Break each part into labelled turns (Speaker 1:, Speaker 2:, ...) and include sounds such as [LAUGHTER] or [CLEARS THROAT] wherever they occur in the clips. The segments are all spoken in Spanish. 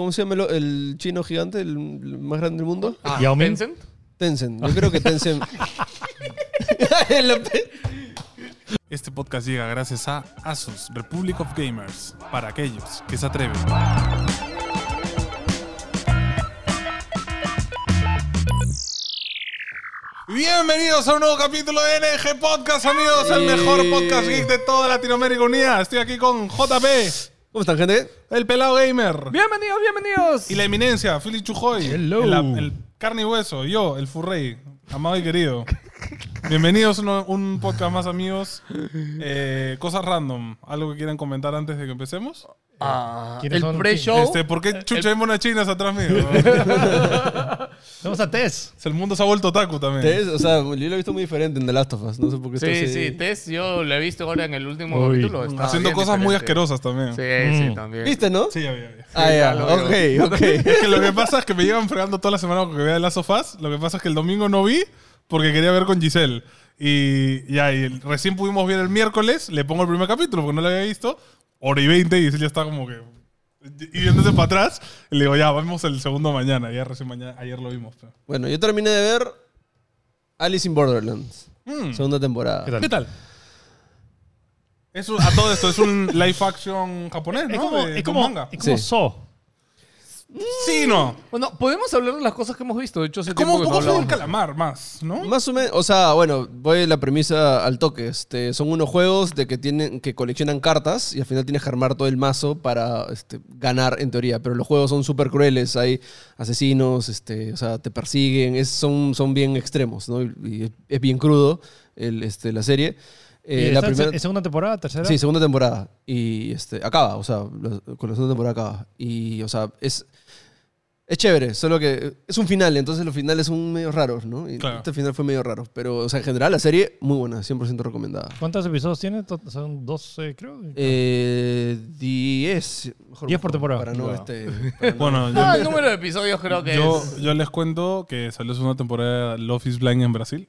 Speaker 1: ¿Cómo se llama el, el chino gigante, el, el más grande del mundo?
Speaker 2: Ah,
Speaker 3: Yao Ming.
Speaker 2: Tencent.
Speaker 1: Tencent. Yo creo que Tencent. [LAUGHS]
Speaker 4: Este podcast llega gracias a Asus, Republic of Gamers, para aquellos que se atreven. Bienvenidos a un nuevo capítulo de NG Podcast, amigos, el mejor podcast geek de toda Latinoamérica Unida. Estoy aquí con JP,
Speaker 1: ¿Cómo están, gente?
Speaker 4: el pelado gamer,
Speaker 2: Bienvenidos, bienvenidos.
Speaker 4: y la eminencia, Philly Chujoy,
Speaker 3: Hello.
Speaker 4: El, el carne y hueso, yo, el Furrey, amado y querido. Bienvenidos a uno- un podcast más, amigos. Eh, cosas random, algo que quieran comentar antes de que empecemos.
Speaker 3: Oh.
Speaker 2: Ah,
Speaker 3: ¿Quiénes
Speaker 2: el
Speaker 3: son?
Speaker 2: pre-show.
Speaker 4: Este, ¿Por
Speaker 3: Eh,
Speaker 4: qué chucha hay monas chinas atrás mío?
Speaker 3: Vamos a Tess.
Speaker 4: el mundo se ha vuelto taco también.
Speaker 1: Tess, o sea, yo lo he visto muy diferente en The Last of Us. No sé por qué
Speaker 2: Sí,
Speaker 1: está
Speaker 2: sí,
Speaker 1: así.
Speaker 2: Tess, yo lo he visto ahora en el último
Speaker 3: Uy.
Speaker 2: capítulo. estaba
Speaker 4: Haciendo
Speaker 2: Ah, bien
Speaker 4: cosas muy
Speaker 2: diferente.
Speaker 4: asquerosas también.
Speaker 2: Sí, sí,
Speaker 3: Mm.
Speaker 2: también.
Speaker 1: ¿Viste, no?
Speaker 4: Sí, ya, vi, ya, vi.
Speaker 1: Ah,
Speaker 2: ya,
Speaker 1: ya.
Speaker 2: lo veo.
Speaker 1: Ok, [LAUGHS] ok.
Speaker 4: Es que lo que pasa es que me llevan fregando toda la semana con que vea las sofás. Lo que pasa es que el domingo no vi porque quería ver con Giselle. Y ya, y el- recién pudimos ver el miércoles. Le pongo el primer capítulo porque no lo había visto. Hora y 20 y Giselle ya está como que. Y viéndose para atrás. Y le digo, ya, vamos el segundo mañana. Ya recién mañana, ayer lo vimos. pero-
Speaker 1: Bueno, yo terminé de ver Alice in Borderlands. Segunda temporada.
Speaker 3: ¿Qué tal?
Speaker 4: Hmm. ¿Qué tal? Es un- a todo esto, es un live action japonés, ¿no?
Speaker 3: Es como,
Speaker 4: De-
Speaker 3: es
Speaker 4: con
Speaker 3: como,
Speaker 4: manga.
Speaker 3: es como
Speaker 1: Sí.
Speaker 3: So.
Speaker 4: Sí, no.
Speaker 2: Bueno, podemos hablar de las cosas que hemos visto. De hecho, hace
Speaker 4: Como
Speaker 2: tiempo
Speaker 4: un
Speaker 2: que no
Speaker 4: poco juego del
Speaker 2: hablábamos.
Speaker 4: calamar más, ¿no?
Speaker 1: Más o menos, o sea, bueno, voy a la premisa al toque. Este, son unos juegos de que tienen que coleccionan cartas y al final tienes que armar todo el mazo para este, ganar en teoría. Pero los juegos son súper crueles, hay asesinos, este, o sea, te persiguen, es- son, son bien extremos, ¿no? Y es, es bien crudo el, este, la serie. Eh,
Speaker 3: ¿Y
Speaker 1: la
Speaker 3: está en se-
Speaker 1: primera-
Speaker 3: en segunda temporada, tercera?
Speaker 1: Sí, segunda temporada. Y este, acaba, o sea, la- con la segunda temporada acaba. Y, o sea, es, es chévere, solo que es un final, entonces los finales son medio raros, ¿no? Y
Speaker 4: Claro.
Speaker 1: este final fue medio raro. Pero, o sea, en general, la serie, muy buena, 100% recomendada.
Speaker 3: ¿Cuántos episodios tiene? To- Son 12, creo.
Speaker 1: Eh, 10. mejor,
Speaker 3: 10 por temporada.
Speaker 1: Para no, [LAUGHS]
Speaker 3: Wow.
Speaker 1: este, para no-
Speaker 4: Bueno, yo,
Speaker 2: Ah, el número de episodios creo que
Speaker 4: yo,
Speaker 2: es.
Speaker 4: yo les cuento que salió su una temporada de Love is Blind en Brasil.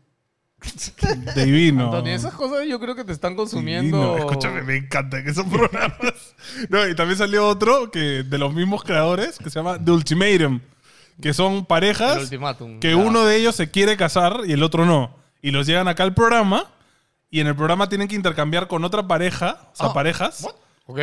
Speaker 4: Divino.
Speaker 2: Antonio, esas cosas yo creo que te están
Speaker 4: Divino.
Speaker 2: consumiendo.
Speaker 4: Escúchame, me encantan esos programas. No, y también salió otro que de los mismos creadores que se llama The Ultimatum. Que son
Speaker 2: El
Speaker 4: parejas
Speaker 2: ultimátum.
Speaker 4: que
Speaker 2: Ya.
Speaker 4: uno de ellos se quiere casar y el otro no. Y los llegan acá al programa y en el programa tienen que intercambiar con otra pareja, o sea,
Speaker 2: Ah,
Speaker 4: parejas,
Speaker 2: ¿What? ¿Ok?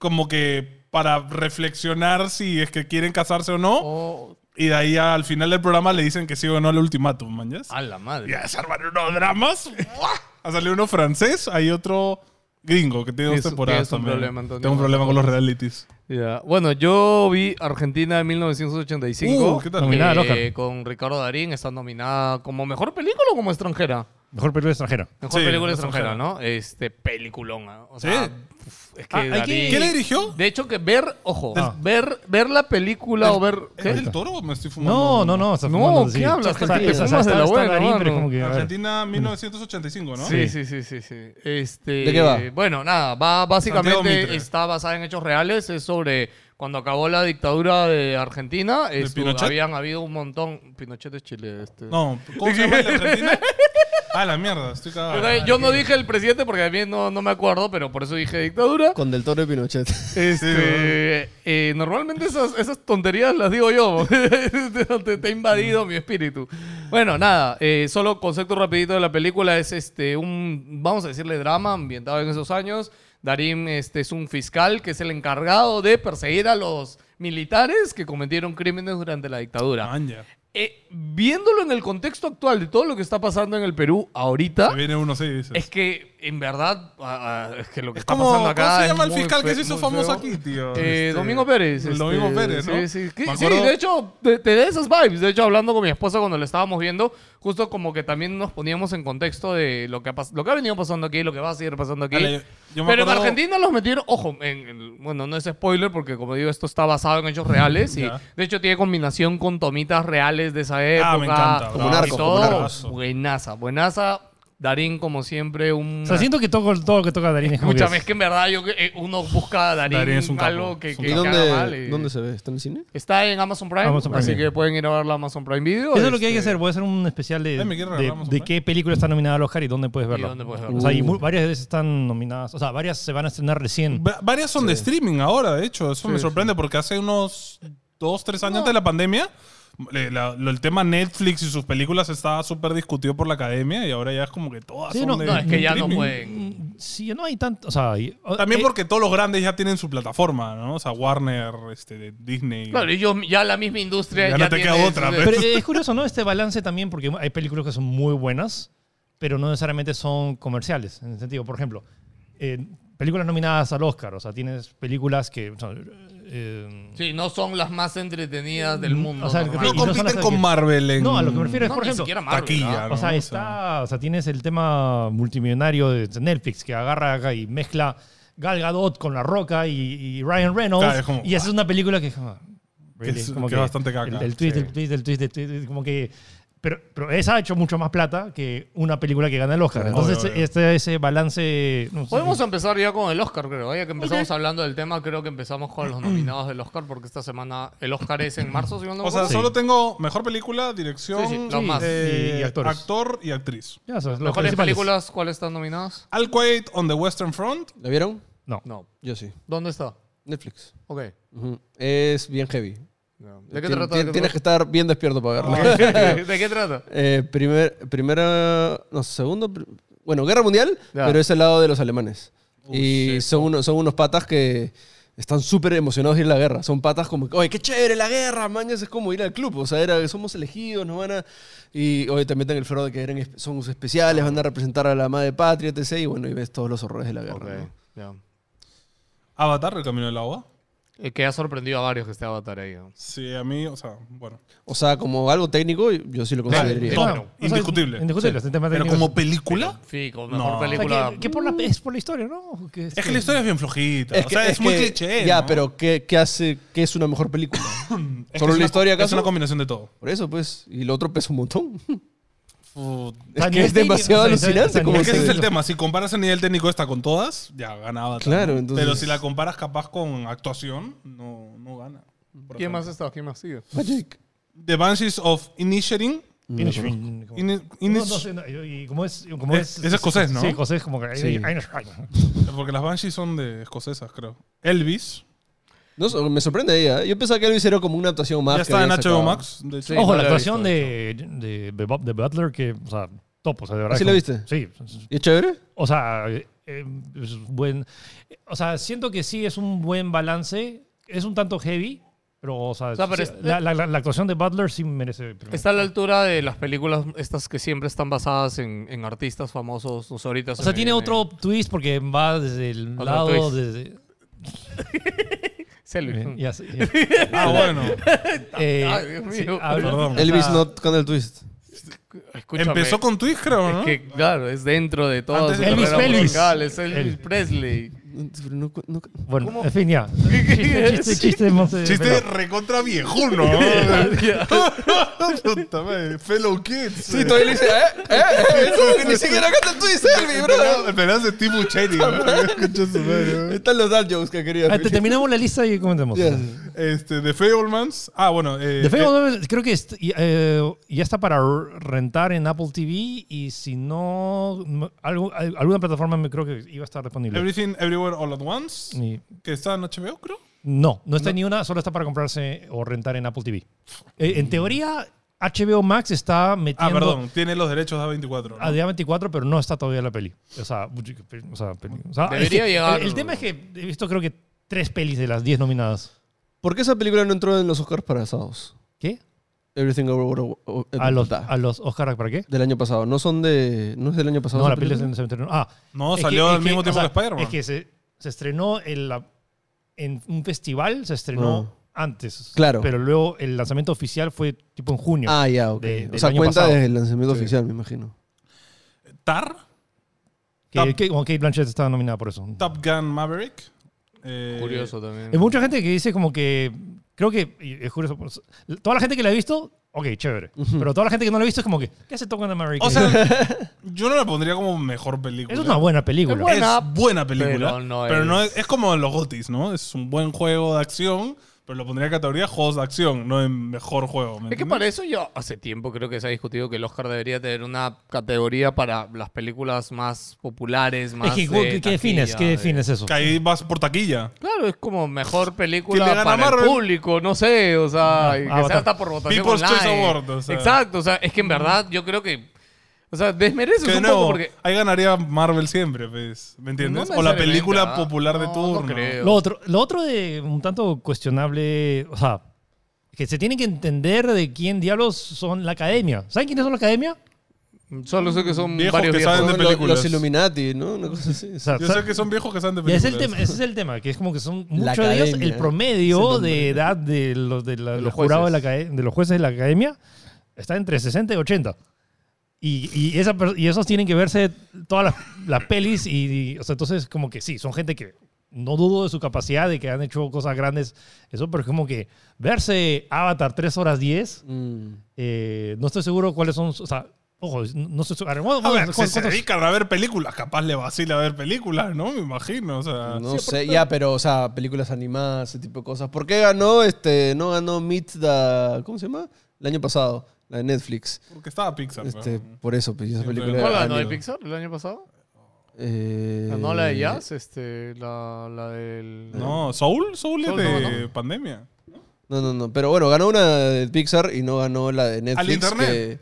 Speaker 4: como que para reflexionar si es que quieren casarse o no.
Speaker 2: Oh,
Speaker 4: Y de ahí al final del programa le dicen que sí o no al ultimátum, man. ¿yes?
Speaker 2: a la madre.
Speaker 4: Ah, Ya se armaron unos dramas. ¡Buah! ha salido uno francés, hay otro gringo que tiene dos
Speaker 2: Tienes-
Speaker 4: temporadas
Speaker 2: tienes un
Speaker 4: también.
Speaker 2: problema, Antonio.
Speaker 4: Tengo un problema con los realities.
Speaker 2: Ya. Bueno, yo vi Argentina en 1985.
Speaker 4: Uh, ¿qué tal?
Speaker 3: Nominada al
Speaker 2: eh,
Speaker 3: Oscar.
Speaker 2: Con Ricardo Darín está nominada como mejor película o como extranjera.
Speaker 3: Mejor película extranjera.
Speaker 2: Mejor
Speaker 4: Sí,
Speaker 2: película
Speaker 4: extranjera.
Speaker 2: extranjera, ¿no? Este, peliculón. ¿ah? O sea,
Speaker 4: Sí.
Speaker 2: uf, es que
Speaker 3: Ah, hay que-
Speaker 2: Darín-
Speaker 4: ¿Qué le dirigió? Ah,
Speaker 2: De hecho, que ver, ojo,
Speaker 3: Ah.
Speaker 2: ver, ver la película o ver.
Speaker 4: ¿Es
Speaker 2: ¿qué?
Speaker 4: del toro o me estoy fumando?
Speaker 3: No, no, no. está
Speaker 2: No,
Speaker 3: fumando,
Speaker 2: ¿qué hablas?
Speaker 3: Está-
Speaker 1: Argentina,
Speaker 3: o sea,
Speaker 2: te fumas de
Speaker 3: está-
Speaker 2: la
Speaker 3: está
Speaker 2: buena,
Speaker 3: Darín, pero
Speaker 2: mano.
Speaker 3: como que, a ver.
Speaker 4: Argentina 1985, ¿no?
Speaker 2: Sí, sí, sí, sí, sí. Este,
Speaker 1: ¿De qué va?
Speaker 2: Bueno, nada, va
Speaker 4: Santiago
Speaker 2: básicamente
Speaker 4: Mitre.
Speaker 2: está basada en hechos reales, es sobre cuando acabó la dictadura de Argentina, estu-
Speaker 4: Pinochet?
Speaker 2: habían habido un montón Pinochet de Chile, este.
Speaker 4: No, ¿cómo se llama el de
Speaker 2: [LAUGHS]
Speaker 4: Argentina? Ah, la mierda, estoy cagado.
Speaker 2: Yo, yo no dije el presidente porque a mí no, no me acuerdo, pero por eso dije dictadura.
Speaker 1: Con Del Toro y [LAUGHS] Pinochet.
Speaker 2: Este, eh, normalmente esas, esas tonterías las digo yo. [LAUGHS] te, te ha invadido mi espíritu. Bueno, nada, eh, solo concepto rapidito de la película es este un, vamos a decirle, drama ambientado en esos años. Darín este, es un fiscal que es el encargado de perseguir a los militares que cometieron crímenes durante la dictadura.
Speaker 4: Man, ya.
Speaker 2: Eh, viéndolo en el contexto actual de todo lo que está pasando en el Perú ahorita,
Speaker 4: Se viene uno así, dice.
Speaker 2: ¿Ah? es que, en verdad, ah, ah, es que lo que
Speaker 4: Es
Speaker 2: está pasando acá.
Speaker 4: ¿Cómo se
Speaker 2: es
Speaker 4: llama el
Speaker 2: muy
Speaker 4: fiscal que
Speaker 2: fe-
Speaker 4: se hizo
Speaker 2: muy
Speaker 4: famoso
Speaker 2: feo.
Speaker 4: aquí, tío?
Speaker 2: Eh,
Speaker 4: Este,
Speaker 2: Domingo Pérez.
Speaker 4: El
Speaker 2: este,
Speaker 4: Domingo Pérez, ¿no?
Speaker 2: Sí, sí. Que-
Speaker 4: Me
Speaker 2: sí,
Speaker 4: acuerdo-
Speaker 2: de hecho, te, te da esas vibes. De hecho, hablando con mi esposa cuando lo estábamos viendo, justo como que también nos poníamos en contexto de lo que ha, pas- lo que ha venido pasando aquí, lo que va a seguir pasando aquí.
Speaker 4: Dale, yo me
Speaker 2: Pero en
Speaker 4: acuerdo-
Speaker 2: Argentina los metieron, ojo, en, en- bueno, no es spoiler porque como digo, esto está basado en hechos reales y
Speaker 4: Ya.
Speaker 2: de hecho tiene combinación con tomitas reales de esa época.
Speaker 4: Ah, me encanta,
Speaker 1: Como
Speaker 2: y
Speaker 1: Narcos, como
Speaker 2: todo.
Speaker 1: Narcos.
Speaker 2: Buenaza, buenaza. Darín, como siempre, un...
Speaker 3: O sea, siento que todo, todo lo que toca Darín es como
Speaker 2: Escúchame,
Speaker 3: que
Speaker 2: es que en verdad yo, eh, uno busca a Darín,
Speaker 4: Darín es un capo,
Speaker 2: algo que,
Speaker 4: es un
Speaker 2: que
Speaker 1: ¿Y
Speaker 4: capo.
Speaker 2: haga mal
Speaker 1: dónde,
Speaker 2: y-
Speaker 1: dónde se ve? ¿Está en el cine?
Speaker 2: Está en Amazon Prime,
Speaker 3: Amazon Prime.
Speaker 2: así que pueden ir a verla a Amazon Prime Video.
Speaker 3: Eso es lo que hay que
Speaker 2: este,
Speaker 3: hacer. Voy a hacer un especial de,
Speaker 4: Ay, me quiero
Speaker 3: de-
Speaker 4: regalar más,
Speaker 3: de
Speaker 4: ¿no?
Speaker 3: qué película está nominada al Oscar y dónde puedes verla.
Speaker 2: dónde puedes verla.
Speaker 3: O sea, y
Speaker 1: Uh.
Speaker 3: mu- varias de esas están nominadas. O sea, varias se van a estrenar recién.
Speaker 4: Va- Varias son de streaming ahora, de hecho. Eso me sorprende porque hace unos dos, tres años antes de la pandemia, le- la- lo- el tema Netflix y sus películas estaba súper discutido por la academia y ahora ya es como que todas
Speaker 3: Sí,
Speaker 4: son
Speaker 3: no, Mm,
Speaker 4: de-
Speaker 2: No, es que ya no
Speaker 4: streaming.
Speaker 2: pueden.
Speaker 3: Sí, no hay tanto. O sea, y-
Speaker 4: También
Speaker 3: eh,
Speaker 4: porque todos los grandes ya tienen su plataforma, ¿no? O sea, Warner, este, de Disney.
Speaker 2: Claro, ellos ya la misma industria.
Speaker 4: Ya
Speaker 2: Ya,
Speaker 4: no te queda
Speaker 2: tiene-
Speaker 4: otra,
Speaker 2: sí,
Speaker 4: pues.
Speaker 3: Pero es curioso, ¿no? Este balance también, porque hay películas que son muy buenas, pero no necesariamente son comerciales. En el sentido, por ejemplo, eh, películas nominadas al Oscar. O sea, tienes películas que. o sea, eh,
Speaker 2: Sí, no son las más entretenidas del mundo.
Speaker 3: o sea,
Speaker 2: normal.
Speaker 4: No
Speaker 3: y no son las
Speaker 4: compiten
Speaker 3: de
Speaker 4: con
Speaker 3: que-
Speaker 4: Marvel en
Speaker 3: no, a lo que me refiero es,
Speaker 2: No,
Speaker 3: por
Speaker 2: ni
Speaker 3: ejemplo.
Speaker 2: siquiera Marvel,
Speaker 4: taquilla,
Speaker 2: ¿ah?
Speaker 4: ¿no?
Speaker 3: O sea,
Speaker 4: O sea-
Speaker 3: está, o sea, tienes el tema multimillonario de Netflix que agarra acá y mezcla Gal Gadot con La Roca y, y Ryan Reynolds.
Speaker 4: Claro, es como,
Speaker 3: y esa es una película que, ah, really,
Speaker 4: es- que es bastante caca,
Speaker 3: El, el tweet,
Speaker 4: sí.
Speaker 3: el tweet, el tweet, el tweet, como que... Pero, pero esa ha hecho mucho más plata que una película que gana el Oscar.
Speaker 4: Claro,
Speaker 3: Entonces,
Speaker 4: obvio, obvio.
Speaker 3: este, ese balance... no sé.
Speaker 2: Podemos empezar ya con el Oscar, creo. ¿eh? Ya que empezamos hablando del tema, creo que empezamos con los nominados del Oscar, porque esta semana el Oscar es en marzo, si mal no me
Speaker 4: O sea,
Speaker 2: equivoco.
Speaker 3: Sí.
Speaker 4: solo tengo mejor película, dirección,
Speaker 2: Sí, sí, lo más.
Speaker 4: eh,
Speaker 3: Y actores.
Speaker 4: actor y actriz.
Speaker 3: Ya, eso es lo
Speaker 2: ¿Mejores
Speaker 3: principal.
Speaker 2: películas cuáles están nominadas?
Speaker 4: All Quiet on the Western Front.
Speaker 1: ¿La vieron?
Speaker 3: No.
Speaker 2: No.
Speaker 1: Yo sí.
Speaker 2: ¿Dónde está?
Speaker 1: Netflix.
Speaker 2: Ok.
Speaker 1: Ujú. Es bien heavy.
Speaker 2: ¿De qué
Speaker 1: Tien-
Speaker 2: trata? Ah,
Speaker 1: tien-
Speaker 2: ¿De qué
Speaker 1: tienes que estar bien despierto para [LAUGHS] verla.
Speaker 2: [LAUGHS] trata? ¿De qué trata?
Speaker 1: Eh, primer, primera, no, segundo, pr- bueno, guerra mundial,
Speaker 2: Ya.
Speaker 1: pero es al lado de los alemanes.
Speaker 4: Uy,
Speaker 1: y
Speaker 4: seco.
Speaker 1: son unos, son unos patas que están súper emocionados de ir a la guerra. Son patas como, que, oye, qué chévere la guerra, mañas, es como ir al club. O sea, era, somos elegidos, nos van a... Y hoy te meten el flor de que eran, espe- son especiales, van a representar a la madre patria, etc. Y bueno, y ves todos los horrores de la guerra.
Speaker 2: Ok,
Speaker 1: ¿no?
Speaker 2: ya.
Speaker 4: Avatar, El Camino del Agua.
Speaker 2: Eh, Que ha sorprendido a varios que esté Avatar ahí. ¿no?
Speaker 4: Sí, a mí, o sea, bueno.
Speaker 1: O sea, como algo técnico, yo sí lo
Speaker 4: Claro,
Speaker 1: consideraría.
Speaker 4: no,
Speaker 3: Claro,
Speaker 4: no,
Speaker 3: o sea,
Speaker 4: indiscutible.
Speaker 3: Indiscutible.
Speaker 4: Sí.
Speaker 3: es un tema
Speaker 4: Pero
Speaker 3: técnico.
Speaker 4: como película,
Speaker 2: Sí, con mejor
Speaker 4: No.
Speaker 3: O sea,
Speaker 2: película.
Speaker 3: que, que por la, es por la historia, ¿no? Que
Speaker 4: es que la historia es bien flojita. o sea, es, muy
Speaker 1: que-
Speaker 4: cliché.
Speaker 1: Ya,
Speaker 4: ¿no?
Speaker 1: pero ¿qué, qué hace, qué es una mejor película?
Speaker 4: [COUGHS] Es que
Speaker 1: ¿Solo la
Speaker 4: es una-
Speaker 1: historia
Speaker 4: Es
Speaker 1: acaso?
Speaker 4: una combinación de todo.
Speaker 1: Por eso, pues. Y lo otro pesa un montón. [LAUGHS]
Speaker 3: O sea,
Speaker 1: Es que
Speaker 3: ni
Speaker 1: es demasiado
Speaker 3: técnico, o sea,
Speaker 1: alucinante
Speaker 3: ni-
Speaker 1: como
Speaker 4: Es que ese es
Speaker 1: Sí.
Speaker 4: el tema. Si comparas el nivel técnico esta con todas, ya ganaba.
Speaker 1: Claro, entonces-
Speaker 4: Pero si la comparas capaz con actuación, no, no gana. Por
Speaker 2: ¿Quién
Speaker 4: ejemplo.
Speaker 2: más está? ¿Quién más sigue?
Speaker 1: Magic.
Speaker 4: The Banshees of Initiating.
Speaker 3: Inish- como- No, no sé, no, y y como es, como
Speaker 4: Es-
Speaker 3: es,
Speaker 4: es escocés, ¿no?
Speaker 3: Sí, escocés, como que.
Speaker 1: Sí.
Speaker 3: Inish-
Speaker 4: Porque las Banshees son de escocesas, creo. Elvis.
Speaker 1: No, so- me sorprende ella. ¿eh? Yo pensaba que Elvis era como una actuación más.
Speaker 4: ya
Speaker 1: que
Speaker 4: está en
Speaker 1: habían
Speaker 4: HBO
Speaker 1: sacado.
Speaker 4: Max. De hecho.
Speaker 2: Sí. no
Speaker 3: Ojo, la
Speaker 2: la he
Speaker 3: actuación
Speaker 2: visto,
Speaker 3: de, de, de Bob- de Butler, que, o sea, top, o sea, de verdad.
Speaker 1: ¿Ah, sí
Speaker 3: como-
Speaker 1: la viste?
Speaker 3: Sí. es-
Speaker 1: ¿Y es chévere?
Speaker 3: O sea, eh, eh, es buen. eh, O sea, siento que sí es un buen balance. Es un tanto heavy, pero, o sea,
Speaker 2: O sea, pero
Speaker 3: sí,
Speaker 2: es-
Speaker 3: la, la- la- la actuación de Butler sí merece. premio.
Speaker 2: Está a la altura de las películas estas que siempre están basadas en, en artistas famosos. O sea, ahorita
Speaker 3: O
Speaker 2: se
Speaker 3: sea,
Speaker 2: me
Speaker 3: tiene
Speaker 2: viene-
Speaker 3: otro twist porque va desde el
Speaker 2: Otro
Speaker 3: lado.
Speaker 2: twist.
Speaker 3: Desde,
Speaker 2: Selvi. [LAUGHS]
Speaker 3: bien, ya sé, ya.
Speaker 4: Ah, bueno.
Speaker 3: Eh,
Speaker 2: Ay, Dios
Speaker 3: sí,
Speaker 2: mío.
Speaker 3: habla-
Speaker 4: Perdón.
Speaker 3: o
Speaker 1: Elvis
Speaker 3: sea,
Speaker 1: no con el twist.
Speaker 2: Escúchame.
Speaker 4: Empezó con Twitch, creo, ¿no?
Speaker 2: Es que, claro, es dentro de todo
Speaker 4: Antes
Speaker 2: su
Speaker 4: de
Speaker 2: carrera
Speaker 3: Elvis Pelvis.
Speaker 2: musical, Es Elvis
Speaker 3: Elvis.
Speaker 2: Presley.
Speaker 1: No, pero no- no-
Speaker 3: Bueno,
Speaker 2: ¿Cómo?
Speaker 3: en fin,
Speaker 1: [LAUGHS]
Speaker 3: ya. Chiste, chiste, chiste. Monse,
Speaker 4: Chiste
Speaker 3: pero-
Speaker 4: recontra
Speaker 3: [LAUGHS]
Speaker 4: viejuno. Puta madre, Fellow Kids.
Speaker 1: Sí, todavía le dice, ¿eh? ¿eh?
Speaker 3: [LAUGHS]
Speaker 1: ¿eh? Como que ni siquiera canta el twist, Elvis, bro.
Speaker 4: Esperás de Steve Buscemi, ¿no? Concha su madre,
Speaker 1: Están los dad jokes que quería.
Speaker 3: Ah, te- terminamos la lista y comentemos.
Speaker 1: Ya.
Speaker 4: ¿no? Este, The Fablemans. Ah, bueno. eh,
Speaker 3: De
Speaker 4: eh,
Speaker 3: Fable, creo que est- y, eh, ya está para r- rentar en Apple TV y si no, m- algo- al- alguna plataforma me creo que iba a estar disponible.
Speaker 4: eh, Everything Everywhere All at Once.
Speaker 3: Ni-
Speaker 4: Que está en HBO, creo.
Speaker 3: no, no está ni una, solo está para comprarse o rentar en Apple TV. Eh, en teoría, HBO Max está
Speaker 4: Ah,
Speaker 3: metiendo
Speaker 4: perdón. Tiene los derechos de A24. ¿no?
Speaker 3: a día 24, pero no está todavía la peli. O sea, o sea, peli- o sea, es
Speaker 2: Debería
Speaker 3: que-
Speaker 2: llegar.
Speaker 3: El, el tema es que he visto creo que tres pelis de las 10 nominadas.
Speaker 1: ¿Por qué esa película no entró en los Oscars para asados?
Speaker 3: ¿Qué?
Speaker 1: Everything Over- Over-
Speaker 2: Eh,
Speaker 3: A los,
Speaker 1: Da.
Speaker 3: a los Oscar, ¿para qué?
Speaker 1: Del año pasado. No son de. No es del año pasado.
Speaker 3: No,
Speaker 1: esa
Speaker 3: la peli es en
Speaker 1: película?
Speaker 3: el cementerio. Ah,
Speaker 4: No,
Speaker 3: es que-
Speaker 4: salió
Speaker 3: es
Speaker 4: al mismo
Speaker 3: que, o
Speaker 4: tiempo
Speaker 3: sea,
Speaker 4: que Spider-Man.
Speaker 3: Es que se, se estrenó en, la- en un festival, se estrenó
Speaker 1: Ah.
Speaker 3: antes.
Speaker 1: Claro.
Speaker 3: Pero luego el lanzamiento oficial fue tipo en junio.
Speaker 1: Ah, ya, ok.
Speaker 3: de-
Speaker 1: o
Speaker 3: del
Speaker 1: sea,
Speaker 3: año
Speaker 1: cuenta
Speaker 3: pasado.
Speaker 1: desde el lanzamiento
Speaker 3: Sí.
Speaker 1: oficial, me imagino.
Speaker 4: Tar.
Speaker 3: que,
Speaker 4: Tap-
Speaker 3: que- como Kate Blanchett estaba nominada por eso.
Speaker 4: Top Gun Maverick. eh,
Speaker 2: Curioso también.
Speaker 3: Hay mucha gente que dice como que. Creo que. y Es curioso. pues, Toda la gente que la ha visto, ok, chévere. Pero toda la gente que no la ha visto es como que. ¿Qué hace Token America?
Speaker 4: O
Speaker 3: [LAUGHS]
Speaker 4: sea, yo no la pondría como mejor película.
Speaker 3: es una buena película.
Speaker 2: Es buena.
Speaker 4: Es buena película.
Speaker 2: Pero no
Speaker 4: Pero no
Speaker 2: es-
Speaker 4: es, es como los Gotis, ¿no? Es un buen juego de acción, pero lo pondría en categoría juegos de acción, no en mejor juego. ¿me
Speaker 2: Es que
Speaker 4: entiendes?
Speaker 2: para eso yo hace tiempo creo que se ha discutido que el Oscar debería tener una categoría para las películas más populares, más.
Speaker 3: Es que,
Speaker 2: de
Speaker 3: ¿qué, qué defines?
Speaker 2: taquilla,
Speaker 3: ¿Qué
Speaker 2: de-
Speaker 3: defines eso?
Speaker 4: Que ahí vas por taquilla.
Speaker 2: Claro, es como mejor
Speaker 4: ¿Quién le
Speaker 2: película
Speaker 4: gana
Speaker 2: para
Speaker 4: a
Speaker 2: el
Speaker 4: Marvel?
Speaker 2: público, no sé, o sea, y que
Speaker 3: Ah,
Speaker 2: sea
Speaker 3: vota.
Speaker 2: hasta por votación
Speaker 4: People's
Speaker 2: online.
Speaker 4: Choice Award, o sea.
Speaker 2: Exacto, o sea, es que en verdad yo creo que, o sea, desmereces
Speaker 4: Que de
Speaker 2: un poco
Speaker 4: nuevo,
Speaker 2: porque
Speaker 4: ahí ganaría Marvel siempre, pues, ¿me entiendes?
Speaker 2: No
Speaker 4: o la
Speaker 2: necesariamente,
Speaker 4: película
Speaker 2: ¿ah?
Speaker 4: popular de
Speaker 2: No, no
Speaker 4: turno.
Speaker 2: creo.
Speaker 3: Lo otro, lo otro de un tanto cuestionable, o sea, que se tiene que entender de quién diablos son la academia. ¿Saben quiénes son la academia?
Speaker 2: solo sé que son
Speaker 4: Viejos
Speaker 2: varios
Speaker 4: que
Speaker 3: Ah,
Speaker 2: viejos.
Speaker 4: saben de
Speaker 1: Son lo-
Speaker 4: películas.
Speaker 1: Los Illuminati, ¿no? Una cosa así.
Speaker 3: [LAUGHS] O sea,
Speaker 4: Yo
Speaker 3: sa-
Speaker 4: sé que son viejos que están de
Speaker 3: y
Speaker 4: películas.
Speaker 3: ese es el tema, ese es el tema, que es como que son
Speaker 1: La
Speaker 3: muchos de ellos, el
Speaker 1: academia, ese
Speaker 3: promedio
Speaker 1: nombre.
Speaker 3: de edad de los, de la-
Speaker 2: De los
Speaker 3: del jurado de, la,
Speaker 2: jueces.
Speaker 3: acade- de los jueces de la academia está entre 60 y 80. Y, y, esa per- y esos tienen que verse todas las las pelis y, y, o sea, entonces como que sí, son gente que no dudo de su capacidad de que han hecho cosas grandes, eso, pero es como que verse Avatar 3 horas 10
Speaker 1: Mm.
Speaker 3: Eh, no estoy seguro cuáles son. O sea, ojo, no no estoy seguro. A ver, vamos
Speaker 4: A
Speaker 3: a ver,
Speaker 4: ver, si
Speaker 3: ¿cuántos-
Speaker 4: se dedican a ver películas, capaz le vacila a ver películas, ¿no? Me imagino, o
Speaker 3: Ah.
Speaker 4: sea...
Speaker 1: No sé, ya, pero, o sea, películas animadas, ese tipo de cosas. ¿Por qué ganó este, no ganó Meet the, ¿cómo se llama? El año pasado, la de Netflix.
Speaker 4: Porque estaba Pixar,
Speaker 1: Este,
Speaker 4: pero-
Speaker 1: por eso, pues, esa
Speaker 4: Sí,
Speaker 1: película.
Speaker 4: pero-
Speaker 2: ¿Cuál
Speaker 1: era
Speaker 2: ganó de
Speaker 1: anime.
Speaker 2: Pixar el año pasado?
Speaker 1: Eh,
Speaker 2: ¿Ganó la de Jazz? Este, la, la del...
Speaker 4: No, Soul, Soul es
Speaker 2: Soul,
Speaker 4: de
Speaker 2: no,
Speaker 4: pandemia.
Speaker 1: No, no, no. Pero bueno, ganó una de Pixar y no ganó la de Netflix.
Speaker 4: internet.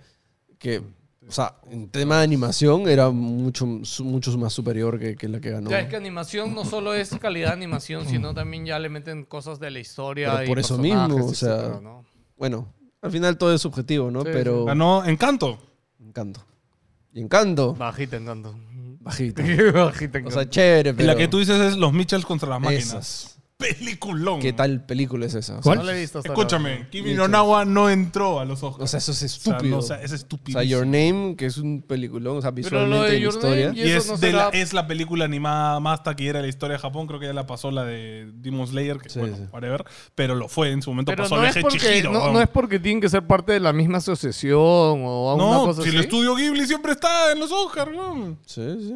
Speaker 1: Que, que, o sea, en tema de animación era mucho, su- mucho más superior que, que la que ganó.
Speaker 2: Ya es que animación no solo es calidad de
Speaker 4: Mm.
Speaker 2: animación, sino también ya le meten cosas de la historia
Speaker 1: Pero
Speaker 2: y
Speaker 1: por eso
Speaker 2: personajes,
Speaker 1: mismo, o sea,
Speaker 2: etcétera, ¿no?
Speaker 1: Bueno, al final todo es subjetivo, ¿no?
Speaker 2: Sí,
Speaker 1: pero
Speaker 4: Ganó Encanto.
Speaker 1: encanto. Y encanto,
Speaker 2: Bajita encanto.
Speaker 4: [LAUGHS]
Speaker 1: bajito.
Speaker 2: [LAUGHS] Bajita encanto.
Speaker 1: O sea, chévere,
Speaker 4: Y
Speaker 1: pero
Speaker 4: la que tú dices es Los Mitchells contra las máquinas.
Speaker 1: esas.
Speaker 4: Peliculón.
Speaker 1: ¿Qué tal película es esa? O sea,
Speaker 3: ¿Cuál?
Speaker 2: No la he visto hasta ahora.
Speaker 4: Escúchame, Kimi
Speaker 1: Mitchells.
Speaker 4: Nonawa no entró a los Oscars.
Speaker 1: O sea, eso es
Speaker 4: O sea,
Speaker 1: estúpido.
Speaker 4: no,
Speaker 1: O
Speaker 4: o
Speaker 1: sea,
Speaker 4: sea, es estúpido.
Speaker 1: Your Name, que es un peliculón, o sea,
Speaker 2: Pero lo
Speaker 1: visualmente
Speaker 2: de
Speaker 1: en
Speaker 2: Your Name
Speaker 1: historia.
Speaker 2: y
Speaker 4: Y
Speaker 2: eso
Speaker 4: es,
Speaker 2: no
Speaker 4: de
Speaker 2: será-
Speaker 4: la, es la película animada más taquillera de la historia de Japón. Creo que ya la pasó la de Demon Slayer, que
Speaker 1: Sí,
Speaker 4: bueno,
Speaker 1: sí.
Speaker 4: whatever. Pero lo fue, en su momento
Speaker 2: Pero
Speaker 4: pasó
Speaker 2: no
Speaker 4: el
Speaker 2: es,
Speaker 4: eje
Speaker 2: porque,
Speaker 4: Chihiro.
Speaker 2: no,
Speaker 4: weón.
Speaker 2: no es porque tienen que ser parte de la misma asociación o
Speaker 4: No,
Speaker 2: una cosa
Speaker 4: si
Speaker 2: así.
Speaker 4: el estudio Ghibli siempre está en los Oscars, weón.
Speaker 1: Sí, sí.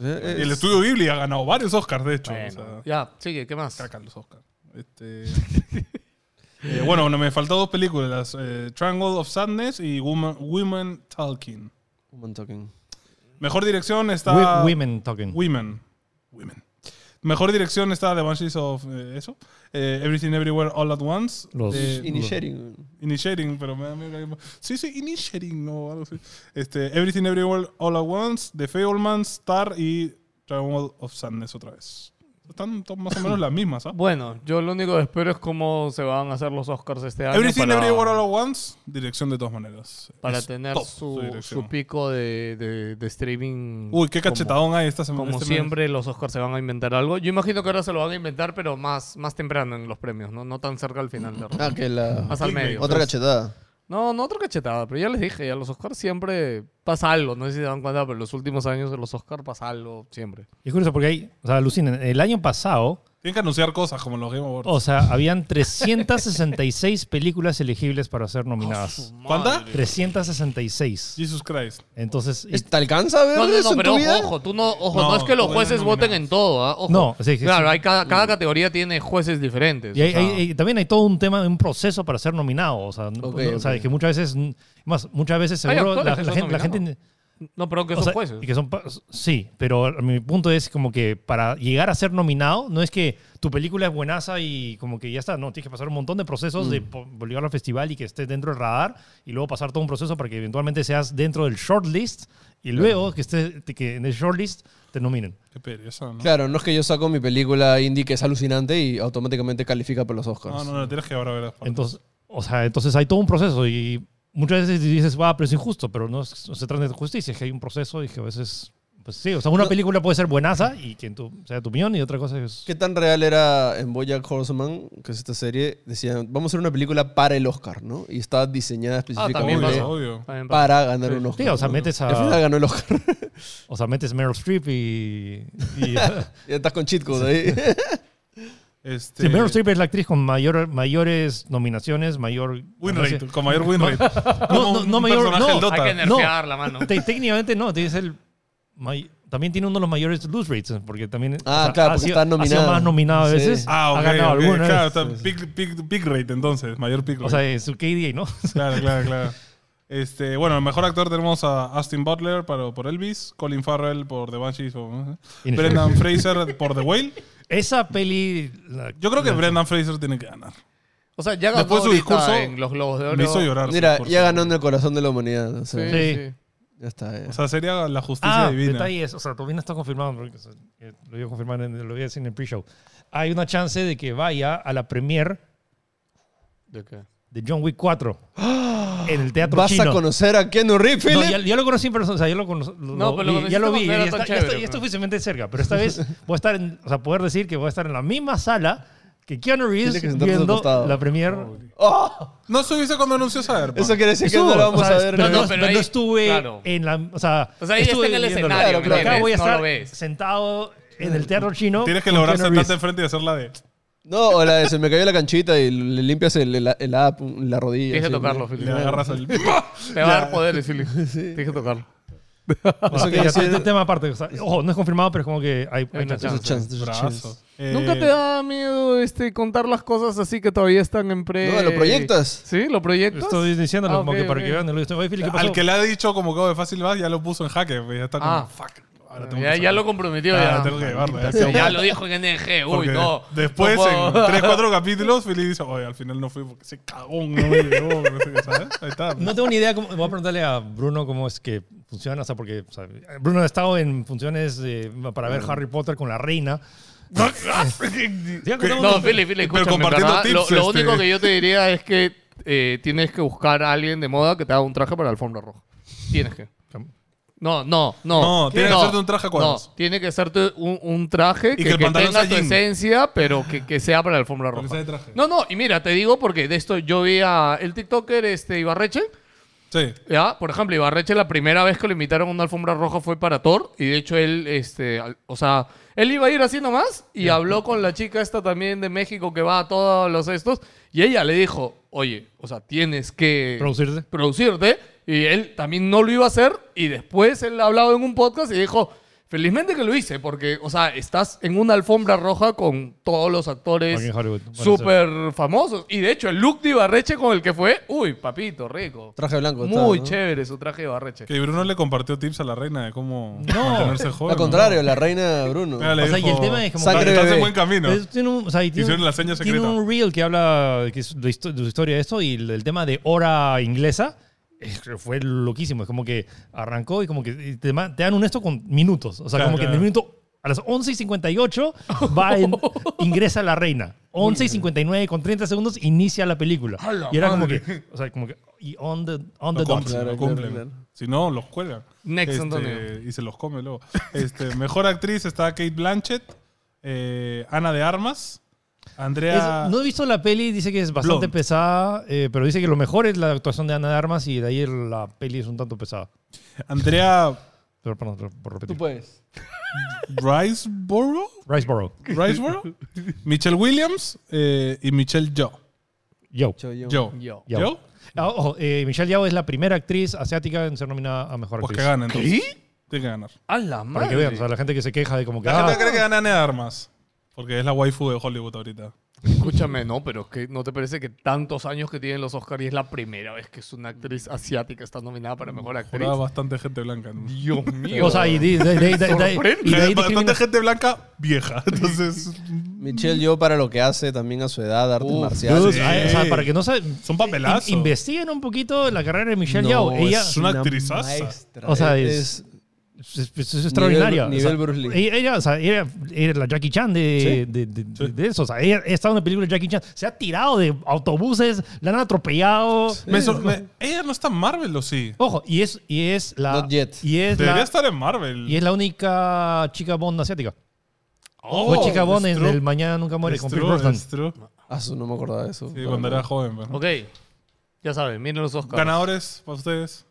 Speaker 1: Eh, eh,
Speaker 4: Y El
Speaker 1: es-
Speaker 4: estudio Ghibli ha ganado varios Oscars, de hecho.
Speaker 2: Bueno,
Speaker 4: o sea,
Speaker 2: ya, sigue, ¿qué más?
Speaker 4: caca los Oscars. Este, [LAUGHS] eh, bueno, bueno, me faltó dos películas: eh, Triangle of Sadness y Woman, Women Talking.
Speaker 1: Woman Talking.
Speaker 4: Mejor dirección está.
Speaker 3: Wi- Women talking.
Speaker 4: Women. Women. Mejor dirección está The Banshees of eh, eso. Eh, Everything Everywhere All at Once.
Speaker 3: Los-
Speaker 4: Eh,
Speaker 1: Initiating.
Speaker 4: Initiating, pero me da miedo que hay- Sí, sí, Initiating o algo así. Este, Everything Everywhere All at Once, The Fableman, Star y Triangle of Sadness otra vez. Están to- más o menos las mismas, ¿ah?
Speaker 2: Bueno, yo lo único que espero es cómo se van a hacer los Oscars este año
Speaker 4: Everything
Speaker 2: para,
Speaker 4: Everywhere All at Once, dirección de todas maneras.
Speaker 2: para
Speaker 4: Es
Speaker 2: tener
Speaker 4: top
Speaker 2: su,
Speaker 4: dirección.
Speaker 2: su pico de, de- de streaming.
Speaker 4: Uy, qué
Speaker 2: como-
Speaker 4: cachetadón hay esta semana.
Speaker 2: Como,
Speaker 4: este mes.
Speaker 2: siempre, los Oscars se van a inventar algo. Yo imagino que ahora se lo van a inventar, pero más, más temprano en los premios, ¿no? No tan cerca al final. de
Speaker 1: Ah, que la.
Speaker 2: Más al
Speaker 4: clickbait,
Speaker 2: medio.
Speaker 1: Otra cachetada.
Speaker 2: No, no otra cachetada, pero ya les dije, a los Oscars siempre pasa algo. No sé si se dan cuenta, pero en los últimos años de los Oscars pasa algo siempre.
Speaker 3: Y es curioso porque hay, o sea, alucinen, el año pasado,
Speaker 4: Tienen que anunciar cosas como los Game Awards.
Speaker 3: o sea, habían 366 películas elegibles para ser nominadas.
Speaker 4: ¿Cuánta?
Speaker 3: 366.
Speaker 4: Jesus Christ.
Speaker 3: Entonces, y-
Speaker 1: ¿Es-
Speaker 2: Este,
Speaker 1: ¿Te alcanza a ver
Speaker 2: No, no,
Speaker 1: eso
Speaker 2: no,
Speaker 1: en tu
Speaker 2: pero
Speaker 1: vida?
Speaker 2: ojo, tú no, ojo, no,
Speaker 4: No,
Speaker 2: es que los
Speaker 4: todavía
Speaker 2: jueces
Speaker 4: no
Speaker 2: voten
Speaker 4: nominados.
Speaker 2: en todo, ¿ah? Ojo.
Speaker 3: No, sí, sí,
Speaker 2: Claro,
Speaker 3: sí.
Speaker 2: hay cada, cada categoría tiene jueces diferentes.
Speaker 3: y hay-
Speaker 2: o sea.
Speaker 3: hay- hay- también hay todo un tema, un proceso para ser nominado. O sea, no-
Speaker 1: Ok,
Speaker 3: no- o sea,
Speaker 1: ok.
Speaker 3: que muchas veces, más, muchas veces
Speaker 2: Hay
Speaker 3: seguro la,
Speaker 2: actores que
Speaker 3: la
Speaker 2: son
Speaker 3: gente, la
Speaker 2: nominados.
Speaker 3: gente-
Speaker 2: no, perdón, que
Speaker 3: O
Speaker 2: son
Speaker 3: sea,
Speaker 2: jueces.
Speaker 3: y que son pa- sí, pero mi punto es como que para llegar a ser nominado, no es que tu película es buenaza y como que ya está, no, tienes que pasar un montón de procesos
Speaker 2: Mm.
Speaker 3: de po- llegar al festival y que estés dentro del radar y luego pasar todo un proceso para que eventualmente seas dentro del shortlist y luego que estés que en el shortlist te nominen.
Speaker 4: Qué pereza, ¿no?
Speaker 1: Claro, no es que yo saco mi película indie que es alucinante y automáticamente califica para los Oscars.
Speaker 4: No, no, no, tienes que ahora ver las partes.
Speaker 3: Entonces, o sea, entonces hay todo un proceso y muchas veces dices, va, pero es injusto, pero no, es- no se trata de justicia, es que hay un proceso y que a veces pues sí, o sea, una película puede ser buenaza y que en tu, sea tu opinión y otra cosa es
Speaker 1: ¿Qué tan real era en Bojack Horseman, que es esta serie? Decían, vamos a hacer una película para el Oscar, ¿no? Y está
Speaker 3: Ah,
Speaker 1: diseñada
Speaker 2: también
Speaker 1: específicamente
Speaker 4: obvio,
Speaker 2: pasa.
Speaker 4: obvio.
Speaker 2: También pasa.
Speaker 1: para ganar un Oscar.
Speaker 3: Sí, o sea, metes
Speaker 1: Y al final
Speaker 3: a,
Speaker 1: ganó el Oscar. [LAUGHS]
Speaker 3: o sea, metes Meryl Streep y... y-
Speaker 1: ya estás con cheat code ahí.
Speaker 4: Este,
Speaker 3: Sí, Meryl Streep es la actriz con mayor, mayores nominaciones, mayor...
Speaker 4: Win rate, con mayor win rate.
Speaker 3: [LAUGHS] No, no, no, mayor-
Speaker 4: personaje
Speaker 3: no.
Speaker 4: del Dota.
Speaker 2: Hay que nerfear la mano.
Speaker 3: Te- técnicamente no, tienes el may- también tiene uno de los mayores lose rates, porque también
Speaker 1: Ah, claro,
Speaker 3: ha,
Speaker 1: porque
Speaker 3: sido,
Speaker 1: está
Speaker 3: ha sido
Speaker 1: nominado.
Speaker 3: más nominado a
Speaker 1: Sí.
Speaker 3: veces.
Speaker 4: Ah, ok.
Speaker 3: ha ganado
Speaker 4: ok.
Speaker 3: algunas.
Speaker 4: Claro, está pick, pick- pick rate entonces, mayor pick rate.
Speaker 3: o sea, es su KDA, ¿no?
Speaker 4: claro, claro, claro. Este, bueno, el mejor actor tenemos a Austin Butler para- por Elvis, Colin Farrell por The Banshees, o-
Speaker 3: Y-
Speaker 4: Brendan Fraser por The Whale.
Speaker 3: Esa peli. la-
Speaker 4: Yo creo que Brendan Fraser tiene que ganar.
Speaker 2: O sea, ya ganó
Speaker 4: Después su
Speaker 2: ahorita
Speaker 4: discurso
Speaker 2: en los Globos de Oro.
Speaker 4: Me hizo llorar.
Speaker 1: [LAUGHS] Mira,
Speaker 4: su discurso.
Speaker 1: ya ganó en el corazón de la humanidad. o sea,
Speaker 2: Sí,
Speaker 3: Sí.
Speaker 2: sí.
Speaker 1: Ya está. ya.
Speaker 4: O sea, sería la justicia
Speaker 3: Ah,
Speaker 4: divina.
Speaker 3: detalle es, o sea, todavía no está confirmado, porque, o sea, eh, lo voy a confirmar, en, lo voy a decir en el pre-show. Hay una chance de que vaya a la premier
Speaker 2: ¿De qué?
Speaker 3: de John Wick 4 en el teatro
Speaker 1: ¿Vas
Speaker 3: chino.
Speaker 1: a conocer a Keanu Reeves,
Speaker 3: No,
Speaker 1: Philip?
Speaker 3: ya, ya lo conocí en persona, o sea, ya lo, cono- lo-
Speaker 2: No, pero lo
Speaker 3: vi, ya lo
Speaker 2: conociste
Speaker 3: vi,
Speaker 2: cuando era
Speaker 3: ya,
Speaker 2: tan
Speaker 3: está- ya
Speaker 2: chévere,
Speaker 3: estoy, ya estoy
Speaker 2: pues.
Speaker 3: suficientemente cerca, pero
Speaker 2: [LAUGHS]
Speaker 3: esta vez voy a estar, en, o sea, poder decir que voy a estar en la misma sala que Keanu
Speaker 1: Tiene
Speaker 3: Reeves
Speaker 1: que sentarse al
Speaker 3: viendo
Speaker 1: costado.
Speaker 3: la premier.
Speaker 1: ¡Oh!
Speaker 4: No estuviste cuando anunció Cyberpunk.
Speaker 1: Eso quiere decir que
Speaker 3: Estuvo,
Speaker 1: no lo vamos
Speaker 3: o sea,
Speaker 1: a ver.
Speaker 3: No,
Speaker 2: No, pero
Speaker 3: no, pero
Speaker 2: ahí-
Speaker 3: no estuve
Speaker 2: claro.
Speaker 3: en la, o sea,
Speaker 2: O sea, ahí está
Speaker 3: estuve
Speaker 2: en el
Speaker 3: viéndolo.
Speaker 2: escenario,
Speaker 1: ¿me
Speaker 3: pero acá
Speaker 2: entiendes?
Speaker 3: voy a
Speaker 2: No lo
Speaker 3: estar
Speaker 2: ves.
Speaker 3: sentado en el teatro chino.
Speaker 4: Tienes que
Speaker 3: con
Speaker 4: lograr
Speaker 3: Keanu
Speaker 4: sentarte
Speaker 3: Reeves.
Speaker 4: enfrente y hacer la de.
Speaker 1: No, o la de se me cayó la canchita y le limpias el, el, el app, la rodilla.
Speaker 2: Tienes que
Speaker 1: así,
Speaker 2: tocarlo,
Speaker 1: ¿no?
Speaker 2: Philip.
Speaker 4: Le
Speaker 1: [LAUGHS]
Speaker 4: agarras el.
Speaker 2: Te va a dar poderes, Philip. [LAUGHS] Tienes que tocarlo.
Speaker 3: O sea,
Speaker 1: quiere
Speaker 3: ya,
Speaker 1: decir-
Speaker 3: es un tema aparte. o sea, ojo, no es confirmado, pero es como que hay, hay
Speaker 2: una
Speaker 3: chances.
Speaker 1: Esos chances, esos
Speaker 4: Brazo.
Speaker 1: chances.
Speaker 4: Eh,
Speaker 2: ¿Nunca te da miedo este, contar las cosas así que todavía están en pre...?
Speaker 1: No, ¿lo proyectas?
Speaker 2: ¿Sí? ¿Lo proyectas?
Speaker 3: Estoy diciéndolo
Speaker 2: Ah,
Speaker 3: como
Speaker 2: ok,
Speaker 3: que para
Speaker 2: ok.
Speaker 3: que vean. Lo estoy, Oye, Fili, ¿qué pasó?
Speaker 4: Al que le ha dicho como cabo de fácil vas, ya lo puso en jaque. pues, Ya está como.
Speaker 2: Ah.
Speaker 4: fuck. Ahora tengo
Speaker 2: Ya,
Speaker 4: que
Speaker 2: ya lo
Speaker 4: saber.
Speaker 2: comprometió.
Speaker 4: Ah,
Speaker 2: ya.
Speaker 4: tengo que llevarlo, ya.
Speaker 2: Ya, lo dijo en NG. Uy,
Speaker 4: Porque
Speaker 2: no.
Speaker 4: Después,
Speaker 2: No puedo-
Speaker 4: en
Speaker 2: [LAUGHS]
Speaker 4: 3-4 capítulos, Fili dice: Oye, al final no fui porque ese cagón no me llevó. no sé qué, ¿sabes? Ahí está.
Speaker 3: No tengo ni idea. Cómo, voy a preguntarle a Bruno cómo es que funciona. O sea, porque o sea, Bruno ha estado en funciones eh, para ver Harry Potter con la reina.
Speaker 4: [LAUGHS]
Speaker 3: Sí, acá estamos-
Speaker 2: No, Philip, Philip,
Speaker 4: Pero
Speaker 2: escúchame,
Speaker 4: compartiendo
Speaker 2: ¿verdad? Lo,
Speaker 4: tips,
Speaker 2: lo único
Speaker 4: este.
Speaker 2: que yo te diría es que eh, tienes que buscar a alguien de moda que te haga un traje para la alfombra roja. Tienes que. No, no, no.
Speaker 4: No, tiene que hacerte un traje a cuadros.
Speaker 2: No, tiene que hacerte un, un traje que,
Speaker 4: que el
Speaker 2: que
Speaker 4: pantalón
Speaker 2: tenga
Speaker 4: sea
Speaker 2: tu
Speaker 4: jean.
Speaker 2: esencia, pero que, que sea para la alfombra roja.
Speaker 4: Porque sea de traje.
Speaker 2: No, no, y mira, te digo porque de esto yo vi a el TikToker este, Ibarreche.
Speaker 4: Sí.
Speaker 2: Ya, por ejemplo, Ibarreche la primera vez que lo invitaron a una alfombra roja fue para Thor y de hecho él, este, al- o sea, él iba a ir así nomás y habló con la chica esta también de México que va a todos los estos y ella le dijo, oye, o sea, tienes que
Speaker 3: Producirte.
Speaker 2: producirte y él también no lo iba a hacer y después él ha hablado en un podcast y dijo, felizmente que lo hice porque, o sea, estás en una alfombra roja con todos los actores
Speaker 3: Aquí en Hollywood. Bueno,
Speaker 2: súper famosos y de hecho el look de Ibarreche con el que fue, uy, papito, rico.
Speaker 1: Traje blanco. está,
Speaker 2: Muy
Speaker 1: ¿no?
Speaker 2: chévere su traje de barreche.
Speaker 4: Que Bruno le compartió tips a la reina de cómo
Speaker 3: No.
Speaker 4: mantenerse joven.
Speaker 1: Al contrario, la reina Bruno.
Speaker 4: Mira, le
Speaker 3: O sea,
Speaker 4: dijo,
Speaker 3: y el tema es como-
Speaker 1: Sangre
Speaker 4: Estás en
Speaker 1: bebé".
Speaker 4: buen camino.
Speaker 3: Es- tiene un, o sea, y tiene
Speaker 4: Hicieron
Speaker 3: un-
Speaker 4: la seña
Speaker 3: tiene
Speaker 4: secreta.
Speaker 3: un reel que habla de, que es de histo- de su historia de esto y el, el tema de hora inglesa es que fue loquísimo. Es como que arrancó y como que y te, ma- te dan un esto con minutos. O sea,
Speaker 4: Claro,
Speaker 3: como que en
Speaker 4: claro.
Speaker 3: el minuto a las 11 y 58 va
Speaker 4: [LAUGHS]
Speaker 3: en- ingresa la reina. 11 y 59 con 30 segundos inicia la película.
Speaker 4: ¡A la
Speaker 3: Y era como
Speaker 4: madre!
Speaker 3: que, o sea, como que, y on the, on the
Speaker 4: Lo
Speaker 3: dot.
Speaker 4: cumplen,
Speaker 1: Claro, claro,
Speaker 4: lo cumplen.
Speaker 1: claro.
Speaker 4: Si no, los cuelgan.
Speaker 2: Next,
Speaker 4: Este,
Speaker 2: Antonio.
Speaker 4: Y se los come luego. Este, mejor actriz está Kate Blanchett, eh, Ana de Armas, Andrea.
Speaker 3: Es- no he visto la peli, dice que es bastante
Speaker 4: Blonde.
Speaker 3: pesada, eh, pero dice que lo mejor es la actuación de Ana de Armas y de ahí la peli es un tanto pesada.
Speaker 4: Andrea
Speaker 3: Pero perdón, por- por
Speaker 1: Tú
Speaker 3: repetir.
Speaker 1: puedes.
Speaker 4: Riceborough.
Speaker 3: Riceboro.
Speaker 4: Riceborough. Michelle Williams eh, y Michelle Joe.
Speaker 3: Yo.
Speaker 1: Yo, yo.
Speaker 4: Joe.
Speaker 2: Yeoh.
Speaker 3: Yeoh.
Speaker 4: pues
Speaker 3: Ah, ojo, eh, Michelle Yao es la primera actriz asiática en ser nominada a mejor
Speaker 4: Pues
Speaker 3: actriz.
Speaker 4: que gana entonces. Tiene que ganar.
Speaker 2: A la
Speaker 3: Para
Speaker 2: madre.
Speaker 3: que vean, o sea, la gente que se queja de como que.
Speaker 4: La
Speaker 3: ah,
Speaker 4: gente cree que gana Ana de Armas. Porque es la waifu de Hollywood ahorita.
Speaker 2: Escúchame, no, pero es que no te parece que tantos años que tienen los Oscars y es la primera vez que es una actriz asiática está nominada para mejor actriz.
Speaker 4: Juraba bastante gente blanca.
Speaker 2: [LAUGHS]
Speaker 4: ¿no?
Speaker 2: Dios mío.
Speaker 3: o sea, y de, de- de- de- de- y de ahí
Speaker 4: Bastante
Speaker 3: discrimina-
Speaker 4: gente blanca
Speaker 3: [LAUGHS]
Speaker 4: vieja. Entonces,
Speaker 1: Michelle, yo para lo que hace también a su edad, artes
Speaker 2: Uf,
Speaker 1: marciales.
Speaker 4: dude,
Speaker 3: Ah, o sea, para que no saben.
Speaker 4: Son papelazos.
Speaker 3: investiguen un poquito la carrera de Michelle
Speaker 1: No,
Speaker 3: Yao. Ella
Speaker 4: es una actrizaza.
Speaker 1: maestra.
Speaker 3: O sea,
Speaker 1: Es-
Speaker 3: es- es, es- es extraordinaria.
Speaker 1: nivel
Speaker 3: O sea,
Speaker 1: Bruce Lee.
Speaker 3: Ella, ella, o sea, era, era la Jackie Chan de, de, de- de eso. O sea, ella ha estado en una película de Jackie Chan. Se ha tirado de autobuses, la han atropellado.
Speaker 4: me sor- me- ella no está en Marvel, ¿o sí?
Speaker 3: Ojo, y es, y es la.
Speaker 1: Not yet.
Speaker 3: Y es
Speaker 4: Debería
Speaker 3: la,
Speaker 4: estar en Marvel.
Speaker 3: Y es la única chica Bond asiática.
Speaker 4: Oh,
Speaker 3: Fue chica Bond
Speaker 4: es
Speaker 3: en
Speaker 4: true.
Speaker 3: el Mañana Nunca Muere
Speaker 4: Es
Speaker 3: con Pierce
Speaker 4: true,
Speaker 3: Brosnan.
Speaker 4: es true.
Speaker 1: Ah, su, no me acordaba de eso.
Speaker 4: Sí, cuando era joven. pues, ¿no?
Speaker 2: ok. Ya saben, miren los Oscars.
Speaker 4: Ganadores para ustedes.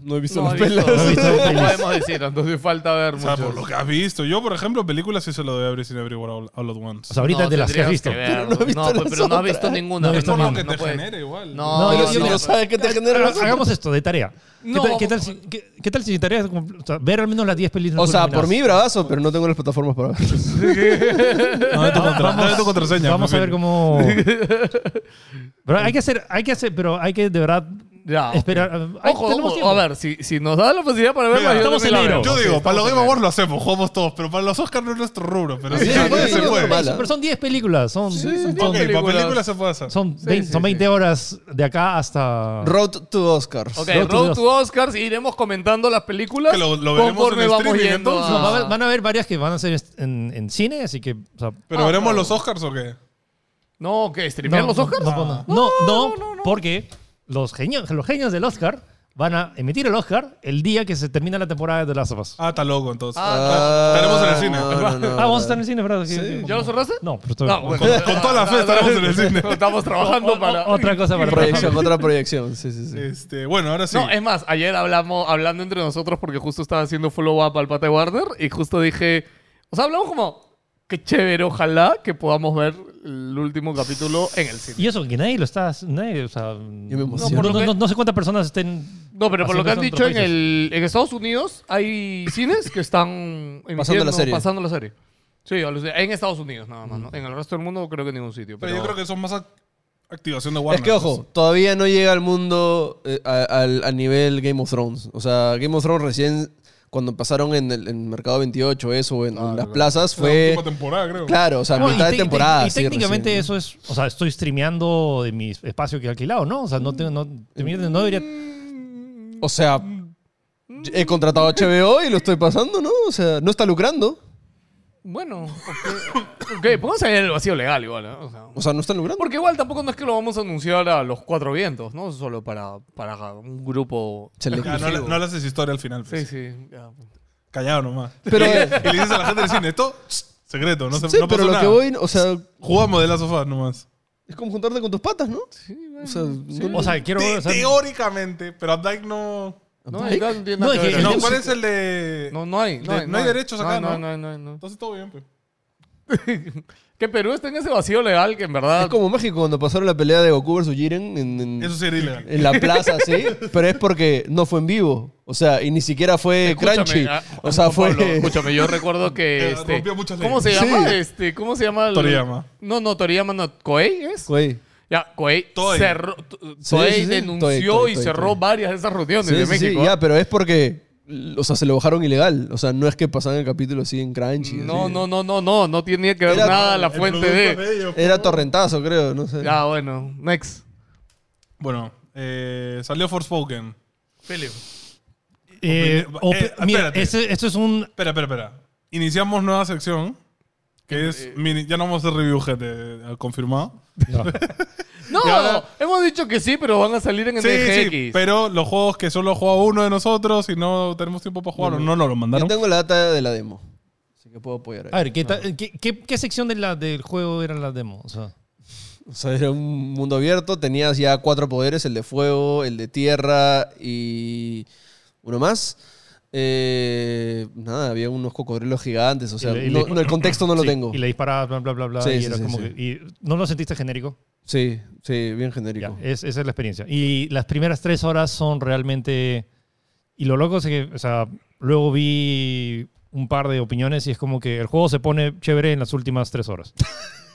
Speaker 1: No he visto
Speaker 2: No,
Speaker 1: las
Speaker 2: he visto,
Speaker 1: pelas.
Speaker 2: no he visto, no podemos decir, entonces falta ver
Speaker 4: O sea, por
Speaker 2: mucho.
Speaker 4: lo que has visto. Yo, por ejemplo, películas eso lo de Every Sin Everywhere All, All at Once.
Speaker 3: O sea, ahorita
Speaker 2: No,
Speaker 3: de las que has
Speaker 2: tendrías
Speaker 3: visto.
Speaker 1: Pero
Speaker 2: verlo.
Speaker 1: no he visto
Speaker 2: pues,
Speaker 1: las
Speaker 2: pero no has
Speaker 1: otras.
Speaker 2: visto ninguna.
Speaker 3: No he
Speaker 2: pues,
Speaker 3: visto
Speaker 2: no,
Speaker 4: lo que
Speaker 2: no
Speaker 4: te
Speaker 2: puedes.
Speaker 4: genera igual.
Speaker 2: No,
Speaker 3: No,
Speaker 1: Pero
Speaker 3: yo-
Speaker 1: si
Speaker 3: no,
Speaker 1: no
Speaker 3: no.
Speaker 1: sabes qué te genera
Speaker 3: Ha-
Speaker 1: las otras.
Speaker 3: Hagamos esto de tarea. ¿Qué,
Speaker 2: No.
Speaker 3: tal, qué tal si, qué- qué tal si tarea es como- o sea, ver al menos las 10 películas?
Speaker 1: O sea, por mí, bravazo, pero no tengo las plataformas para verlo.
Speaker 4: No, de tu, contra- dame tu contraseña.
Speaker 3: Vamos a ver
Speaker 4: Pepín.
Speaker 3: cómo. pero hay que hacer, hay que hacer, pero hay que de verdad
Speaker 2: Ya, Ah, ok.
Speaker 3: esperar. Ay,
Speaker 2: Ojo,
Speaker 3: tenemos
Speaker 2: ojo,
Speaker 3: tiempo.
Speaker 2: a ver, si, si nos da la facilidad para verla,
Speaker 4: Venga,
Speaker 2: yo
Speaker 4: estamos
Speaker 2: también
Speaker 3: en
Speaker 2: la
Speaker 3: enero.
Speaker 2: veo.
Speaker 4: Yo
Speaker 2: Sí,
Speaker 4: digo,
Speaker 2: estamos
Speaker 4: para los
Speaker 2: en
Speaker 4: Game
Speaker 2: enero.
Speaker 4: Awards lo hacemos, jugamos todos, pero para los Oscars no es nuestro rubro. Pero sí,
Speaker 1: Sí,
Speaker 4: se puede,
Speaker 1: sí,
Speaker 4: se
Speaker 1: sí,
Speaker 4: puede.
Speaker 1: normal.
Speaker 3: Pero son 10 películas, son,
Speaker 2: Sí,
Speaker 3: son,
Speaker 2: no.
Speaker 4: Ok, para
Speaker 2: películas.
Speaker 4: películas se puede hacer.
Speaker 3: son
Speaker 2: Sí,
Speaker 3: 20,
Speaker 2: sí,
Speaker 3: son
Speaker 2: sí.
Speaker 3: 20 horas de acá hasta.
Speaker 1: Road to Oscars.
Speaker 2: Ok,
Speaker 3: Road
Speaker 2: Road,
Speaker 3: to the
Speaker 2: to Oscars, iremos comentando las películas
Speaker 4: Que lo- lo veremos
Speaker 2: conforme
Speaker 4: en
Speaker 2: vamos
Speaker 4: streaming,
Speaker 2: yendo.
Speaker 4: entonces.
Speaker 3: No, va a
Speaker 2: a-
Speaker 3: haber- van a haber varias que van a ser est- en, en cine, así que. o sea,
Speaker 4: ¿Pero
Speaker 2: Ah,
Speaker 4: veremos
Speaker 2: claro.
Speaker 4: los Oscars o qué?
Speaker 2: No, que streamean
Speaker 3: no,
Speaker 2: los
Speaker 3: no,
Speaker 2: Oscars.
Speaker 3: No, no, no, no, porque los genios, los genios del Oscar van a emitir el Oscar el día que se termina la temporada de las Us.
Speaker 4: Ah, está loco, entonces.
Speaker 1: Ah,
Speaker 4: Estaremos en el cine.
Speaker 1: no, no, no.
Speaker 3: Ah, vamos a estar en el cine, ¿verdad?
Speaker 2: ¿Ya lo cerraste? Ah,
Speaker 3: No, pero estoy.
Speaker 4: Con- con
Speaker 2: [LAUGHS]
Speaker 4: toda la fe estaremos en el cine.
Speaker 2: Estamos trabajando
Speaker 3: O- o-
Speaker 2: para.
Speaker 3: otra cosa para
Speaker 1: Proyección, otra proyección. Sí, sí, sí.
Speaker 4: Este, bueno, ahora sí.
Speaker 2: No, es más, ayer hablamos, hablando entre nosotros porque justo estaba haciendo follow-up al Pate Warner y justo dije, o sea, hablamos como, qué chévere, ojalá que podamos ver el último capítulo en el cine.
Speaker 3: Y eso, que nadie lo está. Nadie, o sea,
Speaker 1: me
Speaker 3: no,
Speaker 1: emociono.
Speaker 3: no-
Speaker 2: Por lo
Speaker 3: no-
Speaker 2: que-
Speaker 3: no sé cuántas personas estén.
Speaker 2: No, pero por
Speaker 3: haciendo
Speaker 2: lo que han
Speaker 3: eso
Speaker 2: dicho, en,
Speaker 3: otros países.
Speaker 2: el, en Estados Unidos hay cines
Speaker 1: [LAUGHS]
Speaker 2: que están
Speaker 1: Pasando la
Speaker 2: emitiendo-
Speaker 1: serie. Mm.
Speaker 2: pasando la serie. Sí, a los de- en Estados Unidos nada más, ¿no? En el resto del mundo creo que en ningún sitio.
Speaker 4: Pero yo creo que son más ac- activación de
Speaker 1: Es
Speaker 4: Warner.
Speaker 1: que, ojo, todavía no llega al mundo eh, a- al, al nivel Game of Thrones. O sea, Game of Thrones recién, cuando pasaron en el en Mercado 28, eso,
Speaker 4: Ah,
Speaker 1: en, en las plazas,
Speaker 4: Fue...
Speaker 1: fue...
Speaker 4: La última temporada, creo.
Speaker 1: Claro, o sea,
Speaker 3: No, y
Speaker 1: mitad
Speaker 3: te-
Speaker 1: de temporada.
Speaker 3: Y,
Speaker 1: sí,
Speaker 3: técnicamente
Speaker 1: recién.
Speaker 3: eso es. O sea, estoy streameando de mi espacio que he alquilado, ¿no? O sea, no, tengo- no, no debería.
Speaker 1: O sea, he contratado a HBO y lo estoy pasando, ¿no? O sea, no está lucrando.
Speaker 2: Bueno, ok, pongamos ahí el vacío legal igual, ¿no? O sea,
Speaker 1: O sea, no está lucrando.
Speaker 2: Porque igual tampoco no es que lo vamos a anunciar a los cuatro vientos, ¿no? Solo para, para un grupo.
Speaker 1: Selecto.
Speaker 4: Ya, no, le- no le haces historia al final.
Speaker 2: Sí,
Speaker 4: pues.
Speaker 2: sí. ya.
Speaker 4: Callado nomás.
Speaker 1: Pero, eh,
Speaker 4: [LAUGHS] Y le dices a la gente del cine, esto, tss, secreto, no, se,
Speaker 1: sí,
Speaker 4: no pasó
Speaker 1: pero lo
Speaker 4: nada.
Speaker 1: que voy, o sea,
Speaker 4: Jugamos de las sofás nomás.
Speaker 1: es como juntarte con tus patas, ¿no? O sea, no-
Speaker 3: O sea, quiero.
Speaker 4: Te-
Speaker 3: o sea,
Speaker 4: teóricamente, pero Updike no...
Speaker 2: No, y no tiene
Speaker 3: No,
Speaker 2: nada que
Speaker 3: es
Speaker 2: ver.
Speaker 3: que-
Speaker 4: No,
Speaker 3: tenemos-
Speaker 4: ¿cuál es el de...?
Speaker 2: No, no hay. No
Speaker 4: de-
Speaker 2: hay,
Speaker 4: no hay derechos acá, ¿no?
Speaker 2: No, no, no.
Speaker 4: Entonces todo bien, pues.
Speaker 2: [LAUGHS] Que Perú está en ese vacío legal que en verdad.
Speaker 1: es como México cuando pasaron la pelea de Goku versus Jiren en, en-
Speaker 4: Eso sí era ilegal.
Speaker 1: en la plaza, sí, pero es porque no fue en vivo. O sea, y ni siquiera fue
Speaker 2: Escúchame,
Speaker 1: Crunchy.
Speaker 2: ah,
Speaker 1: o sea,
Speaker 2: Juan
Speaker 1: fue. [LAUGHS]
Speaker 2: Pablo, escúchame, yo
Speaker 4: [LAUGHS]
Speaker 2: recuerdo que.
Speaker 4: Eh,
Speaker 2: este,
Speaker 4: rompió muchas
Speaker 2: ¿Cómo se
Speaker 1: leyes.
Speaker 2: llama?
Speaker 1: Sí.
Speaker 2: Este, ¿Cómo se llama? el-
Speaker 4: Toriyama.
Speaker 2: No, no, Toriyama, no. ¿Koei es?
Speaker 1: Güey,
Speaker 2: Ya, Koei
Speaker 4: Toei.
Speaker 2: cerró.
Speaker 1: sí,
Speaker 2: Koei
Speaker 1: sí, sí.
Speaker 2: denunció
Speaker 1: Toei, Toei,
Speaker 2: y
Speaker 1: Toei,
Speaker 2: cerró
Speaker 1: Toei.
Speaker 2: varias de esas reuniones
Speaker 1: sí,
Speaker 2: de
Speaker 1: sí, sí,
Speaker 2: México. ¿ah?
Speaker 1: ya, pero es porque. O sea, se lo bajaron ilegal. O sea, no es que pasaran el capítulo así en Crunchy.
Speaker 2: No,
Speaker 1: así.
Speaker 2: no, no, no, no, no tenía que ver
Speaker 1: Era-
Speaker 2: nada la
Speaker 4: El
Speaker 2: fuente
Speaker 4: producto
Speaker 2: de.
Speaker 4: de ellos, pues.
Speaker 1: Era torrentazo, creo, no sé.
Speaker 2: Ya, bueno, next.
Speaker 4: Bueno, eh, salió Forspoken.
Speaker 2: Philip.
Speaker 3: eh,
Speaker 4: Opin-
Speaker 3: opi-
Speaker 4: eh,
Speaker 3: mira,
Speaker 4: espérate.
Speaker 3: ese- esto es un.
Speaker 4: Espera, espera, espera. Iniciamos nueva sección.
Speaker 3: Eh,
Speaker 4: Que es mini- Ya no vamos a hacer review, gente. eh, Confirmado.
Speaker 2: No,
Speaker 4: Y ahora-
Speaker 2: hemos dicho que sí, pero van a salir en el
Speaker 4: Sí,
Speaker 2: DGX.
Speaker 4: sí. Pero los juegos que solo ha jugado uno de nosotros y no tenemos tiempo para jugarlo. No, no, lo
Speaker 1: Yo
Speaker 4: mandaron.
Speaker 1: tengo la data de la demo. Así que puedo apoyar
Speaker 3: [LAUGHS] A
Speaker 2: Ah.
Speaker 1: ahí.
Speaker 3: ver, ¿qué, ta- qué, qué- qué sección de la, del juego era la demo? O sea,
Speaker 1: O sea, era un mundo abierto. Tenías ya cuatro poderes: el de fuego, el de tierra y. uno más. Eh, nada, había unos cocodrilos gigantes. O sea,
Speaker 3: y le- y
Speaker 1: no-
Speaker 3: le-
Speaker 1: no, el contexto no lo
Speaker 3: sí,
Speaker 1: tengo.
Speaker 3: Y le disparabas, bla, bla, bla, bla.
Speaker 1: Sí,
Speaker 3: y
Speaker 1: sí,
Speaker 3: era
Speaker 1: sí,
Speaker 3: como
Speaker 1: sí.
Speaker 3: que- y ¿No lo sentiste genérico?
Speaker 1: Sí, sí, bien genérico.
Speaker 3: Ya, eh, es- esa es la experiencia. Y las primeras tres horas son realmente... Y lo loco es que, o sea, luego vi un par de opiniones y es como que el juego se pone chévere en las últimas tres horas. [LAUGHS]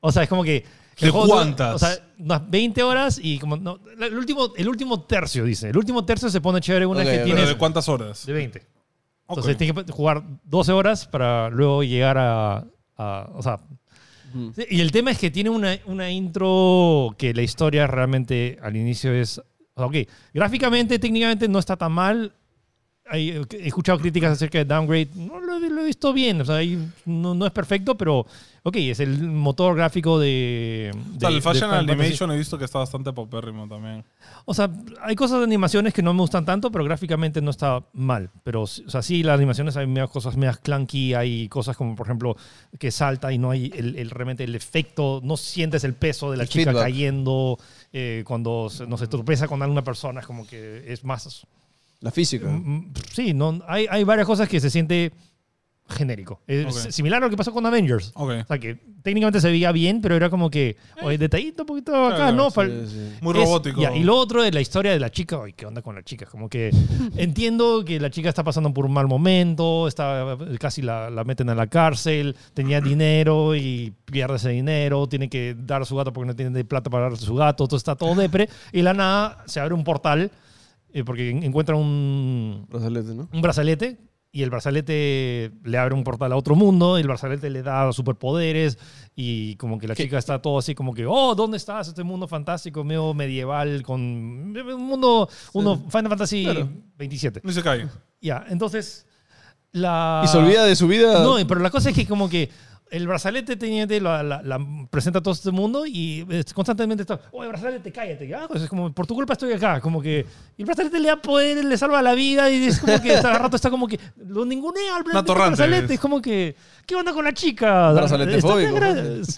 Speaker 3: o sea, es como que... el
Speaker 4: ¿De
Speaker 3: juego dura-
Speaker 4: cuántas?
Speaker 3: O sea, unas 20 horas y como... no, la- el, último, el último tercio, dice. El último tercio se pone chévere una
Speaker 1: Ok,
Speaker 3: vez que
Speaker 1: ok.
Speaker 4: ¿Pero
Speaker 3: tienes...
Speaker 4: de cuántas horas?
Speaker 3: De 20.
Speaker 4: Ok.
Speaker 3: Entonces tienes que jugar 12 horas para luego llegar a... a- o sea...
Speaker 1: Ujú.
Speaker 3: sí, Y el tema es que tiene una, una intro que la historia realmente al inicio es... o sea, Ok, gráficamente, técnicamente no está tan mal. Hay- he escuchado críticas acerca de Downgrade. No lo, he- lo he visto bien. O sea, ahí no, no es perfecto, pero... Ok, es el motor gráfico de...
Speaker 4: O sea,
Speaker 3: de-
Speaker 4: el
Speaker 3: de
Speaker 4: Fashion
Speaker 3: Final Fantasy.
Speaker 4: Animation he visto que está bastante popérrimo también.
Speaker 3: O sea, hay cosas de animaciones que no me gustan tanto, pero gráficamente no está mal. Pero, o sea, sí, las animaciones hay medias cosas medias clunky, hay cosas como, por ejemplo, que salta y no hay el, el- realmente el efecto, no sientes el peso de la
Speaker 1: El
Speaker 3: chica
Speaker 1: feedback.
Speaker 3: cayendo. eh, cuando se- no se tropeza con alguna persona, es como que es más
Speaker 1: La física.
Speaker 3: Mm, Sí, no, hay, hay varias cosas que se siente genérico. Es
Speaker 4: Ok.
Speaker 3: Similar a lo que pasó con Avengers.
Speaker 4: Ok.
Speaker 3: O sea, que técnicamente se veía bien, pero era como que, oye, detallito un poquito
Speaker 4: Eh.
Speaker 3: acá,
Speaker 4: Claro,
Speaker 3: ¿no?
Speaker 4: sí,
Speaker 3: Fal-
Speaker 1: sí.
Speaker 4: Muy
Speaker 3: es-
Speaker 4: robótico.
Speaker 3: ya, y lo otro de la historia de la chica, ay, ¿qué onda con la chica?
Speaker 4: [LAUGHS]
Speaker 3: Como que entiendo que la chica está pasando por un mal momento, está, casi la, la meten a la cárcel,
Speaker 4: [CLEARS THROAT]
Speaker 3: tenía dinero y pierde ese dinero, tiene que dar a su gato porque no tiene plata para darle a su gato, todo está todo depre, y de la nada se abre un portal eh, porque en- encuentra un,
Speaker 1: Brazalete, ¿no?
Speaker 3: un brazalete y el brazalete le abre un portal a otro mundo y el brazalete le da superpoderes y como que la chica está todo así como que, oh, ¿dónde estás? Este mundo fantástico, medio medieval, con un mundo, uno, Final Fantasy 27.
Speaker 4: No se cae.
Speaker 3: Ya, entonces la...
Speaker 1: Y se olvida de su vida.
Speaker 3: Ah, No, pero la cosa es que como que el brazalete teniente la, la- la presenta a todo este mundo y es- constantemente está, oye, brazalete, cállate. ya, pues, es como, por tu culpa estoy acá. Como que y el brazalete le da poder, le salva la vida y es como que cada [LAUGHS] rato está como que lo ningunea al brazalete.
Speaker 4: torrante
Speaker 3: brazalete.
Speaker 4: es.
Speaker 3: Es. como que, ¿qué onda con la chica?
Speaker 1: Brazalete
Speaker 3: Estate
Speaker 1: fóbico, pues.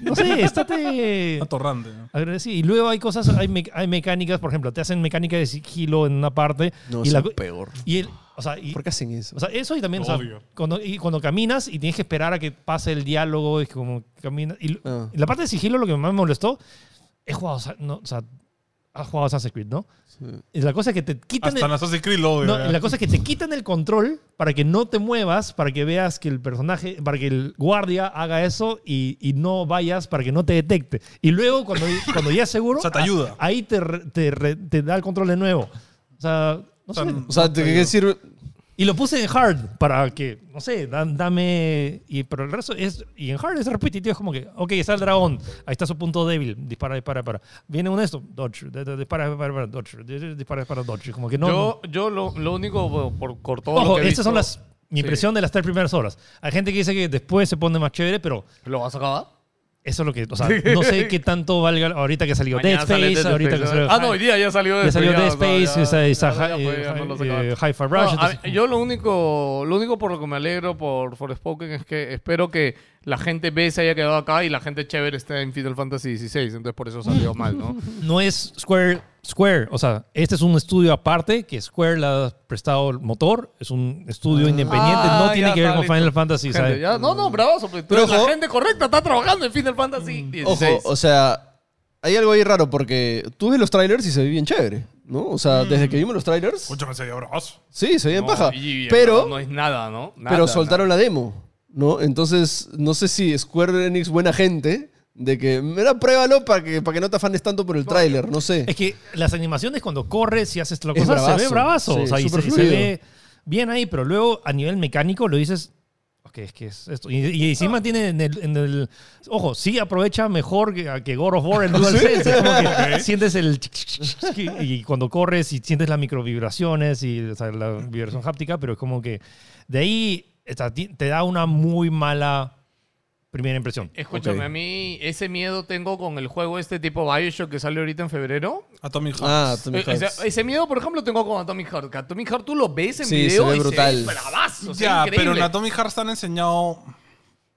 Speaker 3: agra- No
Speaker 1: [LAUGHS]
Speaker 3: sé, estate...
Speaker 4: Atorrante. ¿no?
Speaker 3: agresivo. Y luego hay cosas, hay, me- hay mecánicas, por ejemplo, te hacen mecánica de sigilo en una parte.
Speaker 1: No,
Speaker 3: y
Speaker 1: es
Speaker 3: la-
Speaker 1: lo peor.
Speaker 3: Y el, o sea, y-
Speaker 1: ¿Por qué hacen eso?
Speaker 3: o sea, eso y también, o sea,
Speaker 4: Obvio.
Speaker 3: cuando, y cuando caminas y tienes que esperar a que pase el diálogo, es como caminas. Y, l-
Speaker 1: Ah.
Speaker 3: y la parte de sigilo, lo que más me molestó, he jugado, Sa- no, o sea, has jugado Assassin's Creed, ¿no? Y la cosa es que te quitan
Speaker 4: Hasta en
Speaker 3: el,
Speaker 4: Assassin's Creed lo odio.
Speaker 3: no,
Speaker 4: ya.
Speaker 3: y la cosa es que te quitan el control para que no te muevas, para que veas que el personaje, para que el guardia haga eso y, y no vayas, para que no te detecte. Y luego, cuando, cuando ya es
Speaker 4: [LAUGHS]
Speaker 3: seguro,
Speaker 4: O sea, te
Speaker 3: a-
Speaker 4: ayuda.
Speaker 3: ahí te, re- te, re- te da el control de nuevo. O sea, no
Speaker 4: O sea,
Speaker 3: sé.
Speaker 1: O sea, ¿de qué sirve?
Speaker 3: Y lo puse en hard para que, no sé, dan- dame. Y, pero el resto es. Y en hard es repetitivo, es como que, ok, está el dragón, ahí está su punto débil, dispara, dispara, dispara. Viene un esto, dodge, de- de- dispara, dispara, dispara, dodge, de- de- dispara, dispara, dodge. Como que no.
Speaker 2: yo yo lo, lo único, bueno, por, por todo lo
Speaker 3: Ojo,
Speaker 2: que he
Speaker 3: estas son
Speaker 2: visto-
Speaker 3: las. Mi impresión de las tres primeras horas. Hay gente que dice que después se pone más chévere, pero
Speaker 2: ¿Lo vas a acabar?
Speaker 3: eso es lo que.
Speaker 2: [LAUGHS]
Speaker 3: O sea, no sé qué tanto valga ahorita que salió Dead
Speaker 2: Mañana sale
Speaker 3: Space,
Speaker 2: Dead
Speaker 3: ahorita que
Speaker 2: Space.
Speaker 3: salió.
Speaker 2: Ah, no, hoy día ya salió
Speaker 3: Ya salió Dead
Speaker 2: o sea,
Speaker 3: Space, esa- esa hi-
Speaker 2: pues,
Speaker 3: eh,
Speaker 2: no lo
Speaker 3: hi-
Speaker 2: sacaban.
Speaker 3: eh, Hi-Fi Rush,
Speaker 2: No, a
Speaker 3: entonces-
Speaker 2: ver, yo lo único, lo único por lo que me alegro por Forspoken es que espero que la gente B se haya quedado acá y la gente chévere esté en Final Fantasy XVI, entonces por eso salió mal,
Speaker 3: [LAUGHS]
Speaker 2: ¿no?
Speaker 3: no es Square Square, o sea, este es un estudio aparte que Square le ha prestado el motor, es un estudio independiente, no
Speaker 2: Ah,
Speaker 3: tiene
Speaker 2: ya
Speaker 3: que ver
Speaker 2: está,
Speaker 3: con
Speaker 2: listo.
Speaker 3: Final Fantasy,
Speaker 2: Gente,
Speaker 3: ¿sabes?
Speaker 2: ya- no, no, bravazo. Pero,
Speaker 1: Pero
Speaker 2: la
Speaker 1: ojo.
Speaker 2: gente correcta está trabajando en Final Fantasy XVI.
Speaker 1: Ojo, o sea, hay algo ahí raro porque tú ves los trailers y se ve bien chévere, ¿no? O sea,
Speaker 3: Mm.
Speaker 1: desde que vimos los trailers,
Speaker 4: Escúchame, sería abrazo.
Speaker 1: sí, se ve bien
Speaker 2: No,
Speaker 1: paja.
Speaker 2: y- y-
Speaker 1: pero,
Speaker 2: No es nada, ¿no? Nada,
Speaker 1: pero soltaron la demo, ¿no? Entonces, no sé si Square Enix buena gente de que, mira, pruébalo para que, para que no te afanes tanto por el tráiler, no sé.
Speaker 3: Es que las animaciones cuando corres y haces la
Speaker 1: Es
Speaker 3: cosa se ve
Speaker 1: bravazo.
Speaker 3: bravazo,
Speaker 1: Sí,
Speaker 3: o sea, y se,
Speaker 1: súper
Speaker 3: y se
Speaker 1: fluido.
Speaker 3: ve bien ahí, pero luego a nivel mecánico lo dices, ok, es que es esto. Y, y encima tiene en el, en el- Ojo, sí aprovecha mejor que, que God of
Speaker 1: [LAUGHS]
Speaker 3: War el DualSense, es como que sientes el... chic, chic, chic, chic, y, y cuando corres y sientes las microvibraciones y o sea, la vibración háptica, pero es como que de ahí o sea, ti- te da una muy mala primera impresión.
Speaker 2: Escúchame,
Speaker 1: Ok.
Speaker 2: a mí ese miedo tengo con el juego este tipo Bioshock que sale ahorita en febrero.
Speaker 4: Atomic Heart.
Speaker 1: ah, Tommy
Speaker 2: Eh, o sea,
Speaker 1: Hearts.
Speaker 2: ese miedo, por ejemplo, tengo con Atomic Heart. Que Atomic Heart tú lo ves en
Speaker 1: Sí,
Speaker 2: video
Speaker 1: se ve
Speaker 2: y
Speaker 1: brutal.
Speaker 2: se ve bravazo, se ve
Speaker 4: ya,
Speaker 2: increíble.
Speaker 4: pero en Atomic Heart te han enseñado.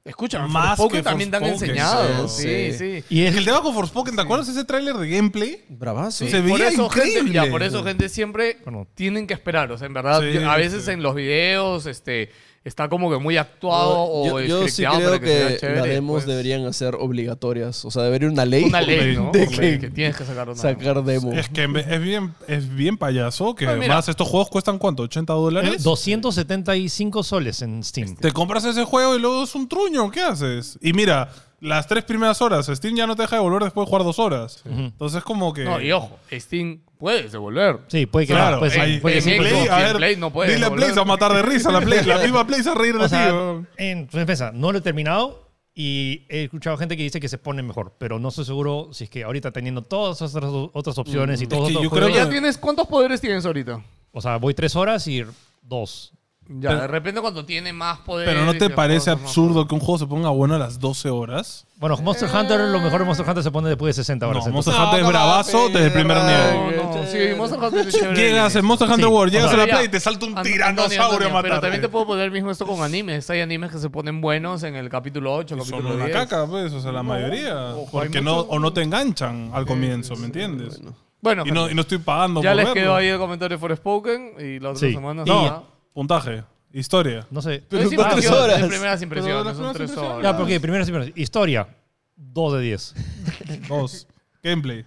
Speaker 2: Escúchame,
Speaker 4: más
Speaker 2: más
Speaker 4: que
Speaker 2: también te han
Speaker 4: Forspoken,
Speaker 2: enseñado.
Speaker 1: sí,
Speaker 2: Sí,
Speaker 1: sí.
Speaker 2: sí.
Speaker 3: Y
Speaker 4: Es
Speaker 3: es
Speaker 4: que el tema con Forspoken, ¿te acuerdas ese tráiler de gameplay?
Speaker 1: Bravazo.
Speaker 4: Se
Speaker 2: por
Speaker 4: veía
Speaker 2: eso,
Speaker 4: increíble.
Speaker 2: Gente, ya, por eso, gente, siempre
Speaker 3: Perdón.
Speaker 2: tienen que esperar. O sea, en verdad,
Speaker 4: Sí,
Speaker 2: yo- a veces
Speaker 4: sí.
Speaker 2: en los videos este, está como que muy actuado
Speaker 1: Yo,
Speaker 2: o
Speaker 1: yo sí
Speaker 2: scripteado
Speaker 1: creo
Speaker 2: para se vea
Speaker 1: que,
Speaker 2: chévere,
Speaker 1: las demos
Speaker 2: pues.
Speaker 1: deberían hacer obligatorias. O sea, debería haber una ley,
Speaker 2: Una ley, ¿no?
Speaker 1: [LAUGHS] de
Speaker 2: Por
Speaker 1: que
Speaker 2: ley, que tienes que sacar una
Speaker 1: sacar demo.
Speaker 4: Es que en vez- es bien, es bien payaso. Que
Speaker 2: Pues mira. Eh,
Speaker 4: además estos juegos cuestan cuánto, 80 dólares.
Speaker 3: 275 soles en Steam.
Speaker 4: Te compras ese juego y luego es un truño. ¿Qué haces? Y mira, las tres primeras horas, Steam ya no te deja de volver después de jugar dos horas. Entonces, como que.
Speaker 2: No, y pues, ojo, Steam puedes devolver.
Speaker 3: Sí, puede que
Speaker 4: Claro,
Speaker 3: no, puede ser,
Speaker 4: ahí-
Speaker 3: puede que
Speaker 4: en
Speaker 3: sí,
Speaker 2: Xbox,
Speaker 3: puede que
Speaker 4: Play,
Speaker 3: no.
Speaker 4: a
Speaker 2: en
Speaker 4: ver,
Speaker 2: Play no puede
Speaker 4: dile a
Speaker 2: volver.
Speaker 4: Play a matar de risa, la, Play, la misma Play a reír de
Speaker 3: O sea,
Speaker 4: ti. weón.
Speaker 3: en tu defensa, no lo he terminado y he escuchado gente que dice que se pone mejor, pero no estoy seguro si es que ahorita teniendo todas esas otras, otras opciones y todos
Speaker 4: Mm, que
Speaker 3: otros
Speaker 4: yo creo
Speaker 2: Pero
Speaker 3: juegos-
Speaker 2: ya tienes, ¿cuántos poderes tienes ahorita?
Speaker 3: O sea, voy tres horas y dos.
Speaker 2: Ya, de repente cuando tiene más poderes.
Speaker 4: Pero ¿no
Speaker 2: y
Speaker 4: te
Speaker 2: las
Speaker 4: parece
Speaker 2: cosas más-
Speaker 4: absurdo que un juego se ponga bueno a las 12 horas?
Speaker 3: Bueno, Monster Hunter, lo mejor de Monster Hunter se pone después de 60 horas.
Speaker 4: no, Monster
Speaker 1: No,
Speaker 4: Hunter es
Speaker 1: no,
Speaker 4: bravazo
Speaker 1: sí,
Speaker 4: desde el primer
Speaker 1: verdad.
Speaker 4: nivel.
Speaker 2: eh, No, no, sí, Monster Hunter es chévere.
Speaker 4: [LAUGHS] Llegas en Monster Hunter
Speaker 3: Sí.
Speaker 4: World, llegas
Speaker 3: O
Speaker 4: a
Speaker 3: sea,
Speaker 4: la
Speaker 2: Pero
Speaker 4: play
Speaker 2: ya,
Speaker 4: y te salta un
Speaker 2: Antonio,
Speaker 4: tiranosaurio
Speaker 2: Antonio,
Speaker 4: a eh.
Speaker 2: Pero también te
Speaker 4: matarte.
Speaker 2: puedo poner mismo esto con animes. Hay animes que se ponen buenos en el capítulo 8,
Speaker 4: Son
Speaker 2: capítulo
Speaker 4: una
Speaker 2: 10.
Speaker 4: caca, pues, o sea, la mayoría.
Speaker 2: ojo, hay
Speaker 4: Porque no,
Speaker 2: mucho-
Speaker 4: o no te enganchan al comienzo, ¿me entiendes?
Speaker 2: Bueno,
Speaker 4: Y no, y no estoy pagando
Speaker 2: ya
Speaker 4: por
Speaker 2: les
Speaker 4: verlo.
Speaker 2: quedó ahí el comentario de Forspoken y la otra
Speaker 3: Sí.
Speaker 2: semana.
Speaker 3: Y-
Speaker 2: será-
Speaker 4: Puntaje. Historia.
Speaker 3: No sé.
Speaker 1: Pero
Speaker 2: Es
Speaker 1: son tres
Speaker 2: impresión,
Speaker 1: horas.
Speaker 2: es primeras impresiones,
Speaker 4: las
Speaker 2: son
Speaker 4: primeras
Speaker 2: tres
Speaker 4: impresiones.
Speaker 2: horas.
Speaker 3: Ya, pero ok, primero, primero. Historia, 2 de 10.
Speaker 4: Dos. [LAUGHS] Gameplay.